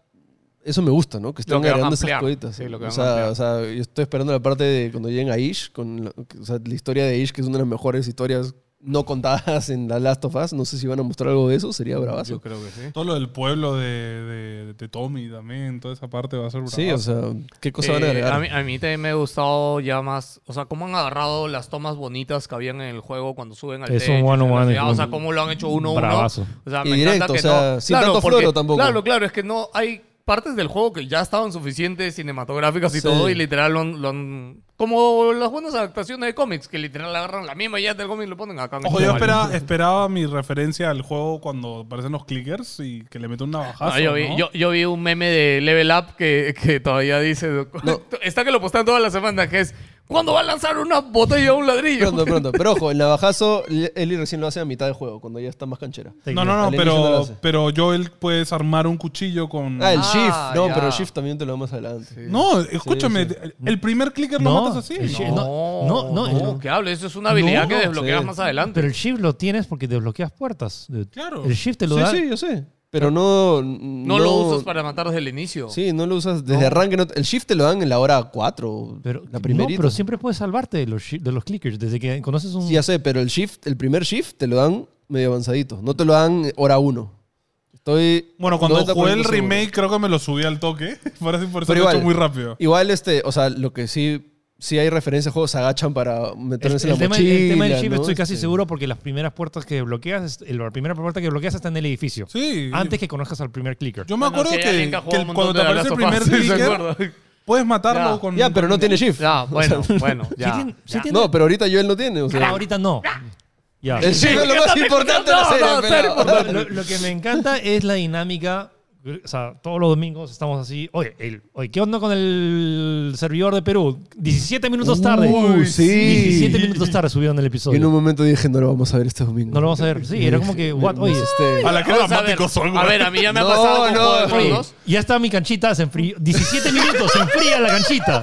Speaker 1: eso me gusta, ¿no? Que
Speaker 2: Lo
Speaker 1: estén
Speaker 2: que van a
Speaker 1: agregando esas
Speaker 2: ampliar.
Speaker 1: cositas.
Speaker 2: Sí, lo que
Speaker 1: o,
Speaker 2: van a
Speaker 1: sea, o sea, yo estoy esperando la parte de cuando lleguen a Ish, con la, o sea, la historia de Ish, que es una de las mejores historias no contadas en The Last of Us. No sé si van a mostrar algo de eso, sería bravazo.
Speaker 2: Yo creo que sí.
Speaker 4: Todo lo del pueblo de, de, de Tommy también, toda esa parte va a ser bravazo.
Speaker 1: Sí, o sea, ¿qué cosa van a
Speaker 2: Eh,
Speaker 1: agregar?
Speaker 2: a, mí, a mí también me ha gustado ya más, o sea, cómo han agarrado las tomas bonitas que habían en el juego cuando suben al
Speaker 3: Es
Speaker 2: techo,
Speaker 3: un one-on-one,
Speaker 2: ya,
Speaker 3: es
Speaker 2: o sea,
Speaker 3: un
Speaker 2: cómo lo han hecho uno a uno.
Speaker 3: bravazo.
Speaker 2: O sea,
Speaker 1: Y
Speaker 2: me
Speaker 1: directo,
Speaker 2: encanta que
Speaker 1: o sea,
Speaker 2: no-
Speaker 1: sin tanto floro tampoco.
Speaker 2: Claro, claro, es que no hay partes del juego que ya estaban suficientes cinematográficas y
Speaker 1: Sí.
Speaker 2: todo y literal lo han, lo han- como las buenas adaptaciones de cómics que literal agarran la misma ya del cómic y lo ponen acá. en el
Speaker 4: Ojo, yo
Speaker 2: juego.
Speaker 4: esperaba, esperaba mi referencia al juego cuando aparecen los clickers y que le meten una bajada.
Speaker 2: Ah, yo, vi, yo- yo vi un meme de Level Up que, que todavía dice. [LAUGHS] Está que lo postean toda la semana, que es. ¿Cuándo va a lanzar una botella o un ladrillo? [LAUGHS]
Speaker 1: Pronto, pronto. Pero ojo, el navajazo, Eli recién lo hace a mitad de juego, cuando ya está más canchera.
Speaker 4: No, no, no,
Speaker 1: Al inicio no lo
Speaker 4: pero,
Speaker 1: hace.
Speaker 4: pero Joel puedes armar un cuchillo con.
Speaker 1: Ah, el
Speaker 2: Ah,
Speaker 1: Shift. No,
Speaker 2: ya.
Speaker 1: pero Shift también te lo vamos adelante.
Speaker 4: No, escúchame, el primer clicker lo
Speaker 3: No,
Speaker 4: matas así.
Speaker 3: el shi-
Speaker 4: No.
Speaker 3: No, no, no, el-
Speaker 2: que hable, eso es una habilidad
Speaker 1: No,
Speaker 2: que desbloqueas
Speaker 1: sí.
Speaker 2: más adelante.
Speaker 3: Pero el shift lo tienes porque desbloqueas puertas.
Speaker 4: Claro.
Speaker 3: El shift te lo
Speaker 1: sí,
Speaker 3: da.
Speaker 1: sí, yo sé. Pero no...
Speaker 2: no, lo usas para matar desde el inicio.
Speaker 1: Sí, no lo usas desde arranque. no te- el shift te lo dan en la hora 4.
Speaker 3: Pero,
Speaker 1: la
Speaker 3: no,
Speaker 1: primerita.
Speaker 3: pero siempre puedes salvarte de los, shi- de los clickers. Desde que conoces un.
Speaker 1: Sí, ya sé, pero el shift, el primer shift te lo dan medio avanzadito. No te lo dan eh, hora 1. Estoy.
Speaker 4: Bueno, cuando
Speaker 1: 90%
Speaker 4: jugué el
Speaker 1: seguro.
Speaker 4: remake, creo que me lo subí al toque. [LAUGHS] Parece por eso
Speaker 1: Pero
Speaker 4: lo he hecho
Speaker 1: igual.
Speaker 4: muy rápido.
Speaker 1: Igual, este, o sea, lo que sí. Sí hay referencia a juegos, se agachan para
Speaker 3: El,
Speaker 1: meterse
Speaker 3: el
Speaker 1: en la
Speaker 3: tema, el
Speaker 1: mochila.
Speaker 3: tema del shift
Speaker 1: ¿no?
Speaker 3: estoy casi
Speaker 1: Este,
Speaker 3: seguro porque las primeras puertas que bloqueas, es- la primera puerta que bloqueas está en el edificio.
Speaker 4: Sí.
Speaker 3: Antes que conozcas al primer clicker.
Speaker 4: Yo me
Speaker 2: Bueno,
Speaker 4: acuerdo
Speaker 2: si hay Ah, alguien
Speaker 4: que,
Speaker 2: ha jugado
Speaker 4: que
Speaker 2: un montón
Speaker 4: cuando te
Speaker 2: de
Speaker 4: aparece el
Speaker 2: The Last of
Speaker 4: primer
Speaker 2: Us, [LAUGHS] sí, se
Speaker 4: clicker,
Speaker 2: acuerda.
Speaker 4: puedes matarlo
Speaker 2: Ya.
Speaker 4: con.
Speaker 1: Ya, pero no tiene shift.
Speaker 2: Ya, bueno, bueno,
Speaker 3: Sí
Speaker 2: ya.
Speaker 3: tiene- sí
Speaker 2: ya.
Speaker 3: tiene-
Speaker 1: No, pero ahorita Joel no tiene. O
Speaker 3: Ah,
Speaker 1: sea,
Speaker 3: ahorita no. Ya.
Speaker 1: el shift es lo más importante de la
Speaker 2: No,
Speaker 1: serie,
Speaker 2: no,
Speaker 1: pelado.
Speaker 2: ser importante.
Speaker 3: Lo, lo que me encanta es la dinámica. O sea, todos los domingos estamos así. Oye, el- oye, ¿qué onda con el servidor de Perú? 17 minutos tarde.
Speaker 1: Uy, sí.
Speaker 3: 17 minutos tarde subieron
Speaker 1: Y en
Speaker 3: el
Speaker 1: un
Speaker 3: episodio.
Speaker 1: momento dije, no lo vamos a ver este domingo.
Speaker 3: No lo vamos a ver. Sí, era como que, what? Oye,
Speaker 1: Este,
Speaker 4: A la que
Speaker 2: Ah, Vamos a ver,
Speaker 4: dramático soy,
Speaker 2: A
Speaker 4: güey.
Speaker 2: ver, a mí ya me ha
Speaker 1: No,
Speaker 2: pasado con
Speaker 1: no,
Speaker 2: Juego de
Speaker 1: oye.
Speaker 2: Tronos.
Speaker 3: Ya está mi canchita, se enfrió. 17 minutos, se enfría la canchita.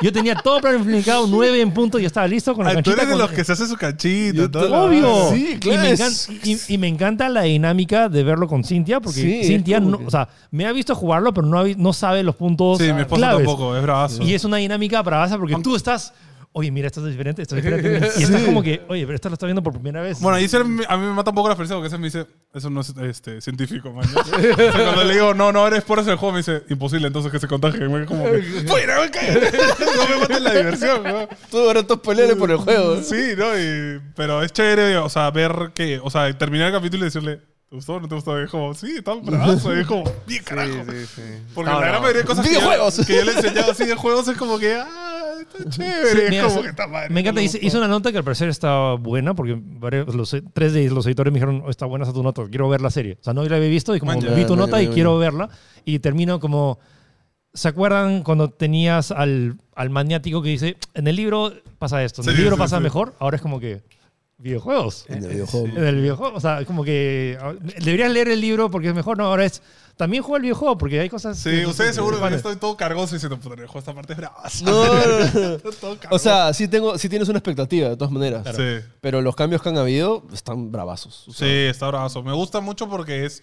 Speaker 3: Yo tenía todo planificado, 9 en punto, y estaba listo con la
Speaker 4: Ah, Tú
Speaker 3: canchita.
Speaker 4: eres de
Speaker 3: cuando-
Speaker 4: los que Ah, se hace su cachita.
Speaker 1: Yo
Speaker 4: toda la-
Speaker 3: Obvio.
Speaker 1: Sí, claro,
Speaker 3: Y me,
Speaker 1: es-
Speaker 3: encan- y- y me encanta la dinámica de verlo con Cintia, porque
Speaker 1: Sí, es
Speaker 3: Cintia,
Speaker 1: como
Speaker 3: no-
Speaker 1: que-
Speaker 3: o sea, me ha visto jugarlo, pero no, ha vi- no sabe los puntos
Speaker 4: Sí, mi esposo
Speaker 3: claves.
Speaker 4: tampoco, es bravazo.
Speaker 3: Y es una dinámica bravaza porque tú estás, oye, mira, esto es
Speaker 4: [LAUGHS]
Speaker 3: diferente, esto es diferente. Y estás como que, oye, pero esto lo estás viendo por primera vez.
Speaker 4: Bueno, ahí se- a mí me mata un poco la felicidad porque ese me dice, eso no es este, científico, man. [LAUGHS] O sea, cuando le digo, no, no, eres por eso el juego, me dice, imposible, entonces que se contagie. Me como que, [LAUGHS] ¡Fuera, me cae! No me mates la diversión, ¿no?
Speaker 1: tú ahora estás peleando por el juego.
Speaker 4: Sí, ¿no? Y- pero es chévere, o sea, ver que, o sea, terminar el capítulo y decirle, ¿te gustó o no te gustó? Y dijo, sí, está bravazo. Y dijo, bien carajo. Porque
Speaker 2: Está
Speaker 4: la gran
Speaker 2: bravo.
Speaker 4: mayoría de cosas que yo,
Speaker 1: ¡Videojuegos!
Speaker 4: que yo le he enseñado así de juegos es como que, ah, está
Speaker 3: Sí,
Speaker 4: chévere. es
Speaker 3: mira,
Speaker 4: como
Speaker 3: eso-
Speaker 4: que está madre.
Speaker 3: me encanta,
Speaker 4: está
Speaker 3: hice, hice una nota que al parecer está buena, porque varios- los, e, tres de los editores me dijeron, "Oh, está buena esa tu nota, quiero ver la serie. O sea, no la había visto y como
Speaker 4: Maña.
Speaker 3: vi tu
Speaker 1: Maña,
Speaker 3: nota y
Speaker 1: maña,
Speaker 3: quiero verla. Y termino como, ¿se acuerdan cuando tenías al, al maniático que dice, en el libro pasa esto, en el
Speaker 4: Sí,
Speaker 3: libro
Speaker 4: sí,
Speaker 3: pasa
Speaker 4: sí.
Speaker 3: mejor? Ahora es como que... videojuegos.
Speaker 1: En el videojuego.
Speaker 3: En el videojuego. O sea, como que ah, deberías leer el libro porque es mejor. No, ahora es también juega el videojuego porque hay cosas.
Speaker 4: Sí, ustedes seguro que estoy todo cargoso y se te puto, esta parte es brava.
Speaker 1: No, no, no.
Speaker 4: [LAUGHS] todo cargoso.
Speaker 1: O sea, sí, tengo, sí tienes una expectativa, de todas maneras.
Speaker 4: Sí.
Speaker 1: Pero los cambios que han habido están bravazos. O sea,
Speaker 4: Sí, está bravazo. Me gusta mucho porque es.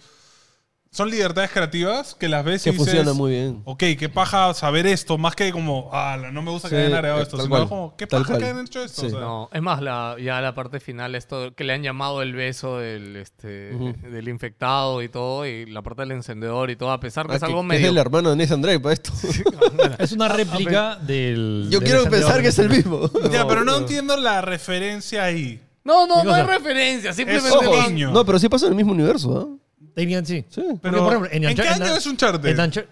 Speaker 4: Son libertades creativas que las ves
Speaker 1: Que
Speaker 4: y dices,
Speaker 1: funcionan muy bien.
Speaker 4: Ok, qué paja saber esto, más que como, ah, no me gusta
Speaker 1: Sí,
Speaker 4: que hayan agregado
Speaker 1: eh,
Speaker 4: esto,
Speaker 1: tal
Speaker 4: sino
Speaker 1: cual,
Speaker 4: como, qué
Speaker 1: tal
Speaker 4: paja que
Speaker 1: cual.
Speaker 4: hayan hecho esto.
Speaker 1: Sí.
Speaker 4: O sea,
Speaker 2: No, es más, la, ya la parte final, esto que le han llamado el beso del, este, del infectado y todo, y la parte del encendedor y todo, a pesar que
Speaker 1: ah,
Speaker 2: es algo
Speaker 1: que- que
Speaker 2: medio.
Speaker 1: es el hermano de Nathan Drake para esto.
Speaker 3: [LAUGHS] Es
Speaker 4: Ah,
Speaker 3: una réplica del.
Speaker 1: Yo
Speaker 3: del
Speaker 1: quiero
Speaker 3: encendedor.
Speaker 1: pensar que es el mismo.
Speaker 4: Ya, pero no entiendo la referencia ahí.
Speaker 2: No, no, no hay
Speaker 3: Cosa.
Speaker 2: referencia, simplemente.
Speaker 4: Ojo.
Speaker 2: van-
Speaker 4: guiño.
Speaker 1: No, pero sí pasa en el mismo universo, ¿ah?
Speaker 3: Tenían, sí.
Speaker 1: Sí.
Speaker 4: Pero,
Speaker 3: por ejemplo, en
Speaker 4: ¿en, qué
Speaker 3: Uncharted-
Speaker 4: año
Speaker 3: en-
Speaker 4: es un charter?
Speaker 3: El Dungeon-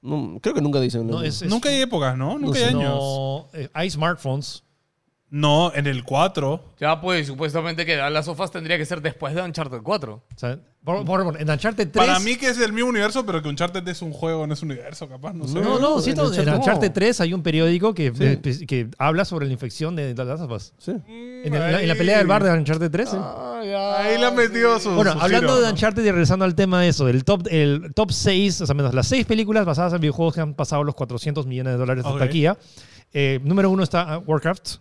Speaker 1: No, creo que nunca dicen.
Speaker 3: No, es, es-
Speaker 4: Nunca hay épocas, ¿no? Nunca hay años. No.
Speaker 3: No, eh, hay smartphones.
Speaker 4: en el 4.
Speaker 2: Ya, pues, supuestamente que las sofás tendría que ser después de Uncharted 4.
Speaker 3: O sea, por, por ejemplo, en Uncharted 3.
Speaker 4: Para mí que es del mismo universo, pero que un charter es un juego, no es un universo, capaz, no sé.
Speaker 3: No, no, sí,
Speaker 1: en
Speaker 3: no, en
Speaker 1: Uncharted-
Speaker 3: Uncharted 3 hay un periódico que, que- que habla sobre la infección de las Last of Us.
Speaker 1: Sí.
Speaker 3: En, el- la- en la pelea del bar de Uncharted eh. 3. sí.
Speaker 4: Ahí la metió su.
Speaker 3: Bueno,
Speaker 4: su
Speaker 3: hablando
Speaker 4: giro.
Speaker 3: de Uncharted y regresando al tema de eso, del top, el top 6, o sea, menos las 6 películas basadas en videojuegos que han pasado los 400 millones de dólares
Speaker 4: Ok.
Speaker 3: de taquilla. Eh, número 1 está ah, Warcraft.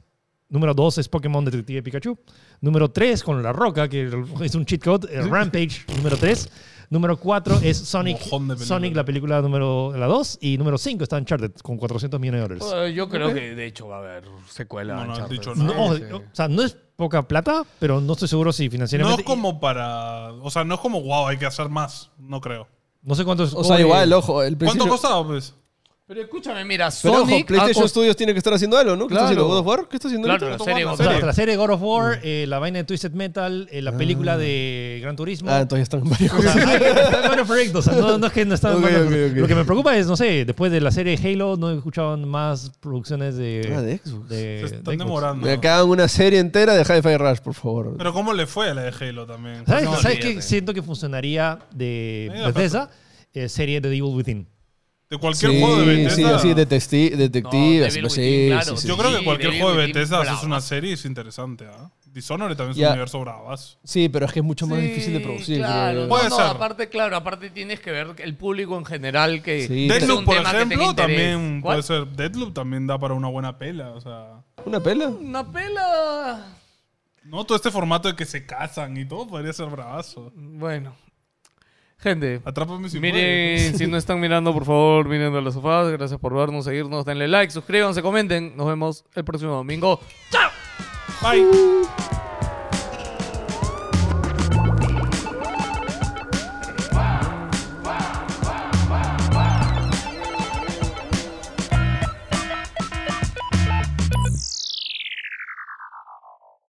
Speaker 3: Número 2 es Pokémon Detective Pikachu. Número 3 con La Roca, que es un cheat code,
Speaker 4: [LAUGHS]
Speaker 3: eh, Rampage, número 3. Número 4 es Sonic,
Speaker 4: Mojón de película.
Speaker 3: Sonic, la película número la 2. Y número 5 está Uncharted, con 400 millones de dólares.
Speaker 2: Eh, yo creo que, de hecho, va a haber secuela.
Speaker 4: No,
Speaker 2: de
Speaker 4: no has
Speaker 2: Uncharted.
Speaker 4: dicho nada.
Speaker 3: No,
Speaker 2: sí.
Speaker 3: o sea, no es poca plata, pero no estoy seguro si
Speaker 4: No
Speaker 3: financieramente.
Speaker 4: es como para. O sea, no es como, wow, hay que hacer más. No creo.
Speaker 3: No sé cuánto es.
Speaker 1: O sea, igual, ojo. El
Speaker 4: ¿Cuánto
Speaker 1: principio-
Speaker 4: costaba,
Speaker 3: Eh,
Speaker 4: pues?
Speaker 2: Pero escúchame, mira,
Speaker 1: Pero ojo,
Speaker 4: ah,
Speaker 2: Sonic. ha
Speaker 1: PlayStation
Speaker 2: cost-
Speaker 1: Studios tiene que estar haciendo algo, ¿no? ¿Qué está haciendo? ¿God
Speaker 2: Claro.
Speaker 1: of War? ¿Qué está haciendo?
Speaker 2: Claro,
Speaker 1: ahorita?
Speaker 2: la serie
Speaker 4: Tomando en
Speaker 2: God of
Speaker 3: O sea,
Speaker 4: serio.
Speaker 2: War.
Speaker 3: la serie de God of
Speaker 1: Mm.
Speaker 3: War, eh, la vaina de Twisted Metal, eh, la película de Gran Turismo.
Speaker 1: Ah, entonces están en varios
Speaker 3: O sea,
Speaker 1: juegos.
Speaker 3: hay- hay varios proyectos, o sea, no, no es que no están
Speaker 1: Ok,
Speaker 3: mandando-
Speaker 1: ok, ok.
Speaker 3: Lo que me preocupa es, no sé, después de la serie Halo no he escuchado más producciones de.
Speaker 1: Ah, de Xbox.
Speaker 3: de-
Speaker 4: Se
Speaker 3: de
Speaker 4: están
Speaker 3: Xbox.
Speaker 4: demorando.
Speaker 1: Me acaban una serie entera de Hi-Fi Rush, por favor.
Speaker 4: Pero ¿cómo le fue a la de Halo también? Pues
Speaker 3: ¿Sabes,
Speaker 2: No,
Speaker 3: ¿sabes
Speaker 2: olvídate.
Speaker 3: qué siento que funcionaría de
Speaker 4: Mira,
Speaker 3: Bethesda? Eh, serie de The Evil Within.
Speaker 4: De cualquier juego de
Speaker 1: sí,
Speaker 4: Bethesda.
Speaker 1: sí, detecti- detective,
Speaker 2: No,
Speaker 1: así,
Speaker 2: Devil
Speaker 1: sí,
Speaker 2: Within,
Speaker 1: sí,
Speaker 2: claro.
Speaker 1: sí.
Speaker 4: Yo creo
Speaker 2: Sí,
Speaker 4: que cualquier
Speaker 2: Devil
Speaker 4: juego de
Speaker 2: Within,
Speaker 4: Bethesda haces
Speaker 2: bravo.
Speaker 4: una serie es interesante, ¿ah? Dishonored también es
Speaker 1: Ya.
Speaker 4: un universo bravas.
Speaker 1: Sí, pero es que es mucho más difícil de producir.
Speaker 2: Claro,
Speaker 1: creo.
Speaker 4: Puede
Speaker 2: no, no,
Speaker 4: ser.
Speaker 2: aparte, claro, aparte tienes que ver el público en general que.
Speaker 1: Sí.
Speaker 2: que sea
Speaker 4: Deadloop,
Speaker 2: un
Speaker 4: por
Speaker 2: tema que tenga
Speaker 4: ejemplo,
Speaker 2: interés.
Speaker 4: también
Speaker 2: ¿Cuál?
Speaker 4: puede ser. Deadloop también da para una buena pela, o sea.
Speaker 1: ¿Una pela?
Speaker 2: Una pela.
Speaker 4: No, todo este formato de que se casan y todo podría ser bravazo.
Speaker 2: Bueno. Gente.
Speaker 4: Atrápame si puedes.
Speaker 2: Miren, si no están mirando, por favor, miren a los sofás. Gracias por vernos, seguirnos, denle like, suscríbanse, comenten. Nos vemos el próximo domingo.
Speaker 4: Bye.